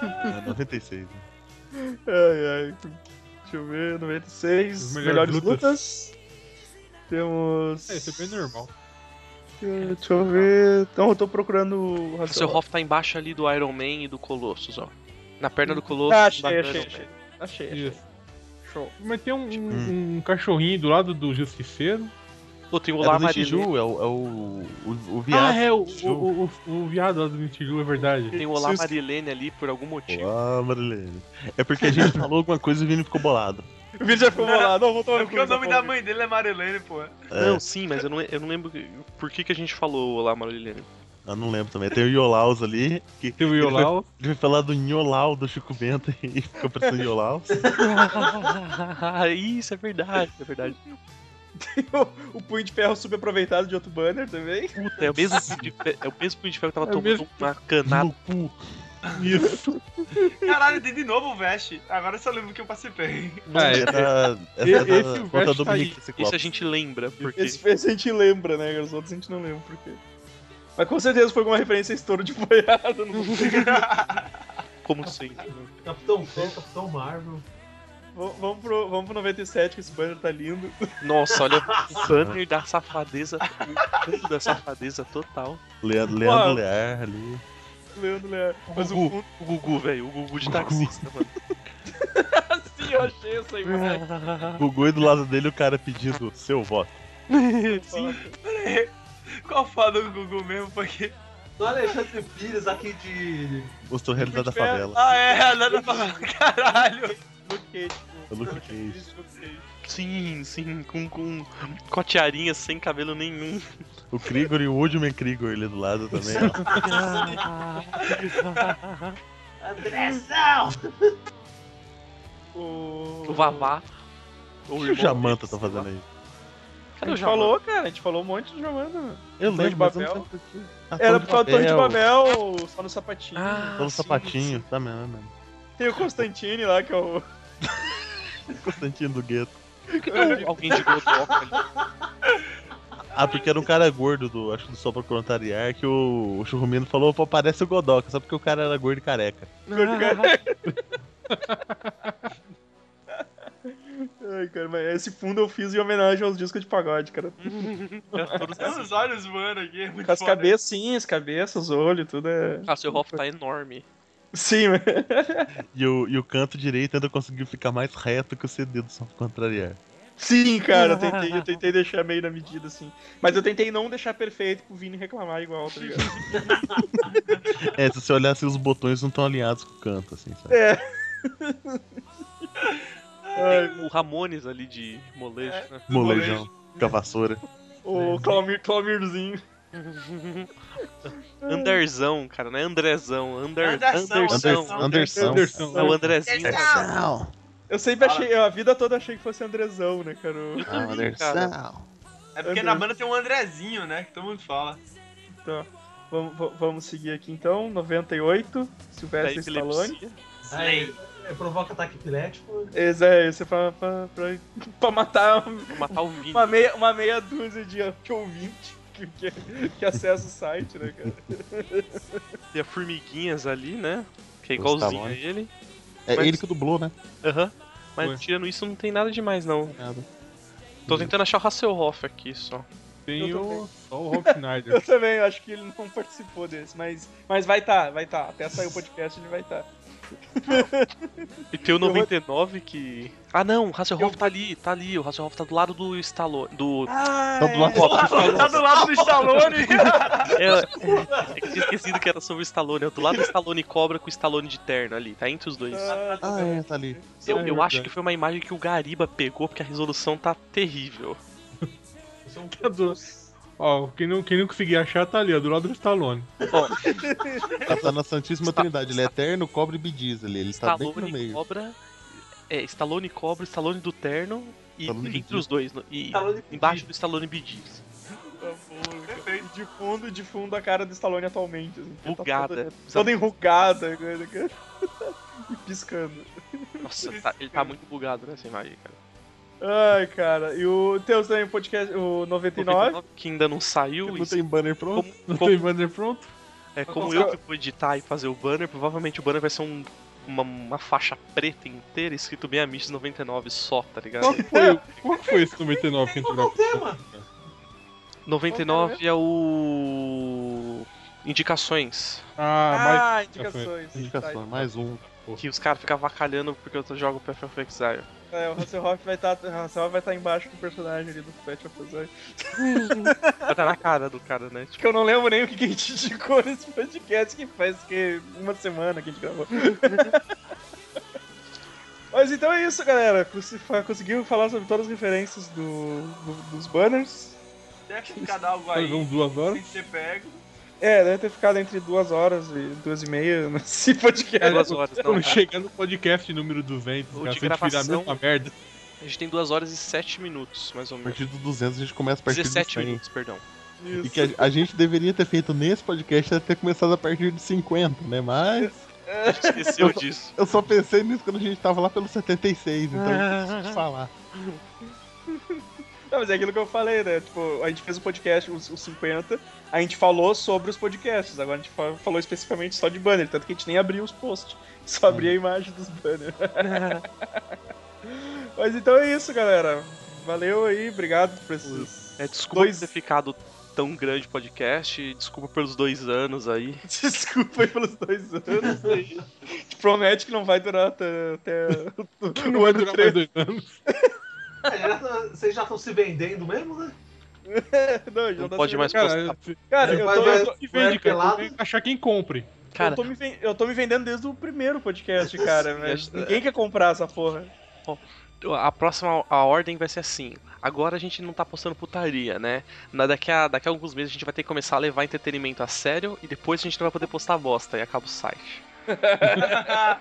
Speaker 10: É 96. né?
Speaker 5: Ai, ai. Deixa eu ver, 96.
Speaker 7: As É,
Speaker 5: Melhores,
Speaker 7: melhores
Speaker 5: lutas. Temos.
Speaker 7: É, isso é bem normal.
Speaker 5: Deixa eu ver. Então eu tô procurando o
Speaker 6: O seu Hoff tá embaixo ali do Iron Man e do Colossus, ó. Na perna do Colossus.
Speaker 5: Ah,
Speaker 6: embaixo
Speaker 5: achei,
Speaker 6: do Iron
Speaker 5: achei,
Speaker 6: Man.
Speaker 5: achei. Achei, achei.
Speaker 7: Isso. Mas tem um, um- um cachorrinho do lado do Justiceiro.
Speaker 6: Pô, tem o
Speaker 10: É do
Speaker 6: Olamarilê.
Speaker 10: Nichiju, é o, é o, o, o
Speaker 7: Ah,
Speaker 10: viado.
Speaker 7: é, o, o, o, o viado lá do Nintiju, é verdade.
Speaker 6: Tem o Olá Marilene ali por algum motivo.
Speaker 10: Ah, Marilene. É porque a gente falou alguma coisa e o Vini ficou bolado.
Speaker 5: O vídeo já ficou bolado. Não, vou tomar
Speaker 8: É
Speaker 5: no cu,
Speaker 8: porque o nome
Speaker 5: essa
Speaker 8: da
Speaker 5: porra.
Speaker 8: mãe dele é Marilene, pô.
Speaker 10: É.
Speaker 6: Não, sim, mas eu não, eu não lembro que- por que, que a gente falou Olá Marilene.
Speaker 10: Eu não lembro também. Tem o Iolaus ali. Que
Speaker 7: Tem o Iolau.
Speaker 10: Ele vai falar do Nholau do Chico Bento e ficou pensando em Iolaus.
Speaker 6: Isso é verdade, é verdade.
Speaker 5: O, o punho de ferro super aproveitado de outro banner também.
Speaker 6: Puta, é o mesmo punho de ferro, é o mesmo punho de ferro que tava
Speaker 7: É o
Speaker 6: tomando
Speaker 7: mesmo-
Speaker 6: uma canada.
Speaker 7: No cu. Isso.
Speaker 8: Caralho, tem de novo o Vest. Agora eu só lembro que eu participei.
Speaker 7: Ah, é-
Speaker 10: Era,
Speaker 7: e-
Speaker 10: era
Speaker 7: esse
Speaker 10: contra
Speaker 7: verso
Speaker 10: do
Speaker 7: tá aí.
Speaker 10: Dominique
Speaker 6: Isso
Speaker 10: Ciclope.
Speaker 6: a gente lembra, porque.
Speaker 5: Esse, esse a gente lembra, né? Os outros a gente não lembra por quê. Mas com certeza foi alguma referência a estouro de boiada. Não
Speaker 6: Como sempre. né?
Speaker 1: Capitão Fé, Capitão Marvel.
Speaker 5: V- Vamos pro, vamos pro 97, que esse banner tá lindo.
Speaker 6: Nossa, olha o banner da safadeza. O fundo da safadeza total.
Speaker 10: Leandro,
Speaker 5: Uau.
Speaker 10: Leandro Lear ali.
Speaker 5: Leandro Leandro. Mas o
Speaker 6: Gugu.
Speaker 5: fundo,
Speaker 6: O Gugu, velho. O Gugu de taxista, mano.
Speaker 5: sim, eu achei essa imagem.
Speaker 10: Gugu e do lado dele o cara pedindo seu voto.
Speaker 8: Qual foda do Google mesmo? Porque.
Speaker 1: Do Alexandre Pires aqui de.
Speaker 10: Mostrou a realidade da
Speaker 5: Muito bem.
Speaker 10: favela.
Speaker 8: Ah, é, nada pra Caralho.
Speaker 5: Luke Cage,
Speaker 10: Eu não fiquei.
Speaker 5: isso, Luke Cage.
Speaker 6: Sim, sim, com, com cotearinha sem cabelo nenhum.
Speaker 10: O Krigor e o Woodman Krigor ali do lado também. ó.
Speaker 2: Andrezão!
Speaker 6: O Vavá.
Speaker 10: O que o Jamanta tá fazendo aí?
Speaker 5: A
Speaker 6: Cadê o
Speaker 5: gente
Speaker 6: Jamanta?
Speaker 5: falou, cara, a gente falou um monte de Jamanta.
Speaker 10: Eu
Speaker 5: Torre de
Speaker 10: lembro, mas eu
Speaker 5: Babel?
Speaker 10: não lembro por quê. Ah,
Speaker 5: Era por causa do Torre de
Speaker 10: Babel.
Speaker 5: Babel, só no sapatinho.
Speaker 6: Ah,
Speaker 10: Pelo
Speaker 6: sim,
Speaker 10: sapatinho, tá mesmo, é mesmo.
Speaker 5: Tem o Constantine lá, que é o.
Speaker 10: Constantino do Gueto.
Speaker 6: Por que tem alguém de Godok ali?
Speaker 10: Ah, porque era um cara gordo do, acho que do Só pra Contariar, que o, o Churrumino falou, pô, parece o Godoka, só porque o cara era gordo e careca.
Speaker 5: Ah. Ai, cara, mas esse fundo eu fiz em homenagem aos discos de pagode, cara.
Speaker 8: Tem uns olhos voando aqui. é muito
Speaker 5: Com as
Speaker 8: foda.
Speaker 5: cabeças, sim, as cabeças, os olhos, tudo é.
Speaker 6: Ah, seu Hoff tá enorme.
Speaker 5: Sim, mas.
Speaker 10: E o, e o canto direito ainda conseguiu ficar mais reto que o CD do Só pra Contrariar.
Speaker 5: Sim, cara, eu tentei, eu tentei deixar meio na medida, assim. Mas eu tentei não deixar perfeito pro Vini reclamar igual, tá ligado?
Speaker 10: É, se você olhar assim, os botões não estão alinhados com o canto, assim, sabe?
Speaker 5: É.
Speaker 6: Tem o Ramones ali de molejo, né?
Speaker 10: Molejão, com a vassoura.
Speaker 5: O Clomir, Clomirzinho.
Speaker 6: Anderzão, cara, não é Andrezão. Ander...
Speaker 8: Anderson,
Speaker 6: Anderson.
Speaker 10: Anderson. Anderson.
Speaker 7: Anderson. né?
Speaker 6: É o Andrezinho.
Speaker 8: Anderson.
Speaker 5: Eu sempre achei, eu a vida toda achei que fosse Andrezão, né, cara? Eu-
Speaker 10: Ah, Anderson.
Speaker 8: É porque na banda tem um Andrezinho, né? Que todo mundo fala.
Speaker 5: Então, vamos, va- vamos seguir aqui então. 98,
Speaker 6: Da
Speaker 5: Silvestre Stallone.
Speaker 6: epilepsia.
Speaker 1: Aí, é, provoca ataque epilético.
Speaker 5: Esse é, esse é pra, pra, pra, pra matar
Speaker 6: Vou Matar o Vini.
Speaker 5: uma meia, uma meia dúzia de, de ouvinte que, que, que acessa o site, né, cara?
Speaker 6: Tem a formiguinhas ali, né? Que é
Speaker 10: Os
Speaker 6: igualzinho a
Speaker 10: Stallone.
Speaker 6: ele.
Speaker 10: É
Speaker 6: Mas-
Speaker 10: ele que dublou, né?
Speaker 6: Aham.
Speaker 7: Ué.
Speaker 6: Mas tirando isso, não tem nada demais, não.
Speaker 10: Nada.
Speaker 6: Tô tentando achar o Hasselhoff aqui só.
Speaker 7: Tem
Speaker 5: Eu também.
Speaker 7: o, só o Rob Schneider.
Speaker 5: Eu também, eu acho que ele não participou desse, mas, mas vai tá, vai tá. Até sair o podcast ele vai tá.
Speaker 6: E tem o 99 que. Ah não, o Hasselhoff tá ali, tá ali. O Hasselhoff tá do lado do Stallone. Do.
Speaker 5: Ah,
Speaker 10: Tá do lado do
Speaker 8: Tá do lado do Stallone.
Speaker 6: É, é, que eu tinha esquecido que era sobre o Stallone. É do lado do Stallone cobra com o Stallone de terno ali. Tá entre os dois.
Speaker 10: Ah, é, tá ali.
Speaker 6: Eu,
Speaker 5: é
Speaker 6: eu acho que foi uma imagem que o Gariba pegou porque a resolução tá terrível.
Speaker 7: Tá do- Ó, quem não, quem não conseguir achar tá ali, ó, do lado do Stallone.
Speaker 10: Tá, tá na Santíssima Trindade. Ele é eterno, cobre e bidiz ali. Ele tá bem no
Speaker 6: Stallone
Speaker 10: meio.
Speaker 6: cobra. É, Stallone cobra, Stallone do terno. E
Speaker 10: Stallone
Speaker 6: entre
Speaker 10: Bidiz.
Speaker 6: os dois. no- E
Speaker 1: Stallone Bidiz.
Speaker 6: embaixo do Stallone Bidiz.
Speaker 5: De fundo, de fundo a cara do Stallone atualmente. Assim, Ele tá
Speaker 6: Bugada.
Speaker 5: toda, toda enrugada, coisa, cara. E piscando.
Speaker 6: Nossa, tá- ele tá muito bugado nessa imagem, cara.
Speaker 5: Ai, cara. E o Teus também, o podcast, o 99.
Speaker 6: 99, que ainda não saiu.
Speaker 10: Não
Speaker 6: e
Speaker 10: tem banner pronto?
Speaker 6: como,
Speaker 7: Não
Speaker 6: como-
Speaker 7: tem banner pronto?
Speaker 6: é, como eu que vou editar e fazer o banner, provavelmente o banner vai ser um- uma, uma faixa preta inteira escrito bem Amistos 99 só, tá ligado?
Speaker 7: Qual que foi, o- qual que foi esse 99 que entrou na
Speaker 1: Qual o tema?
Speaker 6: 99 é o. Indicações.
Speaker 7: Ah,
Speaker 5: Ah,
Speaker 7: mais.
Speaker 5: indicações.
Speaker 10: Indicação, mais um.
Speaker 6: Que os caras ficam avacalhando porque eu jogo Path of Exile.
Speaker 5: É, o Hasselhoff vai estar vai tá embaixo do personagem ali do Pet of Azure.
Speaker 6: Vai tá na cara do cara, né? Tipo,
Speaker 5: Que eu não lembro nem o que, que a gente indicou nesse podcast que faz que uma semana que a gente gravou. Mas então é isso, galera. Conse- fa- Conseguiu falar sobre todas as referências do, do- dos banners.
Speaker 8: Deve ter ficado algo
Speaker 7: Faz
Speaker 8: aí
Speaker 7: um duas horas.
Speaker 8: sem ser pego.
Speaker 5: É, deve ter ficado entre duas horas e duas e meia nesse podcast.
Speaker 6: duas horas, não.
Speaker 7: Quando chegar no podcast número 200,
Speaker 6: O
Speaker 7: cara,
Speaker 6: de
Speaker 7: se a gente virar a
Speaker 6: gravação.
Speaker 7: mesma merda.
Speaker 6: A gente tem 2 horas e 7 minutos, mais ou
Speaker 10: A
Speaker 6: menos.
Speaker 10: partir do 200 a gente começa a partir
Speaker 6: 17
Speaker 10: do 100.
Speaker 6: minutos, perdão.
Speaker 10: E que a, a gente deveria ter feito nesse podcast era ter começado a partir de 50, né? Mas
Speaker 6: A gente esqueceu disso.
Speaker 10: eu só pensei nisso quando a gente tava lá pelo 76, então eu preciso te falar.
Speaker 5: Não, mas é aquilo que eu falei, né? Tipo, a gente fez o podcast, os, os 50, a gente falou sobre os podcasts, agora a gente fa- falou especificamente só de banner, tanto que a gente nem abriu os posts, só abria a imagem dos banners. mas então é isso, galera. Valeu aí, obrigado por esses.
Speaker 6: É, desculpa
Speaker 5: Dois-
Speaker 6: por ter ficado tão grande o podcast. e Desculpa pelos dois anos aí.
Speaker 5: Desculpa aí pelos dois anos. A gente promete que não vai durar até, até o
Speaker 7: Vai
Speaker 5: ano
Speaker 7: durar
Speaker 5: 3.
Speaker 7: mais dois anos.
Speaker 1: Ah, já tá- Vocês já estão se vendendo mesmo, né?
Speaker 5: Não, já
Speaker 6: Não
Speaker 5: tá
Speaker 6: pode
Speaker 5: sendo-
Speaker 6: mais postar.
Speaker 7: Cara, se-
Speaker 5: Cara, eu
Speaker 1: Vai-
Speaker 5: tô,
Speaker 1: vai-
Speaker 5: eu tô-
Speaker 7: se
Speaker 1: Vai
Speaker 7: vende, cara.
Speaker 1: pelado.
Speaker 7: Tem que achar quem compre.
Speaker 6: Cara,
Speaker 5: eu, tô me ven- eu tô me vendendo desde o primeiro podcast, cara. mas
Speaker 6: acho-
Speaker 5: ninguém quer comprar essa porra.
Speaker 6: a próxima a ordem vai ser assim. Agora a gente não tá postando putaria, né? Na- Daqui a, daqui a alguns meses a gente vai ter que começar a levar entretenimento a sério e depois a gente não vai poder postar bosta e acaba o site.
Speaker 1: Ah,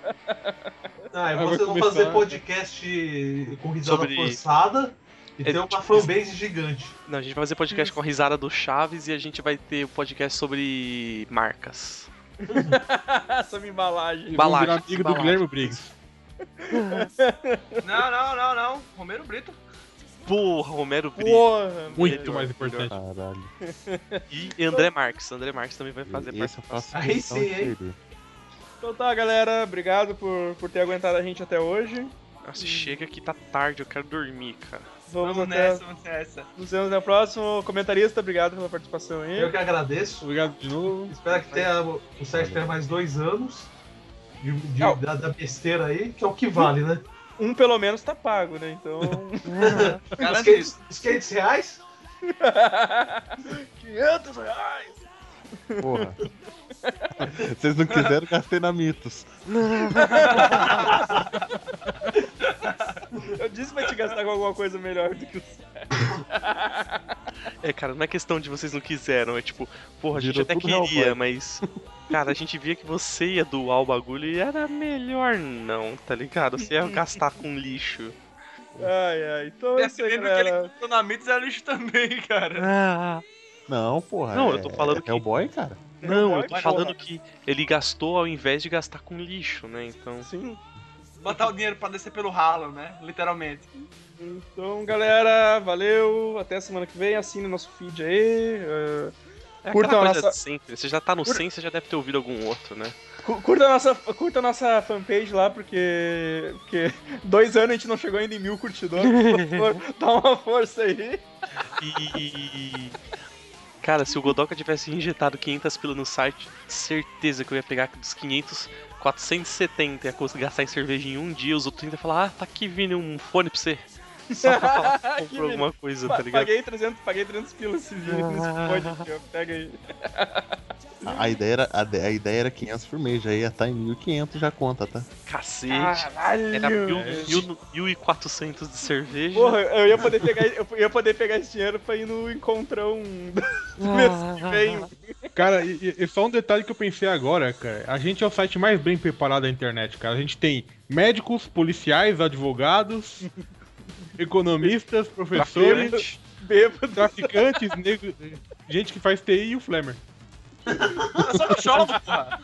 Speaker 1: e
Speaker 7: vai
Speaker 1: vocês vão
Speaker 7: começar,
Speaker 1: fazer
Speaker 7: né?
Speaker 1: podcast com risada
Speaker 6: Sobre-
Speaker 1: forçada e
Speaker 6: É,
Speaker 1: ter uma
Speaker 6: tipo,
Speaker 1: fanbase gigante.
Speaker 6: Não, a gente vai fazer podcast com a risada do Chaves e a gente vai ter o podcast sobre marcas.
Speaker 5: Essa minha embalagem.
Speaker 7: Eles vão
Speaker 6: Balagem,
Speaker 7: virar amigo do
Speaker 6: balagem.
Speaker 7: Guilherme Briggs.
Speaker 8: Não, não, não, não. Romero Brito.
Speaker 6: Porra, Romero Brito
Speaker 5: Porra,
Speaker 7: Muito
Speaker 6: Melhor,
Speaker 7: mais importante.
Speaker 10: Caralho.
Speaker 6: e André Marques. André Marques também vai fazer
Speaker 10: Esse eu
Speaker 6: participação.
Speaker 10: faço
Speaker 1: Aí
Speaker 10: questão
Speaker 1: sim,
Speaker 10: de
Speaker 1: hein?
Speaker 10: perder.
Speaker 5: Então tá, galera. Obrigado por, por ter aguentado a gente até hoje.
Speaker 6: Nossa, chega que tá tarde, eu quero dormir, cara.
Speaker 5: Vamos,
Speaker 8: Vamos
Speaker 5: até
Speaker 8: nessa, vamos nessa.
Speaker 5: nos vemos na próxima. Comentarista, obrigado pela participação aí.
Speaker 1: Eu que agradeço.
Speaker 7: Obrigado de novo.
Speaker 1: Espero que tenha, o site tenha mais dois anos de, de-
Speaker 5: Não.
Speaker 1: da, da besteira aí, que é o que vale, né?
Speaker 5: Um pelo menos tá pago, né? Então.
Speaker 1: Os
Speaker 8: Garanto isso.
Speaker 1: 500, os 500 reais?
Speaker 5: 500 reais!
Speaker 10: Porra. Vocês não quiseram, gastei na Mitos.
Speaker 5: Eu disse pra te gastar com alguma coisa melhor do que o
Speaker 6: É, cara, não é questão de vocês não quiseram, é tipo, porra, a gente
Speaker 10: Virou
Speaker 6: até
Speaker 10: tudo Hellboy.
Speaker 6: queria, mas. Cara, a gente via que você ia doar o bagulho e era melhor não, tá ligado? Você ia gastar com lixo.
Speaker 5: Ai, ai. Então é isso aí,
Speaker 8: Percebendo que ele
Speaker 5: galera.
Speaker 8: comprou na Mitos é lixo também, cara.
Speaker 6: Ah,
Speaker 10: Não, porra.
Speaker 6: Não, eu tô falando
Speaker 10: é,
Speaker 6: que-
Speaker 10: É o boy, cara.
Speaker 6: não, eu tô
Speaker 5: Vai,
Speaker 6: falando que ele gastou ao invés de gastar com lixo, né? Então.
Speaker 5: Sim.
Speaker 8: Botar o dinheiro pra descer pelo ralo, né? Literalmente.
Speaker 5: Então, galera, valeu. Até semana que vem. Assine o nosso feed aí. eh,
Speaker 6: É
Speaker 5: Curtam
Speaker 6: aquela
Speaker 5: a
Speaker 6: coisa
Speaker 5: nossa-
Speaker 6: de sempre. Você já tá no
Speaker 5: Cur-
Speaker 6: 100, você já deve ter ouvido algum outro, né?
Speaker 5: Cu- Curta a nossa, curta a nossa fanpage lá, porque, porque dois anos a gente não chegou ainda em mil curtidores. Por favor, dá uma força aí.
Speaker 6: E. Cara, se o Godoka tivesse injetado 500 pila no site, certeza que eu ia pegar dos 500, 470 ia conseguir gastar em cerveja em um dia. Os outros 30 ia falar, ah, tá aqui vindo um fone pra você. Só pra falar que
Speaker 5: Que
Speaker 6: comprou alguma coisa,
Speaker 5: Pa-
Speaker 6: tá ligado?
Speaker 5: paguei 300, paguei 300 pilas esse vídeo nesse pod aqui, ó. Pega aí.
Speaker 10: A, a ideia era, a, de- a ideia era 500 por mês, já ia estar em 1500, já conta, tá?
Speaker 6: Cacete.
Speaker 5: Ah,
Speaker 6: Era
Speaker 5: Caralho!
Speaker 6: mil- mil- 1.400 de cerveja.
Speaker 5: Porra, eu ia poder pegar, eu ia poder pegar esse dinheiro pra ir no encontrão do mês que vem.
Speaker 7: Cara, e, e- e só um detalhe que eu pensei agora, cara. A gente é o site mais bem preparado da internet, cara. A gente tem médicos, policiais, advogados, economistas, professores,
Speaker 5: né?
Speaker 6: Traficante.
Speaker 5: Bêbado.
Speaker 7: traficantes, negros, gente que faz TI e o Flamer.
Speaker 8: Eu sou astrólogo, porra.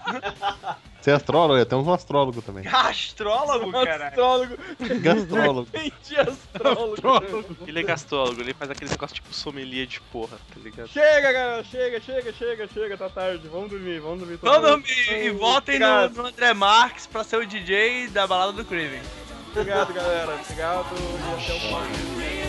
Speaker 10: Você é astrólogo? É, Temos um astrólogo também.
Speaker 8: Astrólogo, caralho.
Speaker 5: Astrólogo.
Speaker 10: Gastrólogo.
Speaker 5: Entendi astrólogo.
Speaker 6: Ele é gastrólogo, ele faz aquele negócio tipo sommelier de porra, tá ligado?
Speaker 5: Chega, galera, chega, chega, chega, chega, tá tarde. Vamos dormir, vamos dormir. todo
Speaker 8: Então,
Speaker 5: mundo.
Speaker 8: dorme e votem no, no André Marques pra ser o DJ da balada do Craven.
Speaker 5: Obrigado, galera. Obrigado e até o próximo.